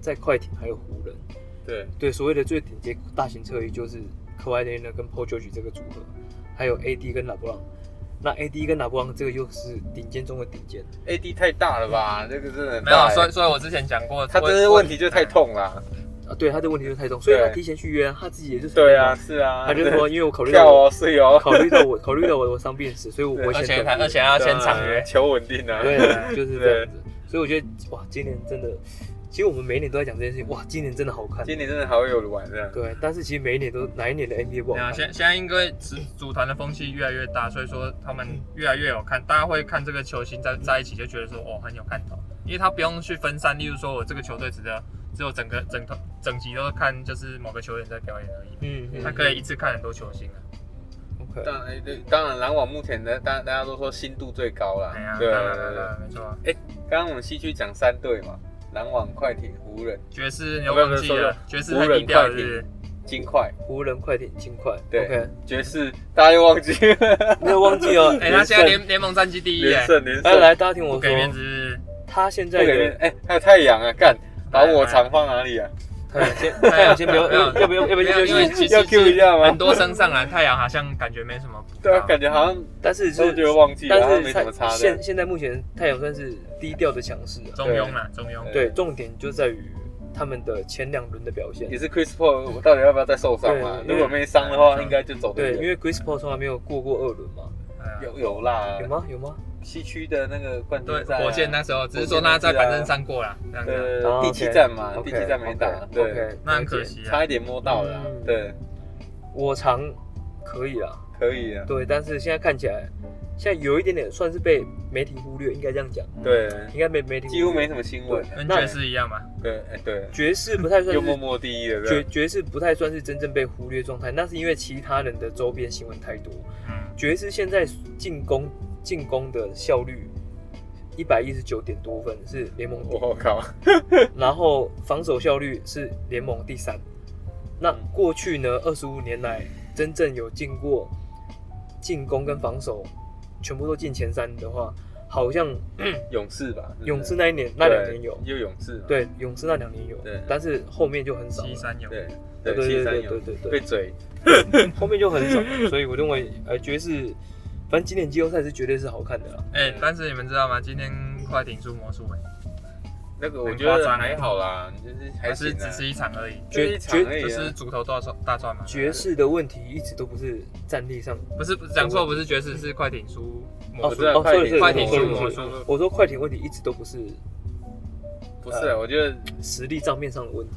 [SPEAKER 3] 在快艇还有湖人，
[SPEAKER 2] 对，
[SPEAKER 3] 对，所谓的最顶尖大型侧翼就是科怀雷呢跟 Paul George 这个组合，还有 AD 跟拉布朗。那 AD 跟拉布朗这个又是顶尖中的顶尖，
[SPEAKER 2] AD 太大了吧？这个真的很
[SPEAKER 1] 没有，
[SPEAKER 2] 大
[SPEAKER 1] 所
[SPEAKER 2] 欸
[SPEAKER 1] 以所以我之前讲过，
[SPEAKER 2] 他
[SPEAKER 1] 我
[SPEAKER 2] 真的问题就太。痛了。
[SPEAKER 3] 啊，对他的问题就太重，所以
[SPEAKER 2] 对
[SPEAKER 3] 他提前续约啊，他自己也就承认
[SPEAKER 2] 对
[SPEAKER 3] 了
[SPEAKER 2] 啊，，是啊，
[SPEAKER 3] 他就
[SPEAKER 2] [LAUGHS]
[SPEAKER 3] 说因为我考虑
[SPEAKER 2] 跳
[SPEAKER 3] 到我
[SPEAKER 2] 哦，睡哦，
[SPEAKER 3] 考虑到我考虑到我的伤病史，所以我
[SPEAKER 2] 对
[SPEAKER 3] 我
[SPEAKER 1] 而
[SPEAKER 3] 先
[SPEAKER 1] 且他
[SPEAKER 3] 等你
[SPEAKER 1] 而且还要签长约，
[SPEAKER 2] 啊求稳定啊。
[SPEAKER 3] 对，就是这样子。所以我觉得哇，今年真的其实我们每一年都在讲这件事情，哇，今年真的好看。
[SPEAKER 2] 今年真的好有玩啊这样。
[SPEAKER 3] 对，但是其实每一年都哪一年的 NBA 不好
[SPEAKER 1] 对啊，
[SPEAKER 3] 看？
[SPEAKER 1] 现现在因为组组团的风气越来越大，所以说他们越来越有看，大家会看这个球星在在一起就觉得说哦很有看头，因为他不用去分散，例如说我这个球队只的只有整个整头整集都看就是某个球员在表演而已，
[SPEAKER 3] 嗯，嗯
[SPEAKER 1] 他可以一次看很多球星啊。
[SPEAKER 3] OK，
[SPEAKER 2] 当然，哎对，当然，篮网目前的大大家都说新度最高啦
[SPEAKER 1] 哎呀，。
[SPEAKER 2] 对
[SPEAKER 1] 当然
[SPEAKER 2] 对
[SPEAKER 1] 当
[SPEAKER 2] 对。
[SPEAKER 1] 然没错啊，
[SPEAKER 2] 刚刚我们西区讲三队嘛，篮网、快艇、湖人、
[SPEAKER 1] 爵士你又忘记了，爵士
[SPEAKER 2] 湖
[SPEAKER 1] 太
[SPEAKER 2] 人
[SPEAKER 1] 低调
[SPEAKER 2] 快
[SPEAKER 1] 了是不是。
[SPEAKER 2] 金块、
[SPEAKER 3] 湖人快艇、金块，
[SPEAKER 2] 对
[SPEAKER 3] OK，
[SPEAKER 2] 爵士，大家又忘记
[SPEAKER 3] [LAUGHS]
[SPEAKER 2] 了，
[SPEAKER 3] 没有忘记哦。
[SPEAKER 2] [LAUGHS]
[SPEAKER 1] 哎，他现在联联盟战绩第一耶
[SPEAKER 2] 连，胜连
[SPEAKER 3] 来
[SPEAKER 2] 胜，
[SPEAKER 3] 来，大家听
[SPEAKER 1] 不
[SPEAKER 3] 我
[SPEAKER 1] 给面
[SPEAKER 3] 说，
[SPEAKER 1] 子是
[SPEAKER 3] 他现
[SPEAKER 2] 不给
[SPEAKER 3] 在有哎
[SPEAKER 2] 面子。哎，还有太阳啊，干，把
[SPEAKER 1] 哎
[SPEAKER 2] 我藏放哪里啊？
[SPEAKER 3] 太阳哎先，太阳先不 [LAUGHS] 要，
[SPEAKER 1] 没有
[SPEAKER 3] 要不要？要不
[SPEAKER 1] 不是，没
[SPEAKER 3] 要
[SPEAKER 1] 有因为
[SPEAKER 3] 休息？
[SPEAKER 1] 其
[SPEAKER 2] 要 Q 一
[SPEAKER 1] 实
[SPEAKER 2] 下吗
[SPEAKER 1] 很？多升上来，太阳好像感觉没什么补
[SPEAKER 2] 对啊，
[SPEAKER 1] 到。
[SPEAKER 2] 感觉好像
[SPEAKER 3] 但是
[SPEAKER 2] 都
[SPEAKER 3] 是
[SPEAKER 2] 觉得忘记了，好像
[SPEAKER 3] 嗯但
[SPEAKER 2] 没
[SPEAKER 3] 是
[SPEAKER 2] 什么差
[SPEAKER 3] 他
[SPEAKER 2] 的
[SPEAKER 3] 现。现在目前太阳算是低调的强势啊。
[SPEAKER 1] 中庸啦，中庸。
[SPEAKER 3] 对，重点就在于他们的前两轮的表现
[SPEAKER 2] 也。是 Chris Paul，我到底要不要再受伤啊？
[SPEAKER 3] 对
[SPEAKER 2] 如果没伤的话，应该就走
[SPEAKER 3] 对，
[SPEAKER 2] 对
[SPEAKER 3] 因为 Chris Paul 从来没有过过二轮嘛，
[SPEAKER 1] 哎呀
[SPEAKER 2] 有有啦
[SPEAKER 3] 有，吗？有吗？
[SPEAKER 2] 西区的那个冠军
[SPEAKER 1] 对，
[SPEAKER 2] 赛啊，
[SPEAKER 1] 火箭那啊时候只是说他
[SPEAKER 3] 啊
[SPEAKER 1] 在板凳上过了，这样子。
[SPEAKER 2] 对
[SPEAKER 3] 哦
[SPEAKER 2] 第七站嘛，
[SPEAKER 3] OK，
[SPEAKER 2] 啊第七站没打，
[SPEAKER 3] OK，
[SPEAKER 2] 对，
[SPEAKER 3] OK，
[SPEAKER 1] 那很
[SPEAKER 3] 了
[SPEAKER 1] 可
[SPEAKER 3] 解。
[SPEAKER 1] 惜啊
[SPEAKER 2] 差。一点摸到了
[SPEAKER 3] 嗯，
[SPEAKER 2] 对，
[SPEAKER 3] 我尝可以啦，
[SPEAKER 2] 可以啊，
[SPEAKER 3] 对，但是现在看起来，现在有一点点算是被媒体忽略，应该这样讲，
[SPEAKER 2] 对，
[SPEAKER 3] 应该被媒体忽略
[SPEAKER 2] 几乎没什么新闻，啊
[SPEAKER 1] 跟
[SPEAKER 3] 那
[SPEAKER 1] 爵士一样嘛，
[SPEAKER 2] 对，哎对，
[SPEAKER 3] 爵士不太算
[SPEAKER 2] 又默
[SPEAKER 3] 是
[SPEAKER 2] 默第一了，
[SPEAKER 3] 爵
[SPEAKER 2] 对，
[SPEAKER 3] 爵士不太算是真正被忽略状态，那是因为其他人的周边新闻太多。
[SPEAKER 1] 嗯，
[SPEAKER 3] 爵士现在进攻进攻的效率一百一十九点多分是联盟第一，
[SPEAKER 2] 我靠，
[SPEAKER 3] 然后防守效率是联盟第三。那
[SPEAKER 2] 嗯
[SPEAKER 3] 过去呢，二十五年来真正有进过进攻跟防守全部都进前三的话，好像
[SPEAKER 2] 勇士吧，是不是
[SPEAKER 3] 勇士那一年那两年有，
[SPEAKER 2] 嗯对又勇士嘛，
[SPEAKER 3] 对，勇士那两年有
[SPEAKER 2] 对，
[SPEAKER 3] 但是后面就很少了
[SPEAKER 1] 七。三有。
[SPEAKER 2] 对对，
[SPEAKER 3] 对对
[SPEAKER 2] 七三
[SPEAKER 3] 对对
[SPEAKER 2] 勇
[SPEAKER 3] 对
[SPEAKER 2] 被
[SPEAKER 3] 对，
[SPEAKER 2] 嘴，
[SPEAKER 3] 后面就很少了，所以我认为呃爵士，反正今年季后赛是绝对是好看的啦。
[SPEAKER 1] 哎，但是你们知道吗？今天快艇输魔术哎，
[SPEAKER 3] 啊
[SPEAKER 2] 那个我
[SPEAKER 1] 很
[SPEAKER 2] 觉
[SPEAKER 1] 夸
[SPEAKER 2] 得
[SPEAKER 1] 张啊
[SPEAKER 2] 还好啦，你就是还
[SPEAKER 1] 还是
[SPEAKER 2] 行啊
[SPEAKER 1] 只是一场而已，
[SPEAKER 2] 就一场
[SPEAKER 3] 绝
[SPEAKER 2] 而已
[SPEAKER 1] 就
[SPEAKER 2] 啊，
[SPEAKER 1] 是主头大赚大赚嘛。
[SPEAKER 3] 爵士的问题一直都不是战力上，
[SPEAKER 1] 不是不是讲错，不是爵士，是快艇输魔
[SPEAKER 2] 我
[SPEAKER 1] 术
[SPEAKER 2] 知。道
[SPEAKER 3] 哦所以
[SPEAKER 1] 快艇
[SPEAKER 2] 输
[SPEAKER 1] 输
[SPEAKER 2] 魔
[SPEAKER 1] 魔
[SPEAKER 2] 术
[SPEAKER 1] 术，哦
[SPEAKER 3] 我说快艇问题一直都不是
[SPEAKER 2] 不是啊，我觉得
[SPEAKER 3] 实力账面上的问题。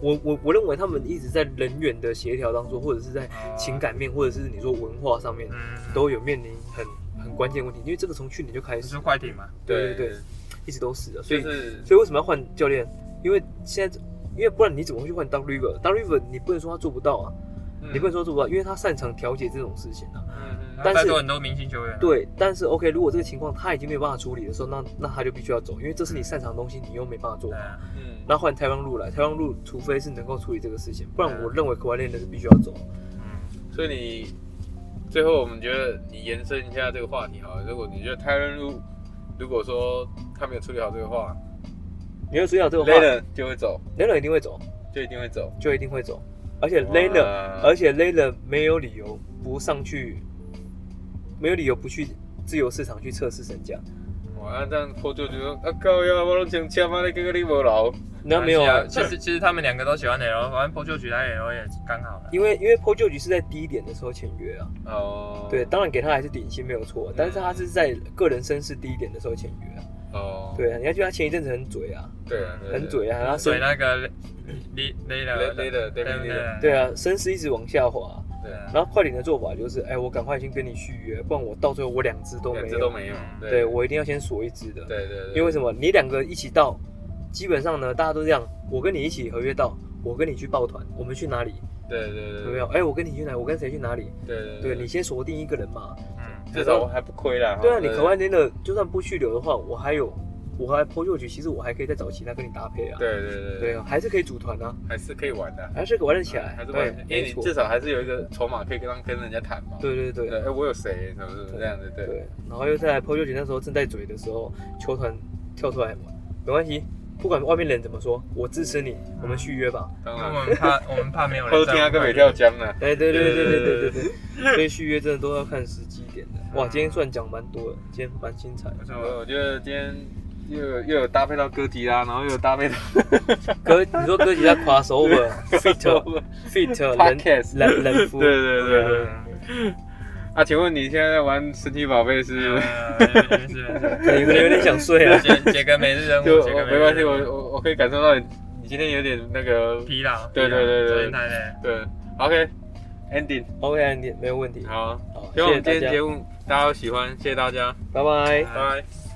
[SPEAKER 3] 我我我认为他们一直在人员的协调当中，或者是在情感面，或者是你说文化上面，
[SPEAKER 1] 嗯，
[SPEAKER 3] 都有面临很很关键问题。因为这个从去年就开
[SPEAKER 1] 你
[SPEAKER 3] 始
[SPEAKER 1] 是，快艇嘛？
[SPEAKER 3] 对
[SPEAKER 2] 对
[SPEAKER 3] 对对，，一直都是的。
[SPEAKER 2] 就
[SPEAKER 3] 所以
[SPEAKER 2] 是
[SPEAKER 3] 所以为什么要换教练？因为现在，因为不然你怎么会去换 Down River？Down River 你不能说他做不到啊，你不能说做不到，因为他擅长调解这种事情啊。
[SPEAKER 2] 嗯嗯
[SPEAKER 3] 但是
[SPEAKER 1] 带走很多明星球员。，啊
[SPEAKER 3] 对，但是 OK，如果这个情况他已经没有办法处理的时候，那那他就必须要走，因为这是你擅长的东西，你又没办法做。
[SPEAKER 1] 啊
[SPEAKER 2] 嗯
[SPEAKER 3] 那换台湾路来，台湾路除非是能够处理这个事情，不然
[SPEAKER 1] 嗯
[SPEAKER 3] 我认为科怀练的是必须要走。
[SPEAKER 1] 嗯，
[SPEAKER 2] 所以你最后我们觉得你延伸一下这个话题好了，如果你觉得 t y r o n 如如果说他没有处理好这个话
[SPEAKER 3] 你要注意到这个话
[SPEAKER 2] l a n e 就会走，
[SPEAKER 3] 雷勒一定会走，
[SPEAKER 2] 就一定会走。
[SPEAKER 3] 就一定会走，而且雷勒，
[SPEAKER 2] 哇
[SPEAKER 3] 而且雷勒没有理由不上去，没有理由不去自由市场去测试身价。嗯
[SPEAKER 2] 哇，哦那这样破就觉得啊靠呀，我拢请签嘛，你哥哥你无留，
[SPEAKER 3] 那没有啊
[SPEAKER 1] 关，系其实其实他们两个都喜欢 L，反正破旧局他 L 也刚好了。
[SPEAKER 3] 因为因为 p o j o 局是在低点的时候签约啊，
[SPEAKER 2] 哦，
[SPEAKER 3] 对，当然给他还是顶薪没有错，但是
[SPEAKER 2] 嗯
[SPEAKER 3] 他是在个人身世低点的时候签约啊，
[SPEAKER 2] 哦，
[SPEAKER 3] 对啊，你要觉得他前一阵子很嘴啊，
[SPEAKER 2] 对啊，
[SPEAKER 3] 很嘴啊，他
[SPEAKER 1] 所以
[SPEAKER 3] 身
[SPEAKER 1] 那个 L L
[SPEAKER 2] 对啊
[SPEAKER 1] L
[SPEAKER 2] 对的，对对的，
[SPEAKER 3] 对啊，身世一直往下滑，
[SPEAKER 2] 对啊，
[SPEAKER 3] 然后快艇的做法就是，哎，我赶快先跟你续约，不然我到最后我两只都
[SPEAKER 2] 两
[SPEAKER 3] 没
[SPEAKER 2] 只都
[SPEAKER 3] 有，
[SPEAKER 2] 没有，
[SPEAKER 3] 对我一定要先锁一只的，
[SPEAKER 2] 对对对，
[SPEAKER 3] 因为什么？你两个一起到，基本上呢，大家都这样，我跟你一起合约到，我跟你去抱团，我们去哪里？
[SPEAKER 2] 对对对，
[SPEAKER 3] 有没有？哎，我跟你去哪里？我跟谁去哪里？
[SPEAKER 2] 对
[SPEAKER 3] 对你先锁定一个人嘛，
[SPEAKER 1] 嗯，
[SPEAKER 2] 至少我还不亏啦。
[SPEAKER 3] 对啊，你可外那个就算不去留的话，我还有我还破旧局，其实我还可以再找其他跟你搭配啊。
[SPEAKER 2] 对对对
[SPEAKER 3] 对啊，还是可以组团啊，
[SPEAKER 2] 还是可以玩的，
[SPEAKER 3] 还是可以玩得起来。哎
[SPEAKER 2] 还是
[SPEAKER 3] 对
[SPEAKER 2] 玩，，因为
[SPEAKER 3] 没
[SPEAKER 2] 你
[SPEAKER 3] 错。
[SPEAKER 2] 至少还是有一个筹码可以跟他跟人家谈嘛。
[SPEAKER 3] 对对
[SPEAKER 2] 对，
[SPEAKER 3] 对
[SPEAKER 2] 哎，我有谁什么什么这样的，对
[SPEAKER 3] 对，然后又在破旧局那时候正在嘴的时候，球团跳出来嘛，没关系，不管外面人怎么说，我支持你，我们续约吧。
[SPEAKER 2] 当
[SPEAKER 1] 因为我
[SPEAKER 2] 然，
[SPEAKER 1] 们怕我们怕没有人
[SPEAKER 2] 偷
[SPEAKER 1] 在
[SPEAKER 2] 听啊
[SPEAKER 1] 乎啊
[SPEAKER 2] 他跟北跳江呢。
[SPEAKER 3] 哎，对对对
[SPEAKER 2] 对
[SPEAKER 3] 对
[SPEAKER 2] 对
[SPEAKER 3] 对对对，嗯所以续约真的都要看时机点的。哇，今天算讲蛮多的，今天蛮精彩的。
[SPEAKER 1] 不错
[SPEAKER 2] 我我觉得今天又有又有搭配到哥吉拉，然后又有搭配到
[SPEAKER 3] 哥，你说哥吉拉 [LAUGHS] crossover fit fit
[SPEAKER 2] [LAUGHS]
[SPEAKER 3] 人
[SPEAKER 2] podcast，
[SPEAKER 3] 人人夫，
[SPEAKER 2] 对对对对，
[SPEAKER 1] 嗯
[SPEAKER 2] 啊，请问你现在在玩神奇宝贝是？
[SPEAKER 1] 啊
[SPEAKER 2] [LAUGHS]
[SPEAKER 1] 是是
[SPEAKER 3] 你们有点想睡啊。
[SPEAKER 1] 是，杰杰哥每日任
[SPEAKER 2] 就
[SPEAKER 1] 务，杰哥
[SPEAKER 2] 我
[SPEAKER 1] 每日
[SPEAKER 2] 没关系，
[SPEAKER 1] 任务
[SPEAKER 2] 我我我可以感受到你，你今天有点那个
[SPEAKER 1] 疲劳，
[SPEAKER 2] 对对对对
[SPEAKER 1] 昨天太累了。
[SPEAKER 2] 对，OK，ending，
[SPEAKER 3] OK，你没有问题。
[SPEAKER 2] 好，
[SPEAKER 3] 好，
[SPEAKER 2] 希
[SPEAKER 3] 谢
[SPEAKER 2] 望我们今
[SPEAKER 3] 谢大
[SPEAKER 2] 天
[SPEAKER 3] 家
[SPEAKER 2] 节，目大家喜欢，谢谢大家，
[SPEAKER 3] 拜拜。
[SPEAKER 2] 拜拜。